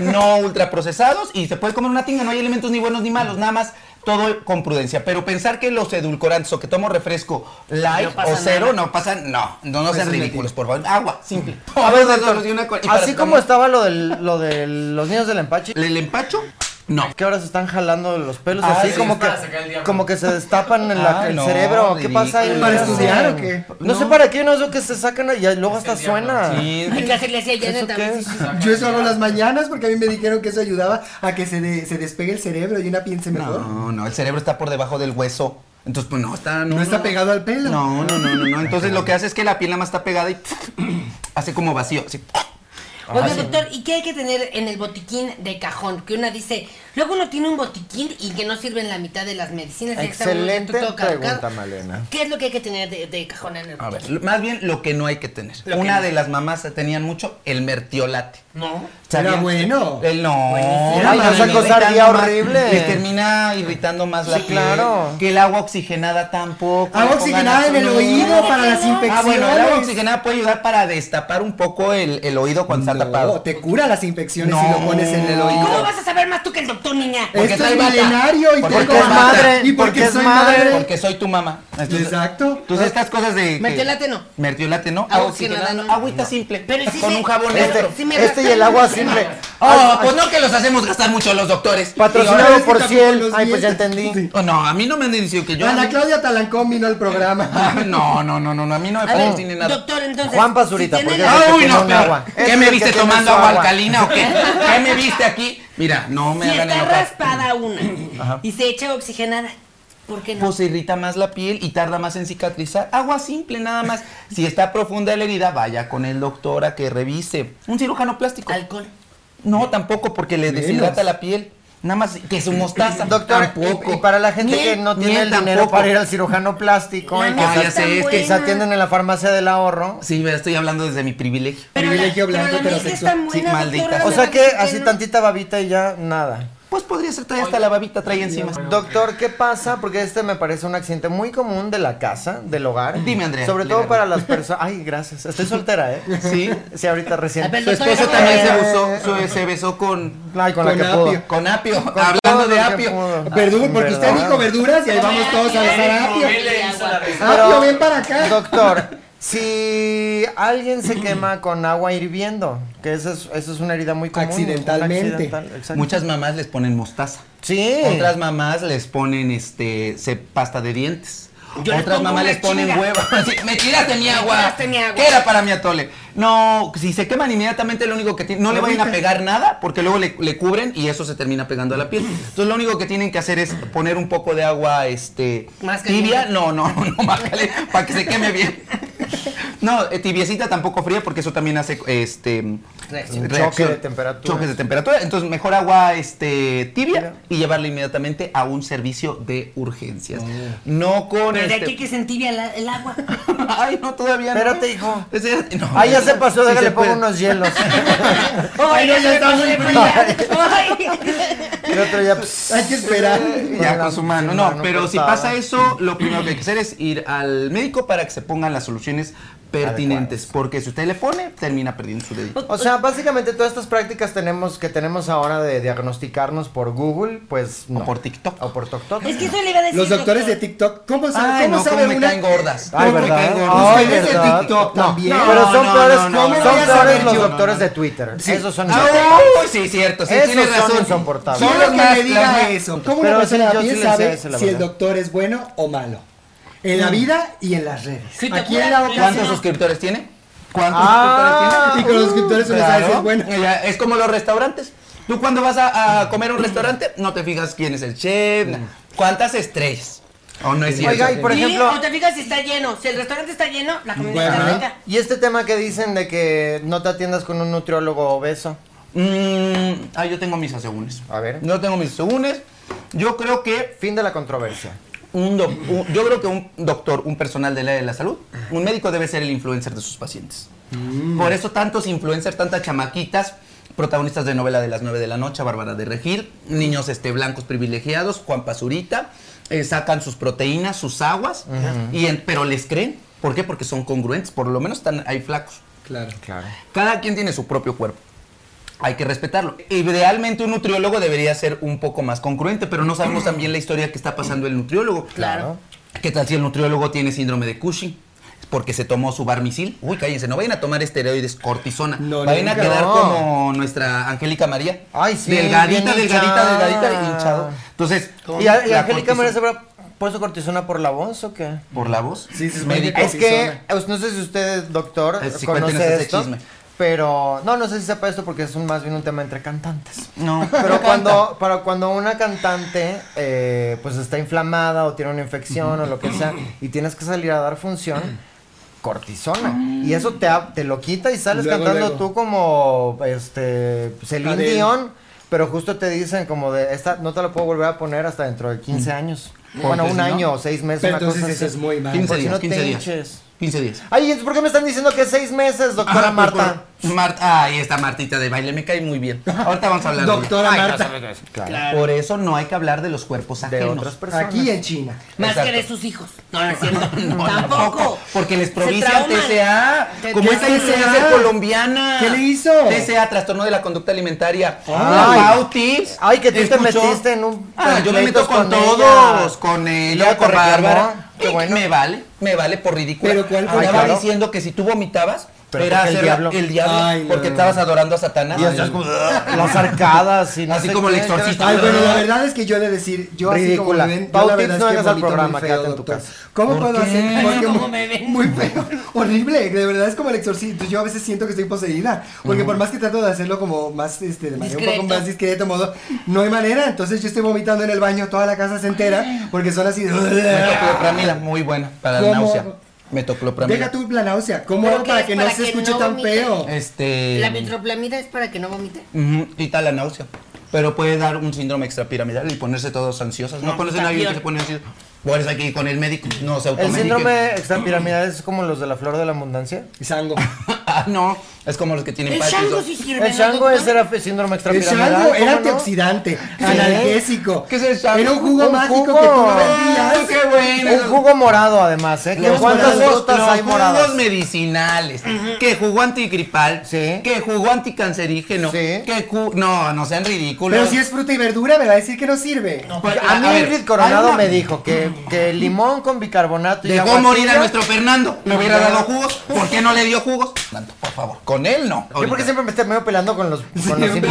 Speaker 2: no ultraprocesados y se puede comer una tinga, no hay elementos ni buenos ni malos, nada más todo con prudencia. Pero pensar que los edulcorantes o que tomo refresco light
Speaker 4: No pasa
Speaker 2: o cero
Speaker 4: nada.
Speaker 2: no pasan, no, no, no
Speaker 1: Eso
Speaker 2: sean
Speaker 1: es
Speaker 2: ridículos,
Speaker 1: mentira.
Speaker 2: por favor. Agua, simple.
Speaker 3: A ver,
Speaker 2: Vamos a
Speaker 3: doctor,
Speaker 2: solucionar con- y
Speaker 3: así
Speaker 2: para-
Speaker 3: como estaba lo, del, lo de los niños del empache,
Speaker 2: ¿El empacho? No.
Speaker 3: que ahora se están jalando los pelos,
Speaker 2: Ah,
Speaker 3: así
Speaker 2: sí,
Speaker 3: como,
Speaker 10: es
Speaker 3: que,
Speaker 10: para sacar el diablo.
Speaker 3: como que se destapan en la-
Speaker 2: Ah,
Speaker 3: el
Speaker 2: no,
Speaker 3: cerebro. ¿Qué
Speaker 2: ridículo.
Speaker 3: pasa ahí?
Speaker 1: ¿Para
Speaker 3: ¿Qué
Speaker 1: estudiar
Speaker 3: hacen?
Speaker 1: o qué?
Speaker 3: No, sé
Speaker 2: No.
Speaker 3: para qué, no es lo que se sacan y luego hasta
Speaker 10: el diablo.
Speaker 3: suena.
Speaker 2: Sí.
Speaker 4: Hay que hacerle así a Janet
Speaker 3: ¿Eso qué
Speaker 4: también.
Speaker 3: es?
Speaker 1: Yo eso hago las mañanas porque a mí me dijeron que eso ayudaba a que se, de- se despegue el cerebro y una piense mejor.
Speaker 2: No, no, el cerebro está por debajo del hueso. Entonces, pues no, está.
Speaker 1: No está pegado al pelo.
Speaker 2: No, no, no, no, no. Entonces lo que hace es que la piel nada más está pegada y [clears throat] hace como vacío. así.
Speaker 3: Ah,
Speaker 4: Oiga, doctor, ¿y qué hay que tener en el botiquín de cajón? Que una dice, luego uno tiene un botiquín y que no sirven la mitad de las medicinas. y está uno ya
Speaker 3: Excelente
Speaker 4: todo cargado.
Speaker 3: pregunta, Malena.
Speaker 4: ¿Qué es lo que hay que tener de, de cajón en el
Speaker 2: A ver,
Speaker 4: botiquín?
Speaker 2: lo- más bien lo que no hay que tener.
Speaker 4: Lo que
Speaker 2: Una
Speaker 4: no.
Speaker 2: de las mamás tenían mucho el mertiolate.
Speaker 4: No.
Speaker 1: Era
Speaker 2: ¿Sabían?
Speaker 1: bueno.
Speaker 2: El no.
Speaker 3: Era
Speaker 2: Ay,
Speaker 3: maravilloso.
Speaker 2: les
Speaker 3: Esa cosa
Speaker 2: irritando
Speaker 3: ardía
Speaker 2: más-
Speaker 3: horrible.
Speaker 2: Les termina irritando más la
Speaker 3: Sí,
Speaker 2: piel.
Speaker 3: claro.
Speaker 2: Que el agua oxigenada tampoco. le
Speaker 1: Agua
Speaker 2: pongan
Speaker 1: oxigenada en el
Speaker 2: azul.
Speaker 1: oído para las infecciones.
Speaker 2: Ah, bueno, el agua oxigenada puede ayudar para destapar un poco el, el oído cuando está
Speaker 1: No,
Speaker 2: tapado.
Speaker 1: te cura las infecciones si
Speaker 2: No.
Speaker 1: lo pones en el
Speaker 4: ¿Cómo
Speaker 1: oído.
Speaker 4: vas a saber más tú que el doctor, niña?
Speaker 2: Porque
Speaker 1: Esto
Speaker 2: trae
Speaker 1: es
Speaker 2: bata.
Speaker 1: milenario y
Speaker 2: Porque
Speaker 1: tengo
Speaker 2: es
Speaker 1: mamá.
Speaker 2: madre,
Speaker 1: Y porque,
Speaker 3: porque es
Speaker 1: soy
Speaker 3: madre.
Speaker 1: madre.
Speaker 2: Porque soy tu mamá. Entonces-
Speaker 1: Exacto.
Speaker 2: Entonces estas cosas de... que-
Speaker 4: Mertiolate no.
Speaker 2: Mertiolate no.
Speaker 4: Agua
Speaker 2: Agua
Speaker 4: oxigenada
Speaker 2: oxigenada no.
Speaker 4: no.
Speaker 2: Agüita simple.
Speaker 4: Pero sí
Speaker 2: Con
Speaker 4: se-
Speaker 2: un jabón
Speaker 4: Este-
Speaker 2: negro.
Speaker 4: sí me
Speaker 3: Este y el agua simple. Ay,
Speaker 2: Ah, pues no que los hacemos gastar mucho los doctores.
Speaker 1: Y ahora
Speaker 3: Patrocinado
Speaker 1: sí
Speaker 3: por
Speaker 1: también con
Speaker 3: Ciel.
Speaker 1: los
Speaker 3: Ay, pues ya
Speaker 1: dientes.
Speaker 3: entendí.
Speaker 2: Oh, no, a mí no me han dicho que yo.
Speaker 1: Ana Claudia Talancón vino al
Speaker 3: [laughs]
Speaker 1: programa.
Speaker 2: Ah, No, no, no, no, no, a mí no me
Speaker 4: A ver,
Speaker 2: pagan ni nada.
Speaker 4: doctor, entonces.
Speaker 3: Juan Pazurita,
Speaker 4: si
Speaker 3: porque-
Speaker 4: tiene la-
Speaker 3: Ah,
Speaker 2: Ah, uy,
Speaker 3: que
Speaker 2: no,
Speaker 3: tiene un agua.
Speaker 2: agua.
Speaker 3: Ese
Speaker 2: ¿Qué
Speaker 3: es
Speaker 2: me
Speaker 3: el
Speaker 2: viste
Speaker 3: que tiene
Speaker 2: tomando
Speaker 3: su
Speaker 2: agua
Speaker 3: agua.
Speaker 2: alcalina o qué? ¿Qué me viste aquí? Mira, no me
Speaker 4: Si
Speaker 2: hagan
Speaker 4: está
Speaker 2: enojar.
Speaker 4: raspada una
Speaker 2: Ajá.
Speaker 4: y se echa oxigenada, ¿por qué no?
Speaker 2: Pues se irrita más la piel y tarda más en cicatrizar. Agua simple, nada más. Si está profunda la herida, vaya con el doctor a que revise. Un cirujano plástico.
Speaker 4: Alcohol.
Speaker 2: No, tampoco, porque le deshidrata la piel. Nada más que su mostaza.
Speaker 3: [clears throat] Doctor,
Speaker 2: tampoco.
Speaker 3: y, y para la gente que
Speaker 2: Miel,
Speaker 3: no tiene
Speaker 2: miel
Speaker 3: el dinero
Speaker 2: tampoco.
Speaker 3: para ir al cirujano plástico,
Speaker 4: La
Speaker 3: y que
Speaker 4: neta
Speaker 2: ya
Speaker 3: se-
Speaker 2: sé, es que
Speaker 3: que se atienden en la farmacia del ahorro.
Speaker 2: Sí, pero estoy hablando desde mi privilegio.
Speaker 4: Pero la,
Speaker 1: Privilegio
Speaker 4: pero
Speaker 1: blanco
Speaker 4: la mezcla es tan
Speaker 1: heterosexual.
Speaker 4: buena,
Speaker 2: Sí, maldita.
Speaker 4: doctora,
Speaker 3: O
Speaker 4: ¿no?
Speaker 3: sea que
Speaker 4: ¿Por qué
Speaker 3: así
Speaker 4: no?
Speaker 3: tantita babita y ya nada.
Speaker 2: Pues podría ser trae hasta la babita, trae encima.
Speaker 3: Doctor, ¿qué pasa? Porque este me parece un accidente muy común de la casa, del hogar.
Speaker 2: Dime, Andrea,
Speaker 3: Sobre todo
Speaker 2: legal.
Speaker 3: para las personas. Ay, gracias. Estoy soltera, ¿eh?
Speaker 2: [laughs] Sí.
Speaker 3: Sí, ahorita recién.
Speaker 4: A ver,
Speaker 2: Su esposo también se, usó, su- se besó con,
Speaker 3: Ay,
Speaker 1: Con
Speaker 3: con, la que
Speaker 1: apio.
Speaker 3: pudo.
Speaker 2: con apio.
Speaker 3: Con
Speaker 2: Hablando
Speaker 3: todo
Speaker 2: de
Speaker 3: lo que
Speaker 2: apio.
Speaker 3: pudo.
Speaker 1: Verdugo, porque usted
Speaker 3: ¿Verdad?
Speaker 1: dijo verduras y ahí vamos todos a besar a Apio.
Speaker 3: Pero-
Speaker 1: Apio, ven para acá.
Speaker 3: Doctor, si alguien se quema con agua hirviendo, que eso es, eso es una herida muy común.
Speaker 1: Accidentalmente.
Speaker 3: un accidental, exacto.
Speaker 2: Muchas mamás les ponen mostaza.
Speaker 3: Sí.
Speaker 2: Otras mamás les ponen este se- pasta de dientes.
Speaker 4: Yo les
Speaker 2: Otras
Speaker 4: pongo
Speaker 2: mamás
Speaker 4: una
Speaker 2: les ponen
Speaker 4: chinga.
Speaker 2: hueva. [laughs] Sí, me tiraste mi agua.
Speaker 4: tiraste mi agua.
Speaker 2: ¿Qué era para mi atole? No, si se queman inmediatamente lo único que tienen, no le vayan a pegar nada porque luego le, le cubren y eso se termina pegando a la piel. Entonces lo único que tienen que hacer es poner un poco de agua este
Speaker 4: Más
Speaker 2: tibia,
Speaker 4: caliente.
Speaker 2: no, [laughs] no, no, más caliente, para que se queme bien. No, eh, tibiecita tampoco fría porque eso también hace este
Speaker 4: Reacción.
Speaker 3: Choque de temperatura.
Speaker 2: Choques de temperatura. Entonces, mejor agua este, tibia
Speaker 3: Tibia.
Speaker 2: y llevarla inmediatamente a un servicio de urgencias. No con
Speaker 4: Pero de
Speaker 2: este-
Speaker 4: aquí que se entibia la- el agua.
Speaker 2: [laughs] Ay, no, todavía no.
Speaker 3: Espérate, hijo.
Speaker 2: Espérate, no.
Speaker 3: Ay, Ah, ya se pasó,
Speaker 2: Sí
Speaker 3: déjale
Speaker 2: se
Speaker 3: pongo
Speaker 2: puede.
Speaker 3: unos hielos.
Speaker 4: Ay,
Speaker 1: no, ya está muy
Speaker 3: El otro ya. pss,
Speaker 1: Hay que
Speaker 3: [laughs]
Speaker 1: esperar.
Speaker 2: Ya con su mano, no, pero si
Speaker 3: cortada.
Speaker 2: pasa eso, lo primero que hay que hacer es ir al médico para que se pongan las soluciones pertinentes, porque si usted le pone, termina perdiendo su dedito.
Speaker 3: O sea, básicamente todas estas prácticas tenemos que tenemos ahora de diagnosticarnos por Google, pues no.
Speaker 2: por TikTok.
Speaker 3: O por TikTok.
Speaker 4: Es que eso le iba a decir.
Speaker 1: Los doctores de
Speaker 4: doctor.
Speaker 1: TikTok, ¿cómo, saben
Speaker 2: Ay,
Speaker 1: cómo
Speaker 2: no,
Speaker 1: sabe
Speaker 2: cómo me
Speaker 1: una-
Speaker 2: caen gordas.
Speaker 1: ¿Cómo
Speaker 3: Ay,
Speaker 1: me
Speaker 3: ¿verdad?
Speaker 1: caen gordas?
Speaker 3: Ay,
Speaker 1: Ustedes de
Speaker 3: ¿verdad?
Speaker 1: TikTok
Speaker 3: No,
Speaker 1: también.
Speaker 3: no, pero son
Speaker 2: no,
Speaker 3: peores,
Speaker 2: no, no,
Speaker 3: son
Speaker 1: no, no,
Speaker 3: peores
Speaker 1: no,
Speaker 3: los
Speaker 1: no, no,
Speaker 3: doctores de Twitter. Esos son
Speaker 2: Ah, uy, sí, cierto, sí,
Speaker 3: Esos
Speaker 2: tiene
Speaker 3: son
Speaker 2: razón.
Speaker 3: insoportables.
Speaker 2: Son
Speaker 1: Quiero
Speaker 2: los
Speaker 1: que
Speaker 2: más-
Speaker 1: me diga
Speaker 2: las-
Speaker 1: eso. ¿Cómo
Speaker 3: Pero
Speaker 1: una
Speaker 3: sí,
Speaker 1: persona
Speaker 3: yo sí
Speaker 1: bien
Speaker 3: les sé
Speaker 1: sabe
Speaker 3: eso, la
Speaker 1: si el
Speaker 3: verdad.
Speaker 1: doctor es bueno o malo? En la vida y en las redes.
Speaker 4: Si te
Speaker 1: Aquí en
Speaker 4: cura,
Speaker 1: la boca.
Speaker 2: ¿Cuántos suscriptores tiene? ¿Cuántos
Speaker 3: Ah,
Speaker 1: Y con los suscriptores uno sabe si es bueno.
Speaker 2: Ella- Es como los restaurantes. Tú cuando vas a, a comer a un restaurante, no te fijas quién es el chef, na- cuántas estrellas. O no es cierto.
Speaker 3: Oiga, y por
Speaker 4: Y,
Speaker 3: ejemplo,
Speaker 4: o te fijas si está lleno. Si el restaurante está lleno, la comida
Speaker 1: Bueno.
Speaker 4: está rica.
Speaker 3: y este tema que dicen de que no te atiendas con un nutriólogo obeso.
Speaker 2: Mm, ah, yo tengo mis asegúnes.
Speaker 3: A ver.
Speaker 2: Yo tengo mis asegúnes. Yo creo que
Speaker 3: Fin de la controversia.
Speaker 2: un, doc- un- yo creo que un doctor, un personal del área de la salud, un médico debe ser el influencer de sus pacientes. Por eso tantos influencers, tantas chamaquitas, protagonistas de novela de las 9 de la noche, Bárbara de Regil, niños este, blancos privilegiados, Juan Pazurita, eh, sacan sus proteínas, sus aguas, y en- pero les creen. ¿Por qué? Porque son congruentes, por lo menos están ahí flacos.
Speaker 1: Claro.
Speaker 3: Claro.
Speaker 2: Cada quien tiene su propio cuerpo. Hay que respetarlo. Idealmente un nutriólogo debería ser un poco más congruente, pero no sabemos también la historia que está pasando el nutriólogo.
Speaker 3: Claro.
Speaker 2: ¿Qué tal si el nutriólogo tiene síndrome de Cushing? Porque se tomó su barmisil. Uy, cállense, no vayan a tomar esteroides cortisona.
Speaker 1: No,
Speaker 2: vayan a
Speaker 1: nunca.
Speaker 2: quedar
Speaker 3: No.
Speaker 2: como nuestra Angélica María.
Speaker 3: Ay, sí, bien
Speaker 2: Delgadita,
Speaker 3: hinchada.
Speaker 2: delgadita, delgadita, hinchado. Entonces,
Speaker 3: ¿Y, a- y
Speaker 2: la
Speaker 3: Angélica
Speaker 2: cortisona-
Speaker 3: María se habrá puesto cortisona por la voz o qué?
Speaker 2: ¿Por la voz?
Speaker 1: Sí, se supone
Speaker 2: médico.
Speaker 1: que-
Speaker 3: Es que, eh, no sé si usted, doctor,
Speaker 2: Eh, sí, cuéntenos
Speaker 3: conoce
Speaker 2: ese
Speaker 3: esto,
Speaker 2: chisme.
Speaker 3: pero no, no sé si sepa esto porque es un- más bien un tema entre cantantes.
Speaker 2: No.
Speaker 3: [laughs] Pero cuando, pero cuando una cantante eh, pues está inflamada o tiene una infección o lo que sea y tienes que salir a dar función, cortisona. Y eso te, ha- te lo quita y sales
Speaker 1: Luego,
Speaker 3: cantando
Speaker 1: luego.
Speaker 3: tú como este Celine
Speaker 1: Adele.
Speaker 3: Dion, pero justo te dicen como de esta no te la puedo volver a poner hasta dentro de 15 años. Bueno,
Speaker 2: Porque
Speaker 3: un
Speaker 2: si no-
Speaker 3: año o seis meses,
Speaker 1: Pero
Speaker 3: una cosa
Speaker 1: entonces eso es
Speaker 3: así.
Speaker 1: muy malo.
Speaker 2: 15
Speaker 3: Porque
Speaker 2: días,
Speaker 3: no te
Speaker 2: 15 días.
Speaker 3: hinches.
Speaker 2: 15 días.
Speaker 3: Ay, entonces, ¿por qué me están diciendo que seis meses, doctora
Speaker 2: Ah, pues,
Speaker 3: Marta?
Speaker 2: por- Marta, ahí está Martita de baile, me cae muy bien. Ahorita vamos a hablar de ella.
Speaker 1: Doctora Marta,
Speaker 2: Claro. Por eso no hay que hablar de los cuerpos
Speaker 3: De
Speaker 2: ajenos.
Speaker 3: otras personas.
Speaker 1: aquí en China.
Speaker 4: Más
Speaker 2: Exacto.
Speaker 4: que de sus hijos. No, no es cierto.
Speaker 2: No,
Speaker 4: tampoco.
Speaker 2: Porque les
Speaker 4: Se
Speaker 2: provincia
Speaker 4: trauman.
Speaker 2: TCA.
Speaker 4: Te-
Speaker 2: Como
Speaker 4: te-
Speaker 2: esta influencer colombiana.
Speaker 1: ¿Qué le hizo?
Speaker 2: TCA, trastorno de la conducta alimentaria.
Speaker 3: Ay.
Speaker 2: La Pau Tips.
Speaker 3: Ay, que tú te
Speaker 2: escuchó.
Speaker 3: metiste en un-
Speaker 2: Ah,
Speaker 3: en
Speaker 2: yo me meto
Speaker 3: pleitos
Speaker 2: con,
Speaker 3: con
Speaker 2: todos.
Speaker 3: ella.
Speaker 2: Con
Speaker 3: Ella
Speaker 2: ella,
Speaker 3: te
Speaker 2: con
Speaker 3: reclamó.
Speaker 2: Bárbara.
Speaker 3: Qué
Speaker 2: Y
Speaker 3: bueno.
Speaker 2: Me vale, me vale por ridículo.
Speaker 1: Pero ¿cuál fue?
Speaker 2: Estaba
Speaker 3: Ay, claro.
Speaker 2: diciendo que si tú vomitabas,
Speaker 3: Pero
Speaker 2: era
Speaker 3: porque el
Speaker 2: hacer
Speaker 3: diablo.
Speaker 2: el diablo.
Speaker 1: Ay, no,
Speaker 2: porque
Speaker 1: no,
Speaker 2: estabas adorando a Satanás.
Speaker 3: Y estás como, las arcadas y no
Speaker 2: Así
Speaker 3: sé
Speaker 2: como
Speaker 3: qué,
Speaker 2: el exorcista.
Speaker 3: qué-
Speaker 1: Ay, bueno, la verdad es que yo he de decir, yo
Speaker 3: Ah. Ridícula.
Speaker 1: así como me ven, yo
Speaker 3: Pau
Speaker 1: la
Speaker 3: Tips,
Speaker 1: verdad
Speaker 3: no
Speaker 1: es que
Speaker 3: vengas al
Speaker 1: vomito
Speaker 3: programa,
Speaker 1: muy
Speaker 3: quédate
Speaker 1: feo,
Speaker 3: en tu
Speaker 1: doctor.
Speaker 3: casa.
Speaker 1: ¿Cómo
Speaker 2: ¿Por
Speaker 1: puedo
Speaker 2: qué?
Speaker 1: hacer? Porque
Speaker 4: ¿Cómo
Speaker 1: muy-
Speaker 4: me ven?
Speaker 1: Muy feo, horrible, de verdad es como el exorcismo. Yo a veces siento que estoy poseída, porque por más que trato de hacerlo como más, este, de manera un poco
Speaker 4: Discreto.
Speaker 1: más discreto, modo, no hay manera. Entonces yo estoy vomitando en el baño, toda la casa se entera, porque son así.
Speaker 2: Metoclopramida, muy buena para la
Speaker 1: Ah. ¿Cómo?
Speaker 2: náusea. Metoclopramida.
Speaker 1: Deja tú la náusea, ¿cómo
Speaker 4: ¿Pero
Speaker 1: hago
Speaker 4: qué
Speaker 1: para
Speaker 4: es
Speaker 1: que no
Speaker 4: para
Speaker 1: se
Speaker 4: que
Speaker 1: escuche
Speaker 4: no
Speaker 1: tan
Speaker 4: vomite?
Speaker 1: feo?
Speaker 2: Este.
Speaker 4: La metroplamida es para que no vomite.
Speaker 2: ujú, quita la náusea. Pero puede dar un síndrome extrapiramidal y ponerse todos ansiosos. No,
Speaker 4: No, pues,
Speaker 2: conocen
Speaker 4: está
Speaker 2: a alguien que
Speaker 4: peor.
Speaker 2: se pone ansioso. Por eso hay que ir con el médico. No se
Speaker 3: El
Speaker 2: automedique.
Speaker 3: síndrome extrapiramidal es como los de la flor de la abundancia.
Speaker 1: Sango.
Speaker 2: [laughs] ah, no. Es como los que tienen
Speaker 4: El
Speaker 2: Parkinson.
Speaker 4: shango sí sirve.
Speaker 3: El
Speaker 4: ¿no,
Speaker 3: chango
Speaker 4: doctor?
Speaker 3: es era fe- síndrome
Speaker 1: El
Speaker 3: extrapiramidal.
Speaker 1: shango
Speaker 3: ¿cómo
Speaker 1: era
Speaker 3: no?
Speaker 1: antioxidante,
Speaker 3: Sí.
Speaker 1: analgésico.
Speaker 2: ¿Qué es el shango?
Speaker 1: Era un jugo
Speaker 3: Un
Speaker 1: mágico
Speaker 3: jugo.
Speaker 1: que tú lo
Speaker 2: Ah,
Speaker 1: vendías.
Speaker 2: qué bueno.
Speaker 3: Un jugo morado además, ¿eh? ¿Qué-
Speaker 2: Los
Speaker 3: ¿Cuántas
Speaker 2: jugos-
Speaker 3: gotas
Speaker 2: los
Speaker 3: hay moradas?
Speaker 2: jugos medicinales, que jugó antigripal,
Speaker 3: Sí.
Speaker 2: que jugó anticancerígeno,
Speaker 3: Sí.
Speaker 2: que ju- no, no sean ridículos.
Speaker 1: Pero si es fruta y verdura, me va a decir que no sirve.
Speaker 2: Pues,
Speaker 3: A mí
Speaker 2: ver,
Speaker 3: Ingrid Coronado
Speaker 2: hay una-
Speaker 3: me dijo que, que el limón con bicarbonato y
Speaker 2: Dejó
Speaker 3: aguacate-
Speaker 2: morir a nuestro Fernando. Le hubiera dado jugos. ¿Por qué no le dio jugos? Tanto, por favor. Con él no.
Speaker 3: Yo porque siempre me estoy medio peleando con los, con
Speaker 2: pues
Speaker 3: los
Speaker 1: Siempre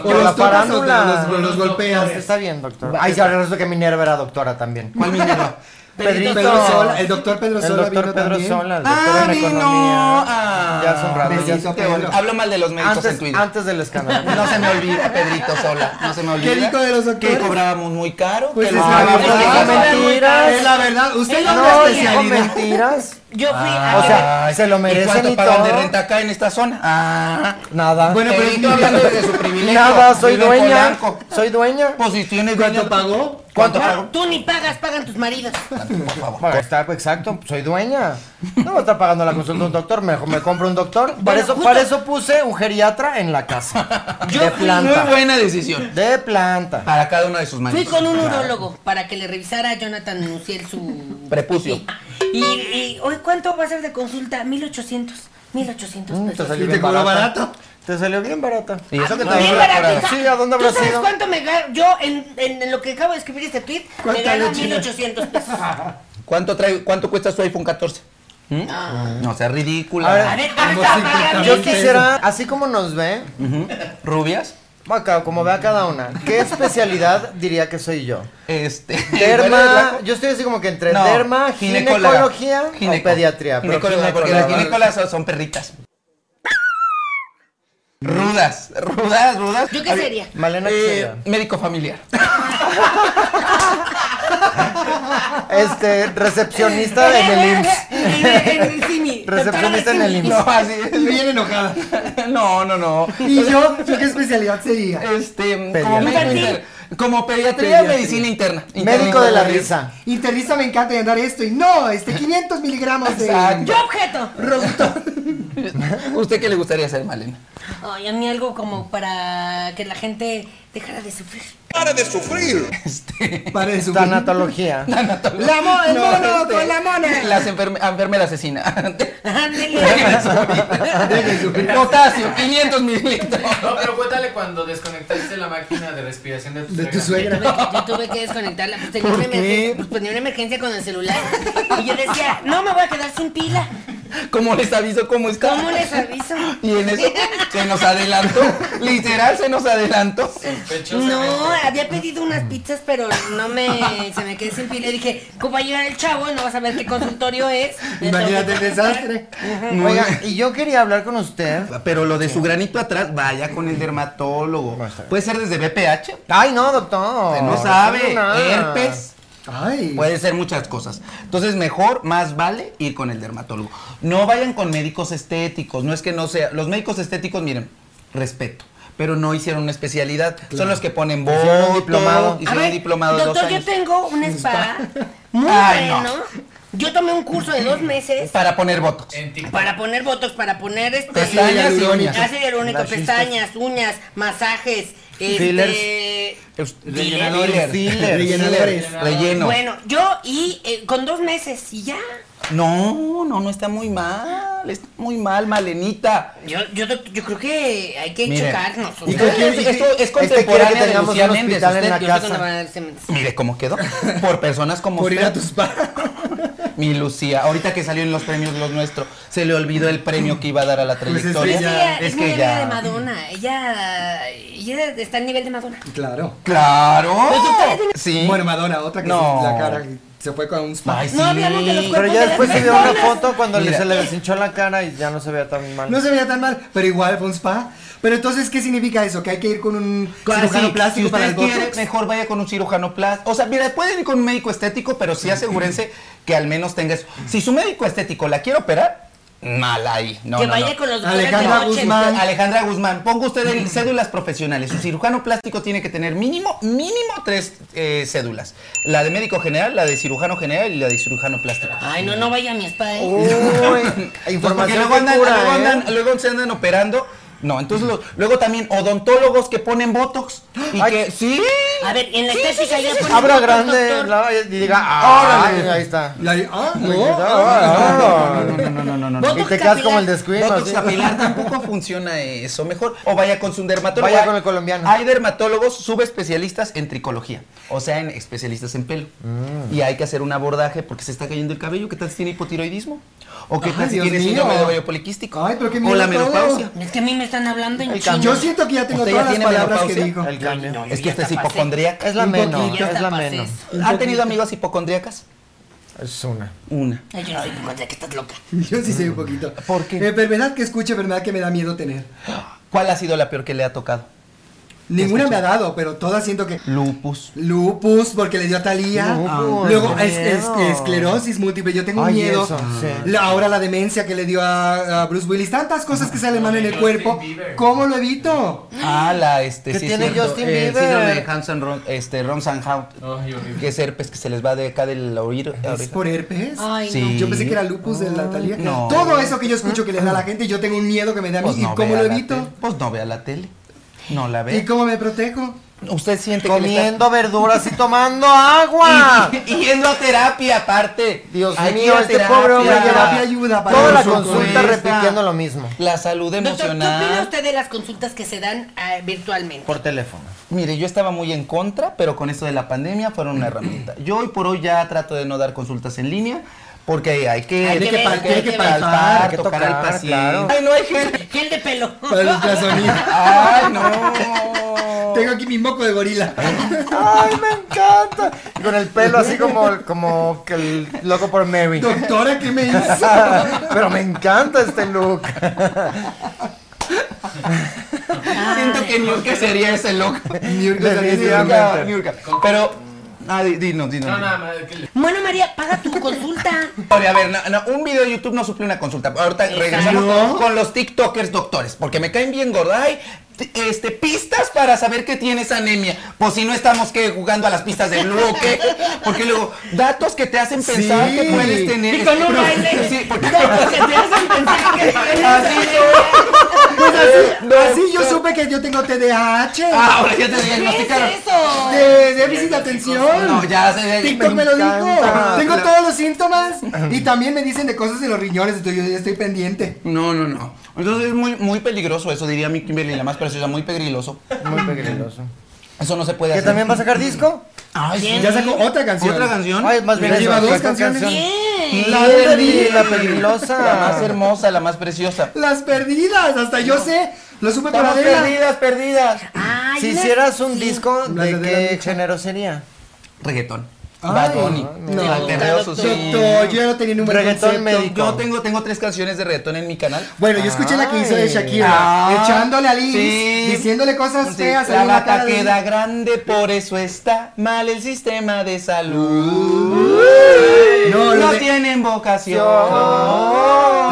Speaker 1: pues es que
Speaker 3: por
Speaker 1: o
Speaker 3: la
Speaker 1: los tocas o te-
Speaker 3: farándula.
Speaker 1: Los, los golpeas.
Speaker 3: Está bien, doctor. Ay, ya resulta que Minerva era doctora también.
Speaker 2: ¿Cuál Minerva?
Speaker 3: Pedrito.
Speaker 1: Pedro Sola, el doctor Pedro
Speaker 3: El
Speaker 1: Sola
Speaker 3: doctor
Speaker 1: vino
Speaker 3: Pedro
Speaker 1: también.
Speaker 3: Sola, el [laughs] doctor
Speaker 2: Ah,
Speaker 3: en
Speaker 2: vino.
Speaker 3: economía.
Speaker 2: Ah.
Speaker 3: ya hace un rato, ya
Speaker 1: Besito,
Speaker 3: hace-
Speaker 2: Te odio. Hablo mal de los médicos en
Speaker 3: antes,
Speaker 2: Twitter.
Speaker 3: antes del escándalo.
Speaker 2: No
Speaker 3: [laughs]
Speaker 2: se me olvida, Pedrito Sola. No se me olvida.
Speaker 1: ¿Qué dijo de los
Speaker 2: Que
Speaker 1: doctores?
Speaker 2: cobrábamos muy caro.
Speaker 1: Pues
Speaker 2: que
Speaker 1: es
Speaker 2: los
Speaker 1: la
Speaker 4: es
Speaker 2: cobrábamos muy
Speaker 4: que
Speaker 2: caro.
Speaker 3: verdad.
Speaker 4: son
Speaker 3: mentiras.
Speaker 1: Es la verdad. Usted no
Speaker 4: No,
Speaker 1: una
Speaker 3: No, dijo
Speaker 1: especialidad.
Speaker 3: mentiras.
Speaker 4: Yo fui
Speaker 2: Ah,
Speaker 3: O
Speaker 4: a que
Speaker 3: sea, se lo merecen
Speaker 2: ¿Y cuánto
Speaker 3: y
Speaker 2: pagan
Speaker 3: todo?
Speaker 2: de renta acá en esta zona? Ah.
Speaker 3: Nada.
Speaker 1: Bueno, pero
Speaker 2: Pedrito hablando de su privilegio.
Speaker 3: Nada, soy
Speaker 2: Vive en
Speaker 3: dueña.
Speaker 2: Polanco. Pues,
Speaker 3: Soy dueña.
Speaker 2: Posiciones
Speaker 1: ¿Cuánto
Speaker 2: dueñas-
Speaker 1: pagó?
Speaker 2: ¿Cuánto
Speaker 4: No,
Speaker 2: pagó? Ah,
Speaker 4: Tú ni pagas, pagan tus maridos.
Speaker 2: Por favor.
Speaker 3: Bueno, está, exacto, soy dueña. No voy a estar pagando la consulta de un doctor, mejor me compro un doctor. Para
Speaker 4: Bueno,
Speaker 3: eso,
Speaker 4: justo-
Speaker 3: para eso puse un geriatra en la casa. De
Speaker 2: Muy
Speaker 3: planta.
Speaker 2: buena decisión.
Speaker 3: De planta.
Speaker 2: Para cada uno de sus
Speaker 4: Fui
Speaker 2: manos.
Speaker 4: con un urólogo para que le revisara a Jonathan Nuciel su
Speaker 2: Prepucio.
Speaker 4: pipí. Y, y hoy, ¿cuánto va a ser de consulta? 1800. 1800
Speaker 3: Mm,
Speaker 4: pesos. Ah,
Speaker 1: salió ¿Y te cobró
Speaker 3: barata.
Speaker 1: barato?
Speaker 3: Te salió bien barata.
Speaker 2: Y eso que te
Speaker 4: Bien
Speaker 2: dura
Speaker 4: baratita.
Speaker 2: para-
Speaker 3: Sí, ¿a dónde habrá
Speaker 4: ¿Tú sabes
Speaker 3: sido?
Speaker 4: cuánto me gano? Yo, en, en- en lo que acabo de escribir este tweet, me
Speaker 1: ¿Cuánto
Speaker 4: gano
Speaker 1: le chingas?
Speaker 4: 1800 pesos.
Speaker 2: ¿Cuánto, trae, ¿Cuánto cuesta su iPhone 14? ¿Mm?
Speaker 4: Ah.
Speaker 2: No sea ridícula.
Speaker 3: A ver,
Speaker 4: A ver, ¿dónde
Speaker 1: Como
Speaker 4: está
Speaker 1: cincuenta
Speaker 4: pagando?
Speaker 1: mil
Speaker 3: Yo quisiera, así como nos ve,
Speaker 2: Ujú. ¿Rubias?
Speaker 3: acá, como ve a cada una, ¿qué especialidad diría que soy yo?
Speaker 2: Este.
Speaker 3: [laughs] Derma, yo estoy así como que entre
Speaker 2: No,
Speaker 3: derma,
Speaker 2: ginecóloga.
Speaker 3: ginecología
Speaker 2: Gineco-
Speaker 3: o pediatría. pero
Speaker 2: Ginecóloga, porque las
Speaker 3: ginecóloga.
Speaker 2: ginecólogas son, son perritas. Rudas, rudas, rudas.
Speaker 4: ¿Yo qué
Speaker 2: A ver,
Speaker 4: sería?
Speaker 3: Malena, ¿qué
Speaker 2: eh,
Speaker 3: sería? [laughs]
Speaker 2: médico familiar.
Speaker 3: Este, recepcionista
Speaker 4: [laughs]
Speaker 3: de
Speaker 4: Eh,
Speaker 3: en el IMSS.
Speaker 4: En- eh, en- en el Simi.
Speaker 3: [laughs] Recepcionista en el IMSS.
Speaker 2: No, [laughs] así
Speaker 1: Y bien enojada.
Speaker 2: No, no, no.
Speaker 1: ¿Y yo? ¿Yo qué especialidad sería?
Speaker 2: Este, como
Speaker 3: Pediatra.
Speaker 2: médico
Speaker 4: Infantil.
Speaker 2: inter- como pediatría,
Speaker 1: Pediatría.
Speaker 2: medicina interna.
Speaker 3: Médico de la
Speaker 2: Interna.
Speaker 3: risa.
Speaker 1: Intervista me encanta y andar esto y no, este 500 miligramos de...
Speaker 2: Exacto.
Speaker 4: Yo objeto.
Speaker 2: [laughs] ¿Usted qué le gustaría hacer, Malena? [laughs]
Speaker 4: Ay, a mí algo como para que la gente dejara de sufrir. [laughs]
Speaker 9: Pare de sufrir.
Speaker 1: Para de sufrir.
Speaker 3: Tanatología.
Speaker 1: La mo- el mono con la mona.
Speaker 2: este, Las enferme- enfermera asesina.
Speaker 3: [laughs]
Speaker 2: [laughs]
Speaker 4: Ándele.
Speaker 2: Potasio, 500 mililitros.
Speaker 10: No, pero cuéntale cuando desconectaste la máquina de respiración de tu
Speaker 1: De tu
Speaker 10: suegra.
Speaker 1: suegra.
Speaker 4: Tuve que- Yo tuve que desconectarla. Pues tenía,
Speaker 1: ¿Por
Speaker 4: una emergencia,
Speaker 1: qué?
Speaker 4: pues tenía una emergencia con el celular. Y yo decía, no me voy a quedar sin pila.
Speaker 2: ¿Cómo les aviso cómo está?
Speaker 4: ¿Cómo les aviso?
Speaker 2: Y en eso se nos adelantó. Literal, se nos adelantó.
Speaker 4: No,
Speaker 10: Sospechosamente.
Speaker 4: había pedido unas pizzas, pero no me. Se me quedé sin pila. Y dije, ¿cómo va a llegar el chavo? No vas a ver qué consultorio es. Me tengo que
Speaker 1: Imagínate el
Speaker 4: preocupar.
Speaker 1: desastre.
Speaker 3: Oiga, y yo quería hablar con usted.
Speaker 2: Pero lo de su granito atrás, vaya con el dermatólogo. Puede ser desde BPH.
Speaker 3: Ay, no, doctor.
Speaker 2: No sabe.
Speaker 3: nada.
Speaker 2: Herpes.
Speaker 1: Ay.
Speaker 2: Puede ser muchas cosas. Entonces, mejor, más vale ir con el dermatólogo. No vayan con médicos estéticos. No es que no sea. Los médicos estéticos, miren, respeto. Pero no hicieron una especialidad. Son los que ponen voto.
Speaker 3: Hicieron un diplomado.
Speaker 4: A
Speaker 2: Hicieron
Speaker 4: ver,
Speaker 2: un diplomado de dos
Speaker 4: doctor, yo
Speaker 2: años.
Speaker 4: tengo un spa muy
Speaker 2: Ay, no.
Speaker 4: bueno. Yo tomé un curso de dos meses
Speaker 2: Para poner votos.
Speaker 10: En TikTok.
Speaker 4: para poner botox, para poner este,
Speaker 2: Pestañas y uñas.
Speaker 4: ácido hialurónico,
Speaker 3: Las
Speaker 4: pestañas, uñas, masajes, este,
Speaker 3: Fillers.
Speaker 2: Rellenadores.
Speaker 3: Filler.
Speaker 1: Rellenadores.
Speaker 2: Relleno.
Speaker 4: Bueno, yo y eh, con dos meses y ya.
Speaker 2: No, no, no está muy mal. Está muy mal, Malenita.
Speaker 4: Yo, yo, yo creo que hay que
Speaker 2: Miren,
Speaker 4: chocarnos. o
Speaker 2: y
Speaker 4: sea,
Speaker 2: con quién-
Speaker 4: yo
Speaker 2: esto es
Speaker 3: Este quiere que
Speaker 2: contemporánea de
Speaker 3: tengamos
Speaker 2: Lucía
Speaker 3: un
Speaker 2: Méndez.
Speaker 3: hospital en
Speaker 2: usted-
Speaker 3: la
Speaker 4: sé
Speaker 3: casa.
Speaker 4: cuándo van a dar semen.
Speaker 2: Mire cómo quedó. Por personas como
Speaker 1: Por ir
Speaker 2: usted.
Speaker 1: a tus padres.
Speaker 2: [laughs] Mi Lucía, ahorita que salió en los premios los nuestros, se le olvidó el premio que iba a dar a la
Speaker 1: Pues es que
Speaker 4: Es
Speaker 2: trayectoria.
Speaker 4: que ella es, muy
Speaker 2: que
Speaker 4: amiga de
Speaker 2: ya.
Speaker 4: Madonna. Ella, ella está al nivel de Madonna.
Speaker 1: Claro.
Speaker 2: Claro.
Speaker 4: Pues ustedes tienen-
Speaker 2: Sí.
Speaker 1: Bueno, Madonna, otra que
Speaker 2: No.
Speaker 1: se- la cara que se fue con un spa.
Speaker 2: Ay, sí.
Speaker 4: No hablamos de los
Speaker 3: Pero
Speaker 4: cuerpos
Speaker 3: ya
Speaker 4: de
Speaker 3: después
Speaker 4: las
Speaker 3: se vio una
Speaker 4: personas.
Speaker 3: foto cuando le-
Speaker 2: Mira.
Speaker 3: se le deshinchó la cara y ya no se veía tan mal.
Speaker 1: No se veía tan mal, pero igual fue un spa. Pero entonces, ¿qué significa eso? ¿Que hay que ir con un cirujano
Speaker 2: Sí,
Speaker 1: plástico
Speaker 2: si
Speaker 1: para el
Speaker 2: usted
Speaker 1: botox?
Speaker 2: quiere, mejor vaya con un cirujano plástico. O sea, mira, pueden ir con un médico estético, pero sí asegúrense que al menos tenga eso. Si su médico estético la quiere operar, mal ahí. No,
Speaker 4: que
Speaker 2: no,
Speaker 4: vaya
Speaker 2: no.
Speaker 4: con los
Speaker 1: Alejandra
Speaker 4: doctores de noche.
Speaker 1: Guzmán.
Speaker 2: Alejandra Guzmán, ponga usted
Speaker 4: Mm.
Speaker 2: en cédulas profesionales. Su cirujano plástico tiene que tener mínimo, mínimo tres eh, cédulas. La de médico general, la de cirujano general y la de cirujano plástico.
Speaker 4: Ay, no, no vaya a mi spa. ¿eh?
Speaker 1: [laughs]
Speaker 3: Uy,
Speaker 2: Entonces, porque
Speaker 3: información
Speaker 2: luego,
Speaker 3: que
Speaker 2: andan-
Speaker 3: cura,
Speaker 2: luego,
Speaker 3: ¿eh?
Speaker 2: andan- luego se andan operando. No, entonces los- luego también odontólogos que ponen botox y
Speaker 3: Ay.
Speaker 2: que sí.
Speaker 4: A ver, en la estética ya ponen
Speaker 3: Abra
Speaker 4: botox,
Speaker 3: grande
Speaker 4: doctor.
Speaker 3: la- y diga, ah,
Speaker 1: ¡Órale!
Speaker 3: ahí está.
Speaker 1: Y ahí, ah, no.
Speaker 3: Ah, ah.
Speaker 2: no, no, no, no.
Speaker 3: Y
Speaker 4: Botox
Speaker 3: te quedas como
Speaker 4: capilar.
Speaker 3: el de Squid,
Speaker 2: Botox
Speaker 3: así.
Speaker 2: capilar tampoco funciona eso. Mejor o vaya con su dermatólogo.
Speaker 3: Vaya con el colombiano.
Speaker 2: Hay dermatólogos subespecialistas en tricología, o sea, en especialistas en pelo.
Speaker 1: Mm.
Speaker 2: Y hay que hacer un abordaje porque se está cayendo el cabello. ¿Qué tal si tiene hipotiroidismo? ¿O qué
Speaker 1: Ay,
Speaker 2: tal si
Speaker 1: Dios
Speaker 2: tiene
Speaker 1: mío.
Speaker 2: síndrome de ovario poliquístico?
Speaker 1: Ay, pero qué
Speaker 2: O
Speaker 1: miedo
Speaker 2: la
Speaker 1: todo.
Speaker 2: menopausia.
Speaker 4: Es que a mí me están hablando en chino.
Speaker 1: Yo siento que ya tengo
Speaker 2: ¿Usted ya
Speaker 1: todas las
Speaker 2: tiene
Speaker 1: palabras que
Speaker 2: menopausia?
Speaker 1: digo.
Speaker 3: El cambio.
Speaker 2: Es
Speaker 4: yo
Speaker 2: que
Speaker 4: ya
Speaker 2: usted es
Speaker 4: hasta pasé.
Speaker 2: hipocondríaca.
Speaker 3: Es la
Speaker 4: Un
Speaker 3: menos,
Speaker 4: poquillo,
Speaker 3: es
Speaker 4: hasta
Speaker 3: la
Speaker 4: pasé.
Speaker 3: menos.
Speaker 2: ¿Han tenido amigos hipocondríacas?
Speaker 3: Es una.
Speaker 2: Una.
Speaker 4: Ay, yo no soy hipocondría, que estás loca.
Speaker 1: [laughs] Yo sí sé un poquito.
Speaker 2: ¿Por qué?
Speaker 1: Enfermedad que escucho, enfermedad que me da miedo tener.
Speaker 2: ¿Cuál ha sido la peor que le ha tocado?
Speaker 1: Ninguna me ha dado, pero todas siento que.
Speaker 2: Lupus.
Speaker 1: Lupus, porque le dio a Talía.
Speaker 3: Lupus,
Speaker 1: Luego
Speaker 3: qué
Speaker 1: es, es-
Speaker 3: miedo.
Speaker 1: esclerosis múltiple. Yo tengo
Speaker 3: Ay,
Speaker 1: miedo.
Speaker 3: eso, sí.
Speaker 1: La- ahora la demencia que le dio a, a Bruce Willis. Tantas cosas que salen mal en el
Speaker 10: Justin
Speaker 1: cuerpo.
Speaker 10: Bieber.
Speaker 1: ¿Cómo lo evito?
Speaker 2: Ah, la este.
Speaker 3: ¿Qué
Speaker 2: sí,
Speaker 3: tiene
Speaker 2: es cierto,
Speaker 3: Justin
Speaker 2: el
Speaker 3: Bieber?
Speaker 2: síndrome de Hanson, Ron- este, Ronson Hout.
Speaker 10: Ay, horrible.
Speaker 2: Que es herpes que se les va de acá del oído.
Speaker 1: ¿Es por herpes?
Speaker 4: Ay,
Speaker 2: Sí.
Speaker 1: Yo pensé que era lupus de la Talía.
Speaker 2: No.
Speaker 1: Todo eso que yo escucho que le da a la gente, yo tengo un miedo que me da a mí.
Speaker 2: Pues no
Speaker 1: ¿Y cómo
Speaker 2: vea
Speaker 1: lo
Speaker 2: la
Speaker 1: evito?
Speaker 2: tele. Pues no vea la tele. No la
Speaker 1: ¿Y
Speaker 2: ve.
Speaker 1: cómo me protejo?
Speaker 2: Usted siente que le está-
Speaker 3: Comiendo verduras y tomando agua.
Speaker 2: [laughs] Y, y yendo a terapia aparte.
Speaker 3: Dios
Speaker 2: Hay que
Speaker 3: mío,
Speaker 2: ir a
Speaker 3: este pobre hombre
Speaker 1: La
Speaker 3: lleva
Speaker 1: terapia ayuda para
Speaker 3: toda la
Speaker 1: eso,
Speaker 3: consulta
Speaker 2: cuesta.
Speaker 3: repitiendo lo mismo.
Speaker 2: La salud
Speaker 4: Doctor, ¿qué opina
Speaker 2: emocional.
Speaker 4: usted de las consultas que se dan ah, virtualmente?
Speaker 3: Por teléfono.
Speaker 2: Mire, yo estaba muy en contra, pero con esto de la pandemia fueron una herramienta. Yo hoy por hoy ya trato de no dar consultas en línea. Porque hay que,
Speaker 4: Hay que ver,
Speaker 2: palpar,
Speaker 4: hay que
Speaker 2: palpar,
Speaker 3: hay que
Speaker 2: tocar,
Speaker 3: tocar,
Speaker 2: al paciente.
Speaker 3: claro.
Speaker 2: Ay, no hay gente.
Speaker 4: Gel de pelo.
Speaker 1: Para el ultrasonido. [laughs]
Speaker 2: Ay, no.
Speaker 1: Tengo aquí mi moco de
Speaker 3: [laughs]
Speaker 1: gorila.
Speaker 3: Ay, me encanta. Y con el pelo así como, como que el loco por Mary.
Speaker 1: Doctora, ¿qué me
Speaker 3: [laughs]
Speaker 1: hizo?
Speaker 3: Pero me encanta este look.
Speaker 2: Siento que Niurka sería ese loco.
Speaker 1: Niurka sería ese loco.
Speaker 2: Niurka, Niurka. Pero, ah, di- dinos, dinos.
Speaker 10: No, nada más. que le-
Speaker 4: Bueno, María, paga tu
Speaker 2: [laughs]
Speaker 4: consulta.
Speaker 2: Oye, a ver, no, no, un video de YouTube no suple una consulta. Ahorita regresamos
Speaker 1: ¿No?
Speaker 2: con los TikTokers doctores, porque me caen bien gorda. Ay, t- este, pistas para saber que tienes anemia. Pues si no estamos que jugando a las pistas de bloque, porque luego, datos que te hacen pensar
Speaker 1: Sí.
Speaker 2: que puedes tener.
Speaker 4: Y con un
Speaker 2: Pero-
Speaker 4: baile.
Speaker 2: [laughs] Sí, porque
Speaker 4: Porque te hacen pensar que tienes
Speaker 2: Así
Speaker 1: Pues así, así yo supe que yo tengo
Speaker 3: Ah,
Speaker 1: TDAH.
Speaker 2: Ah, ahora ya te diagnosticaron.
Speaker 4: ¿Qué es eso?
Speaker 1: De déficit de atención.
Speaker 2: No, ya se
Speaker 1: TikTok me lo dijo.
Speaker 3: encanta.
Speaker 1: Tengo
Speaker 2: Claro.
Speaker 1: todos los síntomas. Y también me dicen de cosas de los riñones. Entonces yo ya estoy pendiente.
Speaker 2: No, no, no. Entonces es muy, muy peligroso eso, diría mi Kimberly, la más preciosa, muy peligroso.
Speaker 3: Muy peligroso.
Speaker 2: Eso no se puede
Speaker 3: ¿Que
Speaker 2: hacer.
Speaker 3: también va a sacar disco?
Speaker 2: Ay, sí.
Speaker 1: Ya sacó otra canción.
Speaker 2: ¿Otra canción?
Speaker 3: Ay, más bien
Speaker 1: Ya
Speaker 3: eso,
Speaker 1: lleva dos
Speaker 3: saca
Speaker 1: canciones.
Speaker 3: canción.
Speaker 4: Bien.
Speaker 2: Sí,
Speaker 3: La
Speaker 2: Kimberly,
Speaker 3: peli- la peligrosa.
Speaker 2: La más hermosa, la más preciosa.
Speaker 1: Las perdidas. Hasta yo sé. Lo supe por
Speaker 3: Estamos
Speaker 1: Adela.
Speaker 3: perdidas, perdidas.
Speaker 4: Ay,
Speaker 3: si
Speaker 4: una-
Speaker 3: hicieras un
Speaker 4: sí.
Speaker 3: disco,
Speaker 1: Las de
Speaker 3: ¿de
Speaker 1: la
Speaker 3: qué
Speaker 1: lucha.
Speaker 3: género sería?
Speaker 2: Reggaetón.
Speaker 1: Ay,
Speaker 2: Bad Bunny.
Speaker 1: no.
Speaker 2: El perreo
Speaker 4: Doctor,
Speaker 2: sucio.
Speaker 1: Doctor, yo ya no tenía número de
Speaker 3: Reggaetón
Speaker 1: concepto.
Speaker 3: médico.
Speaker 2: Yo tengo, tengo tres canciones de reggaetón en mi canal.
Speaker 1: Bueno, yo escuché la que hizo de
Speaker 3: Ay.
Speaker 1: Shakira,
Speaker 2: Ah,
Speaker 1: echándole a Liz,
Speaker 2: sí.
Speaker 1: diciéndole cosas
Speaker 2: Sí,
Speaker 1: feas.
Speaker 2: la
Speaker 1: ahí en cara
Speaker 2: gata
Speaker 1: de-
Speaker 2: queda grande, por eso está mal el sistema de salud.
Speaker 1: No,
Speaker 2: No,
Speaker 1: lo de-
Speaker 2: tienen vocación.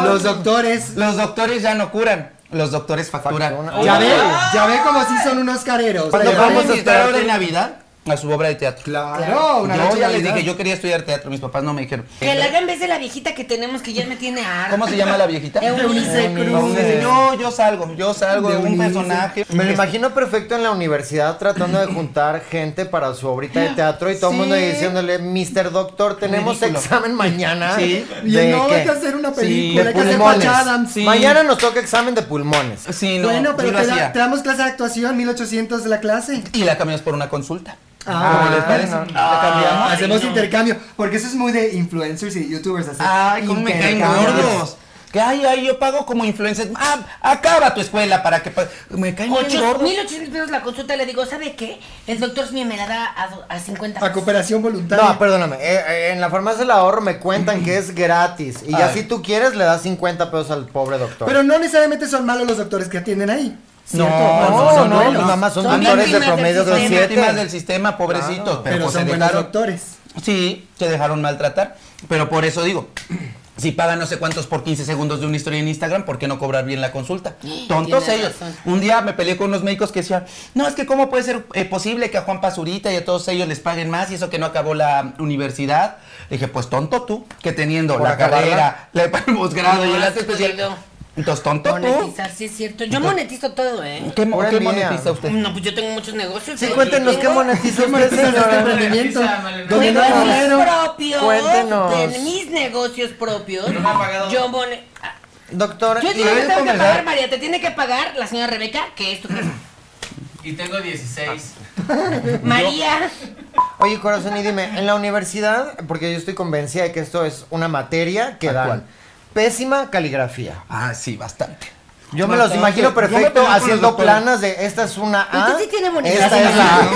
Speaker 1: Los doctores.
Speaker 2: Los doctores ya no curan, los doctores facturan.
Speaker 3: Facturan.
Speaker 1: Ya ve, ya ve como si son unos careros.
Speaker 3: Cuando
Speaker 2: Los
Speaker 1: Pero-
Speaker 2: vamos a
Speaker 3: Ay,
Speaker 2: estar ahora
Speaker 3: teatro.
Speaker 2: en Navidad a su obra de teatro.
Speaker 1: Claro, una
Speaker 2: yo
Speaker 1: noche
Speaker 2: ya
Speaker 1: de
Speaker 2: les
Speaker 1: Navidad.
Speaker 2: dije, yo quería estudiar teatro, mis papás no me dijeron.
Speaker 4: Que la haga en vez de la viejita que tenemos que ya me tiene harta.
Speaker 2: ¿Cómo se llama
Speaker 1: [laughs]
Speaker 2: la viejita?
Speaker 4: Eunice
Speaker 2: Eunice.
Speaker 4: Cruz.
Speaker 2: No, yo salgo, yo salgo de un personaje.
Speaker 3: Me lo imagino perfecto en la universidad tratando de juntar gente para su obrita de teatro y todo el
Speaker 2: Sí.
Speaker 3: mundo diciéndole, Mr. Doctor, tenemos
Speaker 2: Ridículo.
Speaker 3: examen mañana.
Speaker 2: Sí.
Speaker 1: Y
Speaker 3: de
Speaker 1: no
Speaker 3: qué?
Speaker 1: hay que hacer una película,
Speaker 3: de
Speaker 1: hay que hacer
Speaker 3: pulmones.
Speaker 1: fachadas.
Speaker 2: Sí.
Speaker 3: Mañana nos toca examen de pulmones.
Speaker 2: Sí, no,
Speaker 1: Bueno, pero
Speaker 2: yo lo
Speaker 1: te, da-
Speaker 2: hacía.
Speaker 1: te damos clase de actuación, 1800 de la clase.
Speaker 2: Y la cambias por una consulta.
Speaker 1: Ah,
Speaker 2: ¿Cómo les parece?
Speaker 3: no.
Speaker 2: La cambiamos.
Speaker 1: Hacemos intercambio, porque eso es muy de influencers y de youtubers. Hacer
Speaker 2: Ay, cómo me caen
Speaker 1: intercambios.
Speaker 2: gordos. Que ay, ay, yo pago como influencer. Ah, acaba tu escuela para que pa- me caen bien
Speaker 4: Ocho-
Speaker 2: gordos.
Speaker 4: 1800 pesos la consulta, le digo, ¿sabe qué? El doctor Smith me la da a, do- a 50
Speaker 1: A cooperación voluntaria.
Speaker 3: No, perdóname. eh, eh, en la farmacia del ahorro me cuentan que es gratis. Y ya
Speaker 2: Ay.
Speaker 3: si tú quieres, le das 50 pesos al pobre doctor.
Speaker 1: Pero no necesariamente son malos los doctores que atienden ahí. ¿cierto?
Speaker 3: no,
Speaker 2: no, son
Speaker 3: no,
Speaker 2: buenos.
Speaker 3: nada más son,
Speaker 4: Son
Speaker 3: doctores de
Speaker 4: víctimas del
Speaker 3: promedio de
Speaker 4: sistema.
Speaker 2: Son víctimas
Speaker 3: 7.
Speaker 2: del sistema, pobrecitos. Pero,
Speaker 1: Ah, Pero
Speaker 2: pues, se
Speaker 1: son buenos
Speaker 2: dejaron-
Speaker 1: doctores.
Speaker 2: Sí, se dejaron maltratar. Pero por eso digo, [clears throat] si pagan no sé cuántos por 15 segundos de una historia en Instagram, ¿por qué no cobrar bien la consulta? Tontos
Speaker 4: Tienes
Speaker 2: ellos.
Speaker 4: razón.
Speaker 2: Un día me peleé con unos médicos que decían, no, es que cómo puede ser eh, posible que a Juan Pazurita y a todos ellos les paguen más y eso que no acabó la universidad. Le dije, pues tonto tú, que teniendo
Speaker 3: Por
Speaker 2: la
Speaker 3: acabarla.
Speaker 2: carrera, la- el posgrado y el
Speaker 4: Ah,
Speaker 2: arte especial.
Speaker 4: claro.
Speaker 2: Entonces, tonto tú.
Speaker 4: Monetizar, sí es cierto. Yo monetizo todo, ¿eh?
Speaker 2: ¿Qué, mo-
Speaker 3: Pura
Speaker 2: qué
Speaker 3: envidia.
Speaker 2: monetiza usted?
Speaker 3: Mm.
Speaker 4: No, pues yo tengo muchos negocios.
Speaker 3: Sí,
Speaker 4: pero
Speaker 3: cuéntenos
Speaker 4: yo
Speaker 3: qué
Speaker 4: tengo
Speaker 3: monetiza usted,
Speaker 1: Monetizas este
Speaker 3: señora.
Speaker 1: emprendimiento
Speaker 10: Monetiza,
Speaker 1: donde no hay
Speaker 4: negocios
Speaker 1: dinero.
Speaker 4: propios.
Speaker 3: Cuéntenos.
Speaker 4: de mis negocios propios.
Speaker 10: Pero no ha pagado.
Speaker 4: Yo mone- ah,
Speaker 3: Doctor,
Speaker 4: Yo
Speaker 3: y-
Speaker 4: digo que tengo que
Speaker 2: comenzar.
Speaker 4: pagar, María. Te tiene que pagar la señora Rebeca, que es tu jefa.
Speaker 10: Y tengo 16.
Speaker 4: María.
Speaker 3: Oye, corazón, y dime, en la universidad, porque yo estoy convencida de que esto es una materia que
Speaker 2: Tal
Speaker 3: dan
Speaker 2: cual.
Speaker 3: pésima caligrafía.
Speaker 2: Ah, sí, bastante.
Speaker 3: Yo me los
Speaker 2: Bastante.
Speaker 3: imagino
Speaker 2: Yo me
Speaker 3: perfecto
Speaker 2: peleo con los
Speaker 3: haciendo
Speaker 2: doctores.
Speaker 3: planas de esta es una A,
Speaker 4: Usted sí tiene bonita
Speaker 3: esta es la A,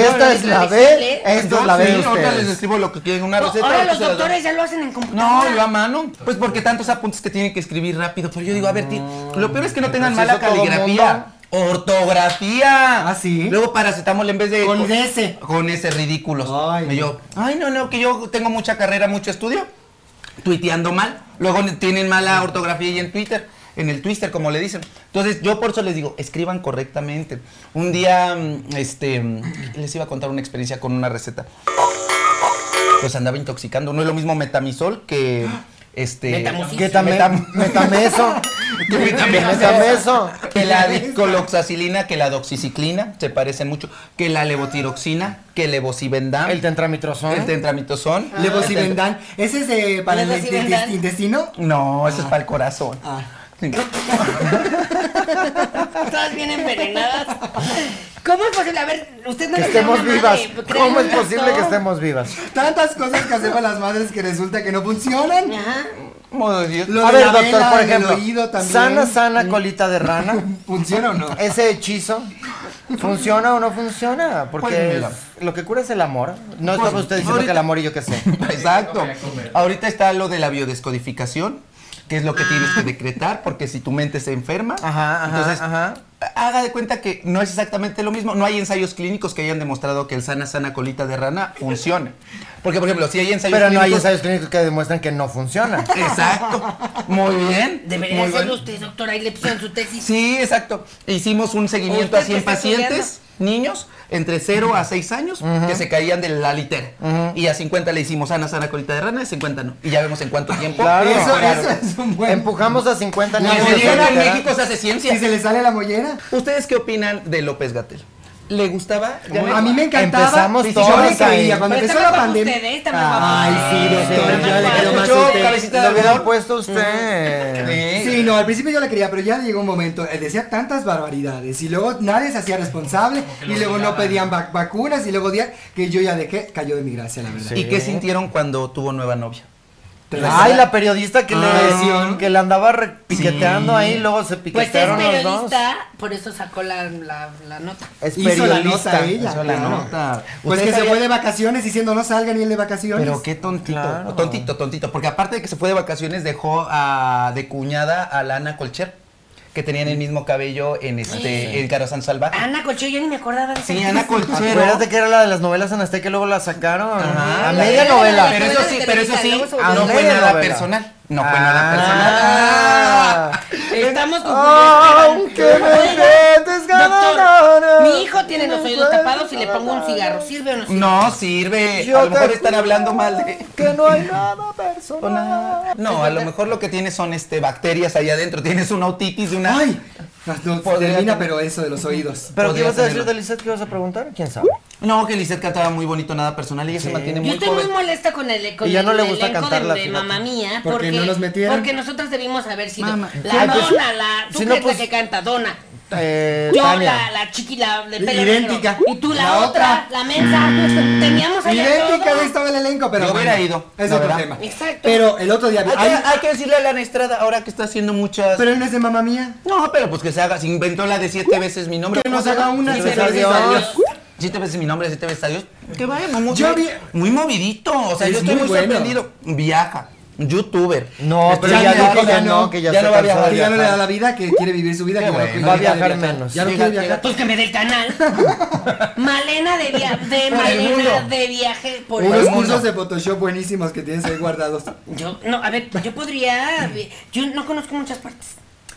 Speaker 3: esta es la B, esta es la B de
Speaker 2: ¿eh? ahorita les
Speaker 3: ustedes.
Speaker 2: escribo lo que quieren, una
Speaker 4: No,
Speaker 2: receta.
Speaker 4: ahora
Speaker 2: ahorita
Speaker 4: los
Speaker 2: se las doy.
Speaker 4: doctores ya lo hacen en computadora.
Speaker 2: No, yo a mano. Pues porque tantos apuntes que tienen que escribir rápido. Pero yo digo, a ver, ti- lo peor es que no tengan
Speaker 3: Entonces,
Speaker 2: mala
Speaker 3: ¿eso todo
Speaker 2: caligrafía. Ortografía.
Speaker 1: Ah, ¿sí?
Speaker 2: Luego paracetamol en vez de.
Speaker 1: Con ese.
Speaker 2: Con ese, ridículos.
Speaker 1: Ay,
Speaker 2: Ay, yo, ay, no, no, que yo tengo mucha carrera, mucho estudio. Tuiteando mal. Luego ne- tienen mala ortografía y en Twitter. En el Twitter, como le dicen. Entonces, yo por eso les digo, escriban correctamente. Un día, mm, este, mm, les iba a contar una experiencia con una receta pues andaba intoxicando. No es lo mismo metamisol que este.
Speaker 4: Metamucil.
Speaker 3: Que también,
Speaker 2: metam- [laughs]
Speaker 3: metameso. Metameso.
Speaker 2: Que la coloxacilina, que la doxiciclina, se parecen mucho. Que la levotiroxina, que levocibendan,
Speaker 3: El
Speaker 2: el,
Speaker 3: tentramitrozón.
Speaker 2: tentramitosón.
Speaker 1: Ah. Levosibendan. ¿Ese es eh, para el
Speaker 4: Levosibendan.
Speaker 1: inte- intestino?
Speaker 2: No, eso es para el corazón.
Speaker 4: Todas bien envenenadas. ¿Cómo es posible? A ver, usted no
Speaker 3: que
Speaker 4: le cree a
Speaker 3: estemos
Speaker 4: una
Speaker 3: vivas.
Speaker 4: madre, créanme,
Speaker 3: ¿Cómo es posible que
Speaker 4: ¿no?
Speaker 3: estemos vivas?
Speaker 1: Tantas cosas que hacemos las madres que resulta que no funcionan.
Speaker 4: Ajá.
Speaker 2: Modo de Dios.
Speaker 1: Lo
Speaker 3: A
Speaker 1: de
Speaker 3: ver,
Speaker 1: la
Speaker 3: doctor,
Speaker 1: vela
Speaker 3: por
Speaker 1: en el
Speaker 3: ejemplo.
Speaker 1: oído también.
Speaker 3: Sana,
Speaker 2: Mm.
Speaker 3: sana colita de
Speaker 2: [laughs]
Speaker 3: rana.
Speaker 1: ¿Funciona o no?
Speaker 3: Ese hechizo. ¿Funciona o no funciona? Porque
Speaker 2: Pues, mira.
Speaker 3: es- lo que cura es el amor. No
Speaker 2: Pues,
Speaker 3: estaba usted diciendo que
Speaker 2: ahorita-
Speaker 3: el amor y yo qué sé.
Speaker 2: Exacto. Ahorita está lo de la biodescodificación, que es lo que tienes que decretar, porque si tu mente se enferma,
Speaker 3: Ajá, ajá,
Speaker 2: entonces
Speaker 3: ajá.
Speaker 2: haga de cuenta que no es exactamente lo mismo. No hay ensayos clínicos que hayan demostrado que el sana sana colita de rana funcione. Porque, por ejemplo, si hay ensayos
Speaker 3: Pero no hay
Speaker 2: clínicos-
Speaker 3: ensayos clínicos que demuestran que no funciona.
Speaker 2: Exacto. Muy bien.
Speaker 4: Debería
Speaker 2: muy
Speaker 4: ser
Speaker 2: bueno.
Speaker 4: usted, doctora, ahí le pusieron su tesis.
Speaker 2: Sí, exacto. Hicimos un seguimiento
Speaker 4: ¿Usted
Speaker 2: a
Speaker 4: qué
Speaker 2: 100
Speaker 4: está
Speaker 2: pacientes, niños, entre 0 a 6 años, que se caían de la litera. Y a 50 le hicimos sana, sana, colita de rana, y a 50 no. Y ya vemos en cuánto tiempo.
Speaker 3: Claro. pues,
Speaker 1: eso,
Speaker 2: mejoraron.
Speaker 1: eso es un buen...
Speaker 3: Empujamos a 50
Speaker 2: La
Speaker 3: niños. de
Speaker 2: mollera en
Speaker 3: soltera.
Speaker 2: México se hace ciencia.
Speaker 1: Si se le sale la mollera.
Speaker 2: ¿Ustedes qué opinan de López Gatel? ¿Le gustaba?
Speaker 1: A mí me encantaba.
Speaker 3: Empezamos
Speaker 1: Sí, sí,
Speaker 3: todos
Speaker 1: yo le creía
Speaker 3: ahí.
Speaker 1: cuando
Speaker 4: Pero
Speaker 1: empezó
Speaker 4: está
Speaker 1: la
Speaker 4: más guapo
Speaker 1: pandemia.
Speaker 4: usted, ¿eh? Está más guapo.
Speaker 1: Ay, sí, doctor,
Speaker 4: Está
Speaker 1: yo le
Speaker 4: más
Speaker 1: creo
Speaker 4: guapo.
Speaker 1: más
Speaker 2: Yo,
Speaker 1: a usted.
Speaker 3: Lo
Speaker 2: cabecita de
Speaker 3: este, hubiera
Speaker 2: algodón.
Speaker 3: puesto usted.
Speaker 1: Sí, no, al principio yo le creía, pero ya llegó un momento, él decía tantas barbaridades y luego nadie se hacía responsable y luego no pedían vac- vacunas y luego día que yo ya dejé, cayó de mi gracia, la verdad.
Speaker 2: ¿Y qué sintieron cuando tuvo nueva novia?
Speaker 1: Pues
Speaker 3: Ay, la periodista que
Speaker 1: Ah.
Speaker 3: le, que le andaba re- piqueteando ahí, luego se
Speaker 4: Pues es
Speaker 3: piquetearon los dos.
Speaker 4: periodista, por eso sacó la, la, la nota.
Speaker 3: Es
Speaker 1: Hizo la nota ella.
Speaker 2: Hizo la
Speaker 1: claro.
Speaker 2: nota.
Speaker 1: Pues
Speaker 2: ¿Ustedes
Speaker 1: que se
Speaker 2: sabían-
Speaker 1: fue de vacaciones diciendo no salgan ni él de vacaciones.
Speaker 2: Pero qué tontito,
Speaker 3: Claro.
Speaker 2: tontito, tontito, porque aparte de que se fue de vacaciones dejó a, de cuñada a la Ana Colcher, que tenían el mismo cabello en este el Carazán Salvaje.
Speaker 4: Ana Colchón, yo ni me acordaba de esa
Speaker 2: sí,
Speaker 4: actriz.
Speaker 2: Ana Colchero.
Speaker 3: Acuérdate que era la de las novelas en Azteca y luego la sacaron.
Speaker 2: Ajá.
Speaker 3: a media
Speaker 4: Pero
Speaker 3: novela.
Speaker 2: Pero eso sí, pero eso
Speaker 4: Televisa,
Speaker 2: sí,
Speaker 4: luego se volvió
Speaker 2: Ah, no fue
Speaker 3: novela.
Speaker 2: nada
Speaker 3: novela.
Speaker 2: personal. No fue
Speaker 3: Ah.
Speaker 2: nada personal.
Speaker 4: Estamos
Speaker 3: Aunque
Speaker 4: confundidos.
Speaker 3: me intentes ganar.
Speaker 4: Doctor, mi hijo tiene los oídos tapados y le pongo un cigarro. ¿Sirve o no sirve?
Speaker 2: No sirve.
Speaker 3: Yo
Speaker 2: a lo mejor
Speaker 3: te
Speaker 2: están
Speaker 3: juro
Speaker 2: hablando mal de.
Speaker 3: Que no hay nada personal.
Speaker 2: No, a lo mejor lo que tienes son este bacterias allá adentro. Tienes una autitis de una.
Speaker 1: Ay, no,
Speaker 2: Podría
Speaker 1: termina,
Speaker 2: tener-
Speaker 1: pero eso de los oídos.
Speaker 3: Pero ¿qué
Speaker 2: Podría
Speaker 3: ibas a decir
Speaker 2: tenerlo.
Speaker 3: de Lisette? ¿Qué ibas a preguntar? ¿Quién sabe?
Speaker 2: No, que Lisette cantaba muy bonito, nada personal. Ella se mantiene
Speaker 4: Yo
Speaker 2: muy
Speaker 4: estoy
Speaker 2: joven.
Speaker 4: muy molesta con el con
Speaker 3: Y ya no
Speaker 4: el
Speaker 3: le gusta
Speaker 4: elenco
Speaker 3: cantarla,
Speaker 4: de, de
Speaker 3: fíjate.
Speaker 4: mamá mía
Speaker 1: Porque no los metieron.
Speaker 4: porque nosotros debimos haber sido
Speaker 2: Mamá.
Speaker 4: la
Speaker 3: Ah, pues,
Speaker 4: dona, la
Speaker 3: si
Speaker 4: tú que
Speaker 3: no,
Speaker 4: eres
Speaker 3: pues,
Speaker 4: la que canta dona.
Speaker 3: Eh,
Speaker 4: Yo la,
Speaker 3: Tania.
Speaker 4: la chiqui la de pelo
Speaker 1: Idéntica.
Speaker 4: negro. y tú la,
Speaker 1: La
Speaker 4: otra,
Speaker 1: otra.
Speaker 4: la mensa. Teníamos allá
Speaker 1: Idéntica
Speaker 4: todo.
Speaker 1: de estaba el elenco, pero
Speaker 2: Yo
Speaker 1: bueno,
Speaker 2: hubiera ido,
Speaker 1: Es
Speaker 2: la
Speaker 1: otro
Speaker 2: verdad.
Speaker 1: tema.
Speaker 4: Exacto.
Speaker 1: Pero el otro día vi-
Speaker 2: Hay,
Speaker 1: ay,
Speaker 2: que- hay que decirle a Lana Estrada ahora que está haciendo muchas.
Speaker 1: pero él no es de mamá mía.
Speaker 2: no, pero pues que se haga. Se inventó la de siete veces mi nombre.
Speaker 1: Que nos haga una
Speaker 2: Siete
Speaker 1: siete
Speaker 2: veces
Speaker 1: veces
Speaker 2: a
Speaker 1: adiós.
Speaker 2: Dios. Siete veces mi nombre, siete veces adiós. Que vaya, muy,
Speaker 1: Yo
Speaker 2: muy-
Speaker 1: vi-
Speaker 2: muy movidito. O sea,
Speaker 1: Es
Speaker 2: yo estoy
Speaker 1: muy
Speaker 2: muy
Speaker 1: bueno.
Speaker 2: sorprendido. Viaja, youtuber. Este,
Speaker 3: No, pero
Speaker 1: Ya
Speaker 3: ya
Speaker 1: no,
Speaker 3: dijo
Speaker 1: ya
Speaker 3: que no,
Speaker 1: no,
Speaker 3: que ya
Speaker 2: ya
Speaker 3: se
Speaker 2: no va a
Speaker 3: cansó de
Speaker 2: viajar, [laughs]
Speaker 1: Que ya no le
Speaker 3: viajar.
Speaker 1: da la vida, que quiere vivir su vida,
Speaker 2: Qué
Speaker 1: que
Speaker 2: bueno.
Speaker 1: no
Speaker 3: Va a
Speaker 1: quiere
Speaker 3: viajar menos.
Speaker 1: Ya no
Speaker 2: Llega-
Speaker 1: quiere viajar.
Speaker 4: Pues que me dé el
Speaker 2: [laughs]
Speaker 4: canal. Malena de via de
Speaker 2: Por el
Speaker 4: Malena
Speaker 2: mundo.
Speaker 4: de viaje por el
Speaker 1: Unos
Speaker 2: mundo.
Speaker 1: cursos de Photoshop buenísimos que tienes ahí guardados.
Speaker 4: Yo no, a ver, yo podría yo no conozco muchas partes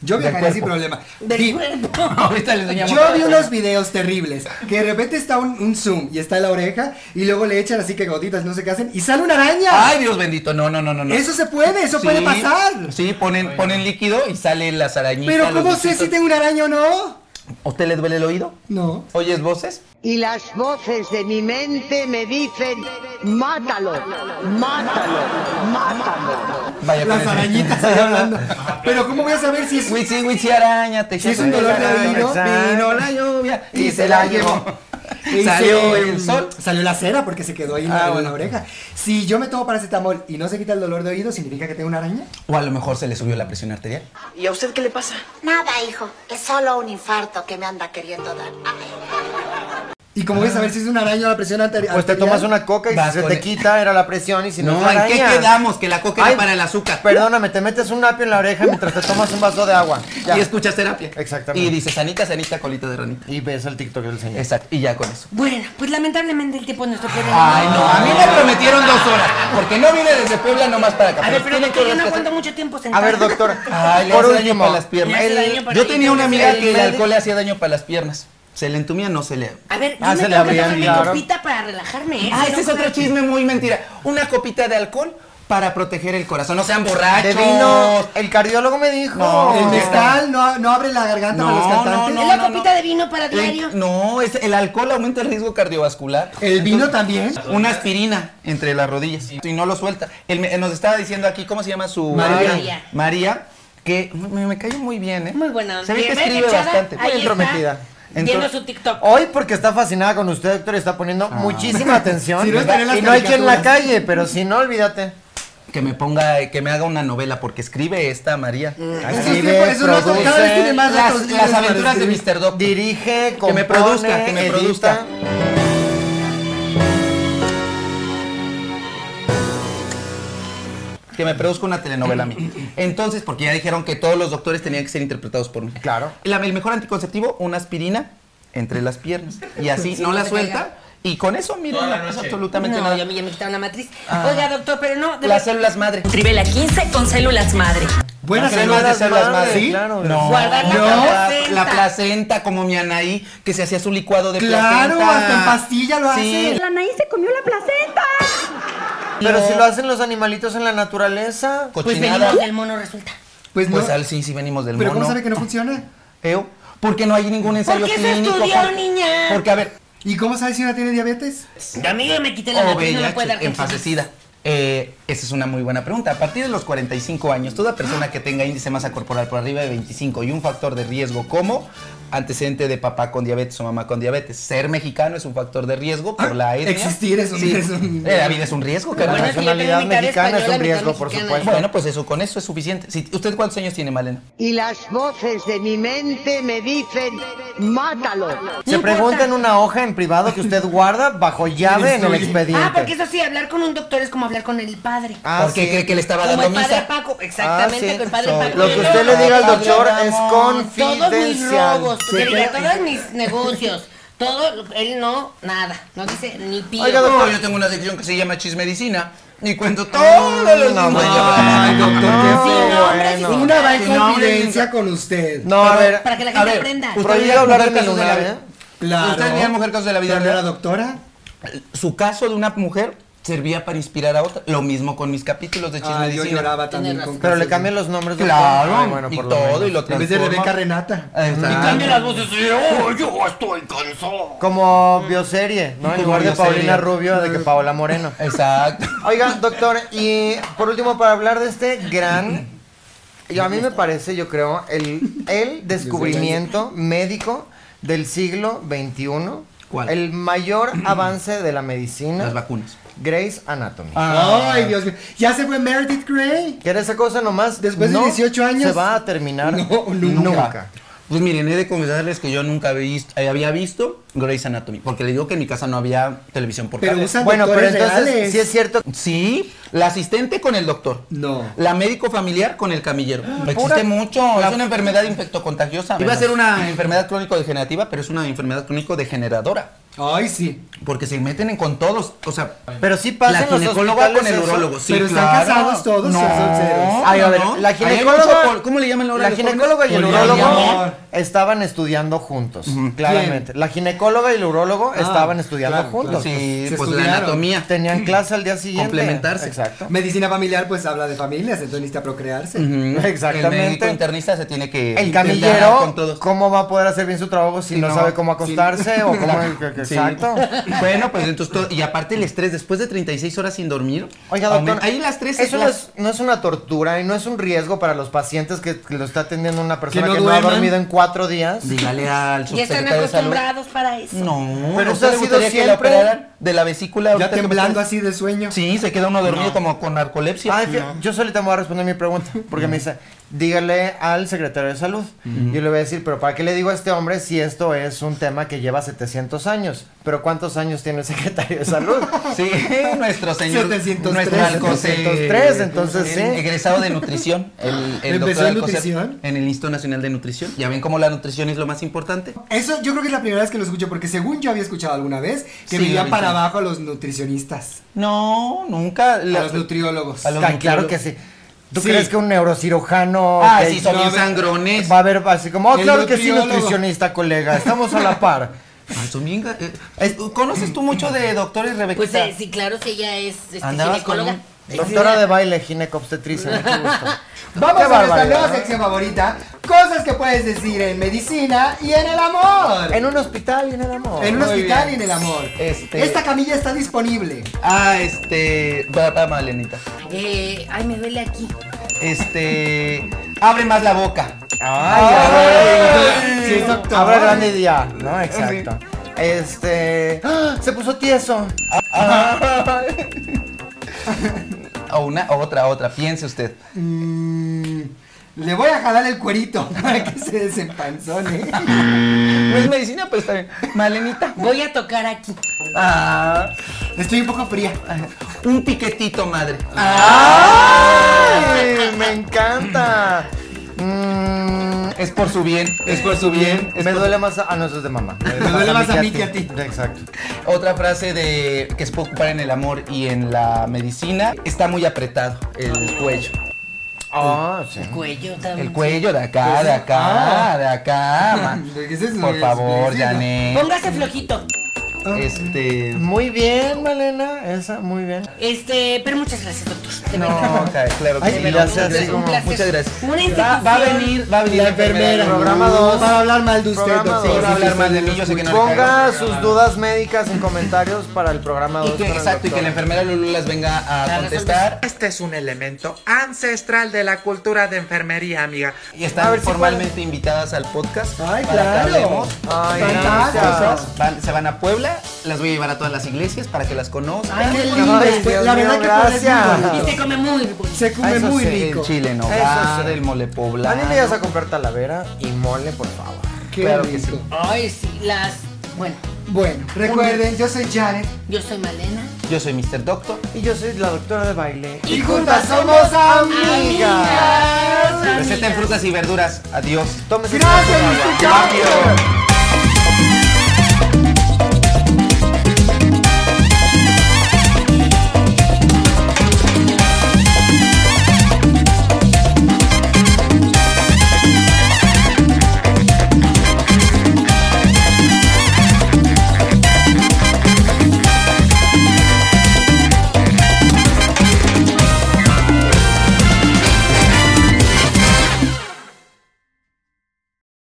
Speaker 1: Yo viajaría sin problema.
Speaker 4: del
Speaker 1: Vi-
Speaker 4: cuerpo.
Speaker 2: [laughs] Ahorita les enseñamos.
Speaker 1: yo vi unos videos terribles que de repente está un, un zoom y está en la oreja y luego le echan así que gotitas no sé qué hacen y sale una araña.
Speaker 2: Ay, Dios bendito. No, no, no, no. no.
Speaker 1: Eso se puede, eso puede
Speaker 2: Sí,
Speaker 1: pasar.
Speaker 2: Sí, ponen, ponen líquido y salen las arañitas.
Speaker 1: Pero
Speaker 2: los
Speaker 1: ¿cómo sé si
Speaker 2: bichitos.
Speaker 1: tengo una araña o no?
Speaker 2: ¿A usted le duele el oído?
Speaker 1: No.
Speaker 2: ¿Oyes voces?
Speaker 8: Y las voces de mi mente me dicen, mátalo, mátalo, mátalo.
Speaker 2: Vaya
Speaker 1: Las
Speaker 2: con
Speaker 1: [laughs]
Speaker 2: eso. [laughs]
Speaker 1: arañitas ahí hablando. Pero ¿cómo voy a saber si es
Speaker 2: Huitzi, huitzi, araña, te
Speaker 1: Si es
Speaker 2: echas
Speaker 1: un dolor de
Speaker 2: araña,
Speaker 1: oído,
Speaker 2: exacto. vino la lluvia y se la llevó.
Speaker 1: Y
Speaker 2: Salió
Speaker 1: se-
Speaker 2: el sol.
Speaker 1: Salió la cera porque se quedó ahí en la-
Speaker 2: Ah,
Speaker 1: en
Speaker 2: bueno.
Speaker 1: la oreja. Si yo me tomo paracetamol y no se quita el dolor de oído, ¿significa que tengo una araña?
Speaker 2: O a lo mejor se le subió la presión arterial.
Speaker 11: ¿Y a usted qué le pasa?
Speaker 7: Nada, hijo. Es solo un infarto que me anda queriendo dar.
Speaker 1: ¿Y cómo voy a saber si es una araña o la presión anteri- arterial?
Speaker 3: Pues te tomas una coca y
Speaker 2: Vas
Speaker 3: si se
Speaker 2: con
Speaker 3: te
Speaker 2: el-
Speaker 3: quita era la presión y si no,
Speaker 2: no,
Speaker 3: es
Speaker 2: ¿en qué
Speaker 3: araña.
Speaker 2: quedamos? Que la coca
Speaker 3: Ay,
Speaker 2: era para el azúcar.
Speaker 3: Perdóname, te metes un apio en la oreja mientras te tomas un vaso de agua. Ya.
Speaker 2: Y escuchas terapia.
Speaker 3: Exactamente.
Speaker 2: Y dices, sanita, sanita, colita de ranita.
Speaker 3: Y ves el TikTok del señor.
Speaker 2: Exacto, y ya con eso.
Speaker 4: Bueno, pues lamentablemente el tiempo es nuestro problema.
Speaker 1: Ah.
Speaker 2: Ay, no, a mí me prometieron dos horas. Porque no vine desde Puebla nomás para acá.
Speaker 4: A ver, pero
Speaker 2: tienen
Speaker 4: doctor,
Speaker 2: que
Speaker 4: yo no
Speaker 2: rescatar-
Speaker 4: aguanto mucho tiempo sentado.
Speaker 3: A ver, doctor,
Speaker 2: Ay, le
Speaker 3: por
Speaker 2: hace daño
Speaker 3: último.
Speaker 2: para las piernas.
Speaker 4: Le hace
Speaker 2: El-
Speaker 4: daño para-
Speaker 2: yo tenía una amiga que el
Speaker 3: médico-
Speaker 2: alcohol le hacía daño para las piernas. Se le entumía, no se le.
Speaker 4: A ver, yo
Speaker 3: Ah,
Speaker 4: me
Speaker 3: se le
Speaker 4: tengo que
Speaker 3: abrían,
Speaker 4: tomar mi
Speaker 3: claro.
Speaker 4: copita para relajarme. ¿eh?
Speaker 2: Ah,
Speaker 4: Si
Speaker 2: ese es
Speaker 4: no,
Speaker 2: otro chisme muy mentira. Una copita de alcohol para proteger el corazón. No sean borrachos.
Speaker 3: De vino, el cardiólogo me dijo.
Speaker 2: No,
Speaker 1: El cristal no, no abre la garganta para los
Speaker 2: No, no,
Speaker 1: cantantes.
Speaker 2: no,
Speaker 4: es la
Speaker 2: no,
Speaker 4: copita de vino para diario.
Speaker 2: El- no, es, el alcohol aumenta el riesgo cardiovascular.
Speaker 1: El vino también.
Speaker 2: Una aspirina entre las rodillas y no lo suelta. Él me- él nos estaba diciendo aquí, ¿cómo se llama su
Speaker 1: María.
Speaker 2: María? María, que me, me cayó muy bien, ¿eh?
Speaker 4: Muy buena.
Speaker 2: Se ve que
Speaker 4: Bien,
Speaker 2: escribe
Speaker 4: echada,
Speaker 2: bastante.
Speaker 4: ahí
Speaker 3: Muy entrometida.
Speaker 4: está, Viendo
Speaker 2: Entonces-
Speaker 4: su TikTok.
Speaker 3: Hoy porque está fascinada con usted, doctor, y está
Speaker 1: [laughs]
Speaker 3: poniendo muchísima atención.
Speaker 1: Ah. Si no estaría en las
Speaker 3: y no hay quien la
Speaker 1: caricaturas.
Speaker 3: calle, pero si no, olvídate.
Speaker 2: Que me ponga, eh, que me haga una novela, porque escribe esta María.
Speaker 1: En sus tiempos, es un otro- cada vez tiene más
Speaker 2: Las,
Speaker 1: datos
Speaker 2: las
Speaker 1: libres para
Speaker 2: aventuras de
Speaker 1: escribir.
Speaker 2: Mr. Doctor.
Speaker 3: Dirige,
Speaker 2: Que me
Speaker 3: compone,
Speaker 2: produzca, que me
Speaker 3: edita.
Speaker 2: produzca. Que me produzca una telenovela a mí. Entonces, porque ya dijeron que todos los doctores tenían que ser interpretados por mí.
Speaker 3: Claro.
Speaker 2: La- el mejor anticonceptivo, una aspirina entre las piernas. Y así
Speaker 4: Sí,
Speaker 2: no
Speaker 4: no
Speaker 2: la
Speaker 4: te
Speaker 2: suelta.
Speaker 4: caiga.
Speaker 2: Y con eso, mira,
Speaker 10: Toda la
Speaker 2: no pasa
Speaker 10: noche.
Speaker 2: absolutamente
Speaker 4: No, ya
Speaker 2: nada. Ah.
Speaker 4: me, ya me quitaron la matriz. Oiga, doctor, pero no. de verdad,
Speaker 2: Las células madre.
Speaker 11: Trivela 15 con células madre.
Speaker 1: Buenas
Speaker 2: Las células de
Speaker 1: células.
Speaker 2: células madre.
Speaker 1: ¿Sí?
Speaker 3: claro.
Speaker 2: No,
Speaker 4: Guardar la
Speaker 2: no,
Speaker 4: placenta.
Speaker 2: La placenta, como mi Anaí, que se hacía su licuado de placenta.
Speaker 1: Claro, hasta en pastilla lo
Speaker 2: Sí.
Speaker 1: hace.
Speaker 11: Anaí se comió la placenta.
Speaker 3: Pero
Speaker 2: No.
Speaker 3: si lo hacen los animalitos en la naturaleza.
Speaker 4: pues
Speaker 2: Cochinada.
Speaker 4: venimos del mono, resulta.
Speaker 1: Pues no.
Speaker 2: Pues al sí, sí venimos del
Speaker 1: Pero
Speaker 2: mono.
Speaker 1: ¿cómo sabe que no funciona?
Speaker 2: Eo, Porque no hay ningún ensayo
Speaker 4: qué se
Speaker 2: clínico.
Speaker 4: estudió,
Speaker 2: Jorge.
Speaker 4: niña?
Speaker 2: Porque, a ver,
Speaker 1: ¿Y cómo sabe si una tiene diabetes?
Speaker 4: A mí me quité la
Speaker 2: o
Speaker 4: matriz, no me puede
Speaker 2: VIH,
Speaker 4: dar
Speaker 2: enfasecida. Eh, esa es una muy buena pregunta. A partir de los 45 años, toda persona que tenga índice de masa corporal por arriba de 25 y un factor de riesgo como antecedente de papá con diabetes o mamá con diabetes, ser mexicano es un factor de riesgo por la etnia.
Speaker 1: Ah, existir es un-
Speaker 2: Sí.
Speaker 1: es un-
Speaker 2: Eh, la vida es un riesgo,
Speaker 3: La
Speaker 4: Bueno,
Speaker 2: carnal.
Speaker 4: es que yo tengo
Speaker 3: nacionalidad
Speaker 4: mitad
Speaker 3: mexicana es
Speaker 4: española,
Speaker 3: un
Speaker 4: mitad
Speaker 3: riesgo, por
Speaker 4: mexicana.
Speaker 3: supuesto.
Speaker 2: Bueno, pues eso, con eso es suficiente. Si- ¿Usted cuántos años tiene, Malena?
Speaker 8: Y las voces de mi mente me dicen, mátalo.
Speaker 3: Se
Speaker 4: importa.
Speaker 3: pregunta en una hoja en privado que usted guarda bajo llave en el expediente.
Speaker 4: Ah, porque eso sí, hablar con un doctor es como hablar con el padre.
Speaker 3: Ah,
Speaker 2: Porque
Speaker 3: sí.
Speaker 2: cree que le estaba
Speaker 4: como
Speaker 2: dando
Speaker 4: el padre
Speaker 2: misa.
Speaker 4: Paco, exactamente,
Speaker 3: Ah, sí.
Speaker 4: con el padre
Speaker 3: So-
Speaker 4: Paco.
Speaker 3: Lo que usted le diga al
Speaker 2: Padre
Speaker 3: doctor es
Speaker 2: Ramón,
Speaker 4: Todos mis
Speaker 3: confidencial.
Speaker 4: robos, que diga, todos mis negocios, todo, él no, nada, no dice ni pío.
Speaker 3: Oiga,
Speaker 2: No,
Speaker 3: doctor.
Speaker 2: yo tengo una sección que se llama Chismedicina y cuento
Speaker 1: Ah,
Speaker 2: todos los
Speaker 3: No,
Speaker 2: chismes.
Speaker 1: Ay, doctor,
Speaker 3: No,
Speaker 1: qué feo.
Speaker 3: bueno.
Speaker 1: Una va en
Speaker 2: Sin nombre,
Speaker 1: confidencia con usted.
Speaker 3: No, a ver.
Speaker 4: para que la
Speaker 2: A
Speaker 4: gente
Speaker 2: ver,
Speaker 4: aprenda.
Speaker 2: usted
Speaker 3: Prohibido
Speaker 2: diría
Speaker 3: hablar de
Speaker 2: mujer
Speaker 3: mi
Speaker 2: casos la
Speaker 3: lunar, ¿eh?
Speaker 2: vida.
Speaker 1: Claro.
Speaker 2: Usted veía mujer casos de la vida
Speaker 1: Pero no era
Speaker 2: real.
Speaker 1: doctora?
Speaker 2: Su caso de una mujer servía para inspirar a otra. Lo mismo con mis capítulos de
Speaker 1: Ay, yo
Speaker 2: Chismedicina.
Speaker 1: lloraba también
Speaker 4: Tienes
Speaker 1: con
Speaker 3: Pero
Speaker 1: cosas
Speaker 3: le
Speaker 1: de-
Speaker 3: cambian los nombres. doctor.
Speaker 2: Claro,
Speaker 3: Ay, bueno,
Speaker 2: y
Speaker 3: por lo
Speaker 2: todo, y
Speaker 3: menos.
Speaker 2: lo
Speaker 1: En vez de
Speaker 2: transforma.
Speaker 1: Rebeca Renata.
Speaker 2: Ahí está.
Speaker 3: cambia
Speaker 10: las voces y yo, yo estoy cansado.
Speaker 3: Como bioserie, ¿no? En
Speaker 2: Como
Speaker 3: lugar de
Speaker 2: bioserie. Mm.
Speaker 3: Paulina Rubio, de que Paola Moreno.
Speaker 2: Exacto.
Speaker 3: Oiga, doctor, y por último, para hablar de este gran, yo- a mí me parece, yo creo, el, el descubrimiento médico del siglo XXI.
Speaker 2: ¿Cuál?
Speaker 3: El
Speaker 2: [clears throat]
Speaker 3: mayor avance de la medicina.
Speaker 2: Las vacunas.
Speaker 3: Grey's Anatomy.
Speaker 2: Ah.
Speaker 1: Ay, Dios mío. Ya se fue Meredith Grey.
Speaker 3: Que era esa cosa nomás.
Speaker 1: Después de
Speaker 3: no
Speaker 1: 18 años.
Speaker 3: Se va a terminar.
Speaker 1: No, nunca.
Speaker 2: Pues miren, he de confesarles que yo nunca había visto, eh, había visto Grey's Anatomy, porque le digo que en mi casa no había televisión por
Speaker 1: Pero
Speaker 2: cable.
Speaker 1: usan
Speaker 3: Bueno, pero
Speaker 1: doctores
Speaker 3: entonces,
Speaker 1: reales.
Speaker 3: sí es cierto.
Speaker 2: Sí, la asistente con el doctor.
Speaker 1: No.
Speaker 2: La médico familiar con el camillero.
Speaker 3: pura-
Speaker 2: Existe mucho. Es una enfermedad infectocontagiosa. Iba a ser [laughs] una enfermedad crónico-degenerativa, pero es una enfermedad crónico-degeneradora.
Speaker 1: Ay, sí.
Speaker 2: Porque se meten en con todos. O sea,
Speaker 3: Pero sí pasa
Speaker 2: la
Speaker 3: en los
Speaker 2: ginecóloga
Speaker 3: hospitales
Speaker 2: con el
Speaker 3: eso.
Speaker 2: urólogo. Sí,
Speaker 1: Pero están
Speaker 2: claro.
Speaker 1: casados todos,
Speaker 2: No.
Speaker 1: o son ceros.
Speaker 3: Ay, a ver,
Speaker 2: no, no.
Speaker 3: la
Speaker 2: Ahí hay
Speaker 3: ginecóloga-
Speaker 2: mucho pol- ¿Cómo le llaman ahora?
Speaker 3: La
Speaker 2: los
Speaker 3: ginecóloga y el
Speaker 2: jóvenes?
Speaker 3: urólogo
Speaker 1: Poliamor.
Speaker 3: estaban estudiando juntos, claramente. La ginecóloga y el urólogo estaban estudiando
Speaker 1: Ah, claro,
Speaker 3: juntos.
Speaker 2: Sí,
Speaker 1: Se
Speaker 2: pues la
Speaker 1: estudiaron.
Speaker 2: anatomía.
Speaker 3: [clears throat] Tenían clase al día siguiente.
Speaker 2: Complementarse.
Speaker 3: Exacto.
Speaker 1: Medicina familiar, pues habla de familias, entonces necesita procrearse.
Speaker 2: [laughs] Ujú.
Speaker 3: Exactamente.
Speaker 2: El médico internista se tiene que.
Speaker 3: El
Speaker 2: intentar con
Speaker 3: camillero,
Speaker 2: todos.
Speaker 3: ¿cómo va a poder hacer bien su trabajo si,
Speaker 2: Si
Speaker 3: no,
Speaker 2: no,
Speaker 3: sabe cómo
Speaker 2: si-
Speaker 3: acostarse
Speaker 2: [laughs]
Speaker 3: o cómo...
Speaker 2: Sí. [laughs]
Speaker 3: Exacto.
Speaker 2: Bueno, pues entonces todo- y aparte el estrés después de 36 horas sin dormir.
Speaker 3: Oiga, doctor,
Speaker 2: aumenta- ahí las tres
Speaker 3: eso no,
Speaker 2: las-
Speaker 3: es, no es una tortura y no es un riesgo para los pacientes que, que lo está atendiendo una persona
Speaker 1: no
Speaker 3: que no ha
Speaker 1: duerman.
Speaker 3: dormido en cuatro días.
Speaker 2: Dígale
Speaker 4: Ya
Speaker 2: al
Speaker 4: están
Speaker 2: subsecretario de salud.
Speaker 4: acostumbrados para eso.
Speaker 2: No,
Speaker 3: Pero
Speaker 2: ¿a
Speaker 3: usted ha
Speaker 2: le
Speaker 3: sido
Speaker 2: gustaría que le
Speaker 3: siempre-
Speaker 2: operaran de la vesícula
Speaker 1: Ya
Speaker 2: ahorita que
Speaker 1: temblando
Speaker 2: me-
Speaker 1: así de sueño.
Speaker 2: Sí, se queda uno dormido como con narcolepsia.
Speaker 3: Ay, fíjate, Yo solita me voy a responder mi pregunta, porque me dice, dígale al secretario de salud. Yo le voy a decir, pero ¿para qué le digo a este hombre si esto es un tema que lleva 700 años? Pero ¿cuántos años tiene el secretario de
Speaker 2: [laughs]
Speaker 3: salud?
Speaker 2: Sí, nuestro señor
Speaker 1: 703.
Speaker 2: nuestro Alcocer,
Speaker 3: 703, entonces,
Speaker 2: eh,
Speaker 3: sí.
Speaker 2: egresado de nutrición, el, el
Speaker 1: ¿Empezó
Speaker 2: doctor
Speaker 1: en
Speaker 2: Alcocer,
Speaker 1: nutrición?
Speaker 2: en el Instituto Nacional de Nutrición. Ya ven cómo la nutrición es lo más importante.
Speaker 1: Eso yo creo que es la primera vez que lo escucho, porque según yo había escuchado alguna vez que
Speaker 2: Sí,
Speaker 1: vivían
Speaker 2: ahorita.
Speaker 1: para abajo a los nutricionistas,
Speaker 2: No, nunca
Speaker 1: a
Speaker 2: la-
Speaker 1: los nutriólogos.
Speaker 2: a los
Speaker 3: Ah, claro
Speaker 2: nutriólogos.
Speaker 3: que sí. ¿Tú
Speaker 1: Sí.
Speaker 3: crees que un neurocirujano
Speaker 2: Ah,
Speaker 3: que
Speaker 2: sí, son
Speaker 1: no,
Speaker 2: bien
Speaker 1: a ver,
Speaker 2: sangrones.
Speaker 3: va a haber así como, "Ah,
Speaker 1: El
Speaker 3: claro que sí,
Speaker 1: nutriólogo".
Speaker 3: nutricionista, colega, estamos a la par?
Speaker 2: Ah, son bien ga- eh, es- ¿Conoces tú mucho de doctores, Rebeca?
Speaker 4: Pues eh, sí, claro, si ella es este,
Speaker 2: Andabas con
Speaker 4: ginecóloga.
Speaker 2: un-
Speaker 3: Doctora de baile, ginecobstetricia. mucho gusto.
Speaker 1: [laughs] Vamos
Speaker 3: Qué
Speaker 1: a nuestra
Speaker 3: barbaridad,
Speaker 1: nueva
Speaker 3: ¿no?
Speaker 1: sección favorita. Cosas que puedes decir en medicina y en el amor.
Speaker 3: En un hospital y en el amor.
Speaker 1: En un
Speaker 2: Muy
Speaker 1: hospital
Speaker 2: bien.
Speaker 1: y en el amor.
Speaker 2: Este-
Speaker 1: Esta camilla está disponible.
Speaker 2: Ah, este. Va, va, Malenita.
Speaker 4: Eh, ay, me duele aquí.
Speaker 2: Este. Abre más la boca.
Speaker 3: Ay,
Speaker 1: Sí,
Speaker 3: ay,
Speaker 1: exacto.
Speaker 3: Habrá grande día. No, exacto. Este. ¡ah! Se puso tieso.
Speaker 2: O una, o otra, otra. Piense usted.
Speaker 1: Mm, le voy a jalar el cuerito [laughs] para que se desempanzone.
Speaker 2: No es medicina, pero está bien. Malenita.
Speaker 4: Voy a tocar aquí.
Speaker 2: Ah,
Speaker 1: Estoy un poco fría.
Speaker 2: un piquetito, madre.
Speaker 1: Ah.
Speaker 3: ¡Ay! Me encanta. Mm,
Speaker 2: Es por su bien. Es por su bien. es
Speaker 3: me
Speaker 2: por-
Speaker 3: duele más a, a nosotros de mamá.
Speaker 1: Me duele más a mí que a ti.
Speaker 3: Exacto.
Speaker 2: Otra frase de que se puede ocupar en el amor y en la medicina. Está muy apretado el cuello.
Speaker 3: Ah, sí.
Speaker 4: Cuello también.
Speaker 2: El cuello de acá, de acá, de acá. ma.
Speaker 1: ¿Qué es eso?
Speaker 2: Por favor,
Speaker 1: Medicina.
Speaker 2: Janet.
Speaker 4: Póngase flojito.
Speaker 2: Este.
Speaker 3: Muy bien, Malena. Esa, muy bien.
Speaker 4: Este, pero muchas gracias, doctor. De
Speaker 2: [laughs] No,
Speaker 4: verdad.
Speaker 2: ca- claro que
Speaker 3: Ay,
Speaker 2: sí.
Speaker 3: y la hace así
Speaker 2: Muchas
Speaker 3: como-
Speaker 2: gracias. Muchas
Speaker 4: Una
Speaker 2: gracias. Va,
Speaker 4: institución.
Speaker 2: va a venir, va a venir
Speaker 3: La enfermera. Programa dos.
Speaker 1: Para hablar mal de usted,
Speaker 3: Programa
Speaker 1: doctor.
Speaker 3: dos.
Speaker 1: Sí,
Speaker 2: Para
Speaker 1: sí,
Speaker 2: hablar
Speaker 1: sí,
Speaker 2: mal de
Speaker 1: sí,
Speaker 2: mí,
Speaker 1: sí.
Speaker 2: yo sé que no le
Speaker 3: Ponga
Speaker 2: caigo.
Speaker 3: sus dudas médicas en comentarios para el programa 2.
Speaker 2: Y que, exacto, y que la enfermera Lulu las venga a contestar.
Speaker 12: Este es un elemento ancestral de la cultura de enfermería, amiga.
Speaker 2: Y están
Speaker 3: A ver si
Speaker 2: formalmente invitadas al podcast.
Speaker 1: Ay,
Speaker 2: para que
Speaker 1: claro.
Speaker 2: hablemos.
Speaker 3: Ay,
Speaker 1: Fantástico.
Speaker 3: gracias.
Speaker 2: Van- se van a Puebla, las voy a llevar a todas las iglesias para que las conozcan.
Speaker 1: Ay, qué
Speaker 3: Ay,
Speaker 1: lindo.
Speaker 3: Dios
Speaker 1: pues, La
Speaker 3: mío,
Speaker 1: verdad que por eso
Speaker 3: gracias.
Speaker 1: es muy
Speaker 4: Y
Speaker 1: bonito.
Speaker 4: se come muy bueno.
Speaker 1: Se
Speaker 3: Ah,
Speaker 1: come
Speaker 3: eso
Speaker 1: muy
Speaker 3: sí,
Speaker 1: rico.
Speaker 2: El chile en
Speaker 3: Eso
Speaker 2: hogar,
Speaker 3: sí.
Speaker 2: el mole
Speaker 3: A mí
Speaker 2: poblano.
Speaker 3: me ibas a comprar talavera y mole, por favor.
Speaker 1: Qué
Speaker 2: claro que
Speaker 1: rico.
Speaker 4: Ay, sí, las. Bueno,
Speaker 1: Bueno, recuerden, yo soy Janet.
Speaker 4: yo soy Malena.
Speaker 2: Yo soy Mr. Doctor.
Speaker 3: Y yo soy la doctora de baile.
Speaker 1: Y juntas somos amigas.
Speaker 4: Amigas,
Speaker 2: Receten
Speaker 4: amigas.
Speaker 2: frutas y verduras. Adiós.
Speaker 3: Tómese
Speaker 1: Gracias,
Speaker 3: su
Speaker 1: Mr.
Speaker 3: agua.
Speaker 1: Doctor.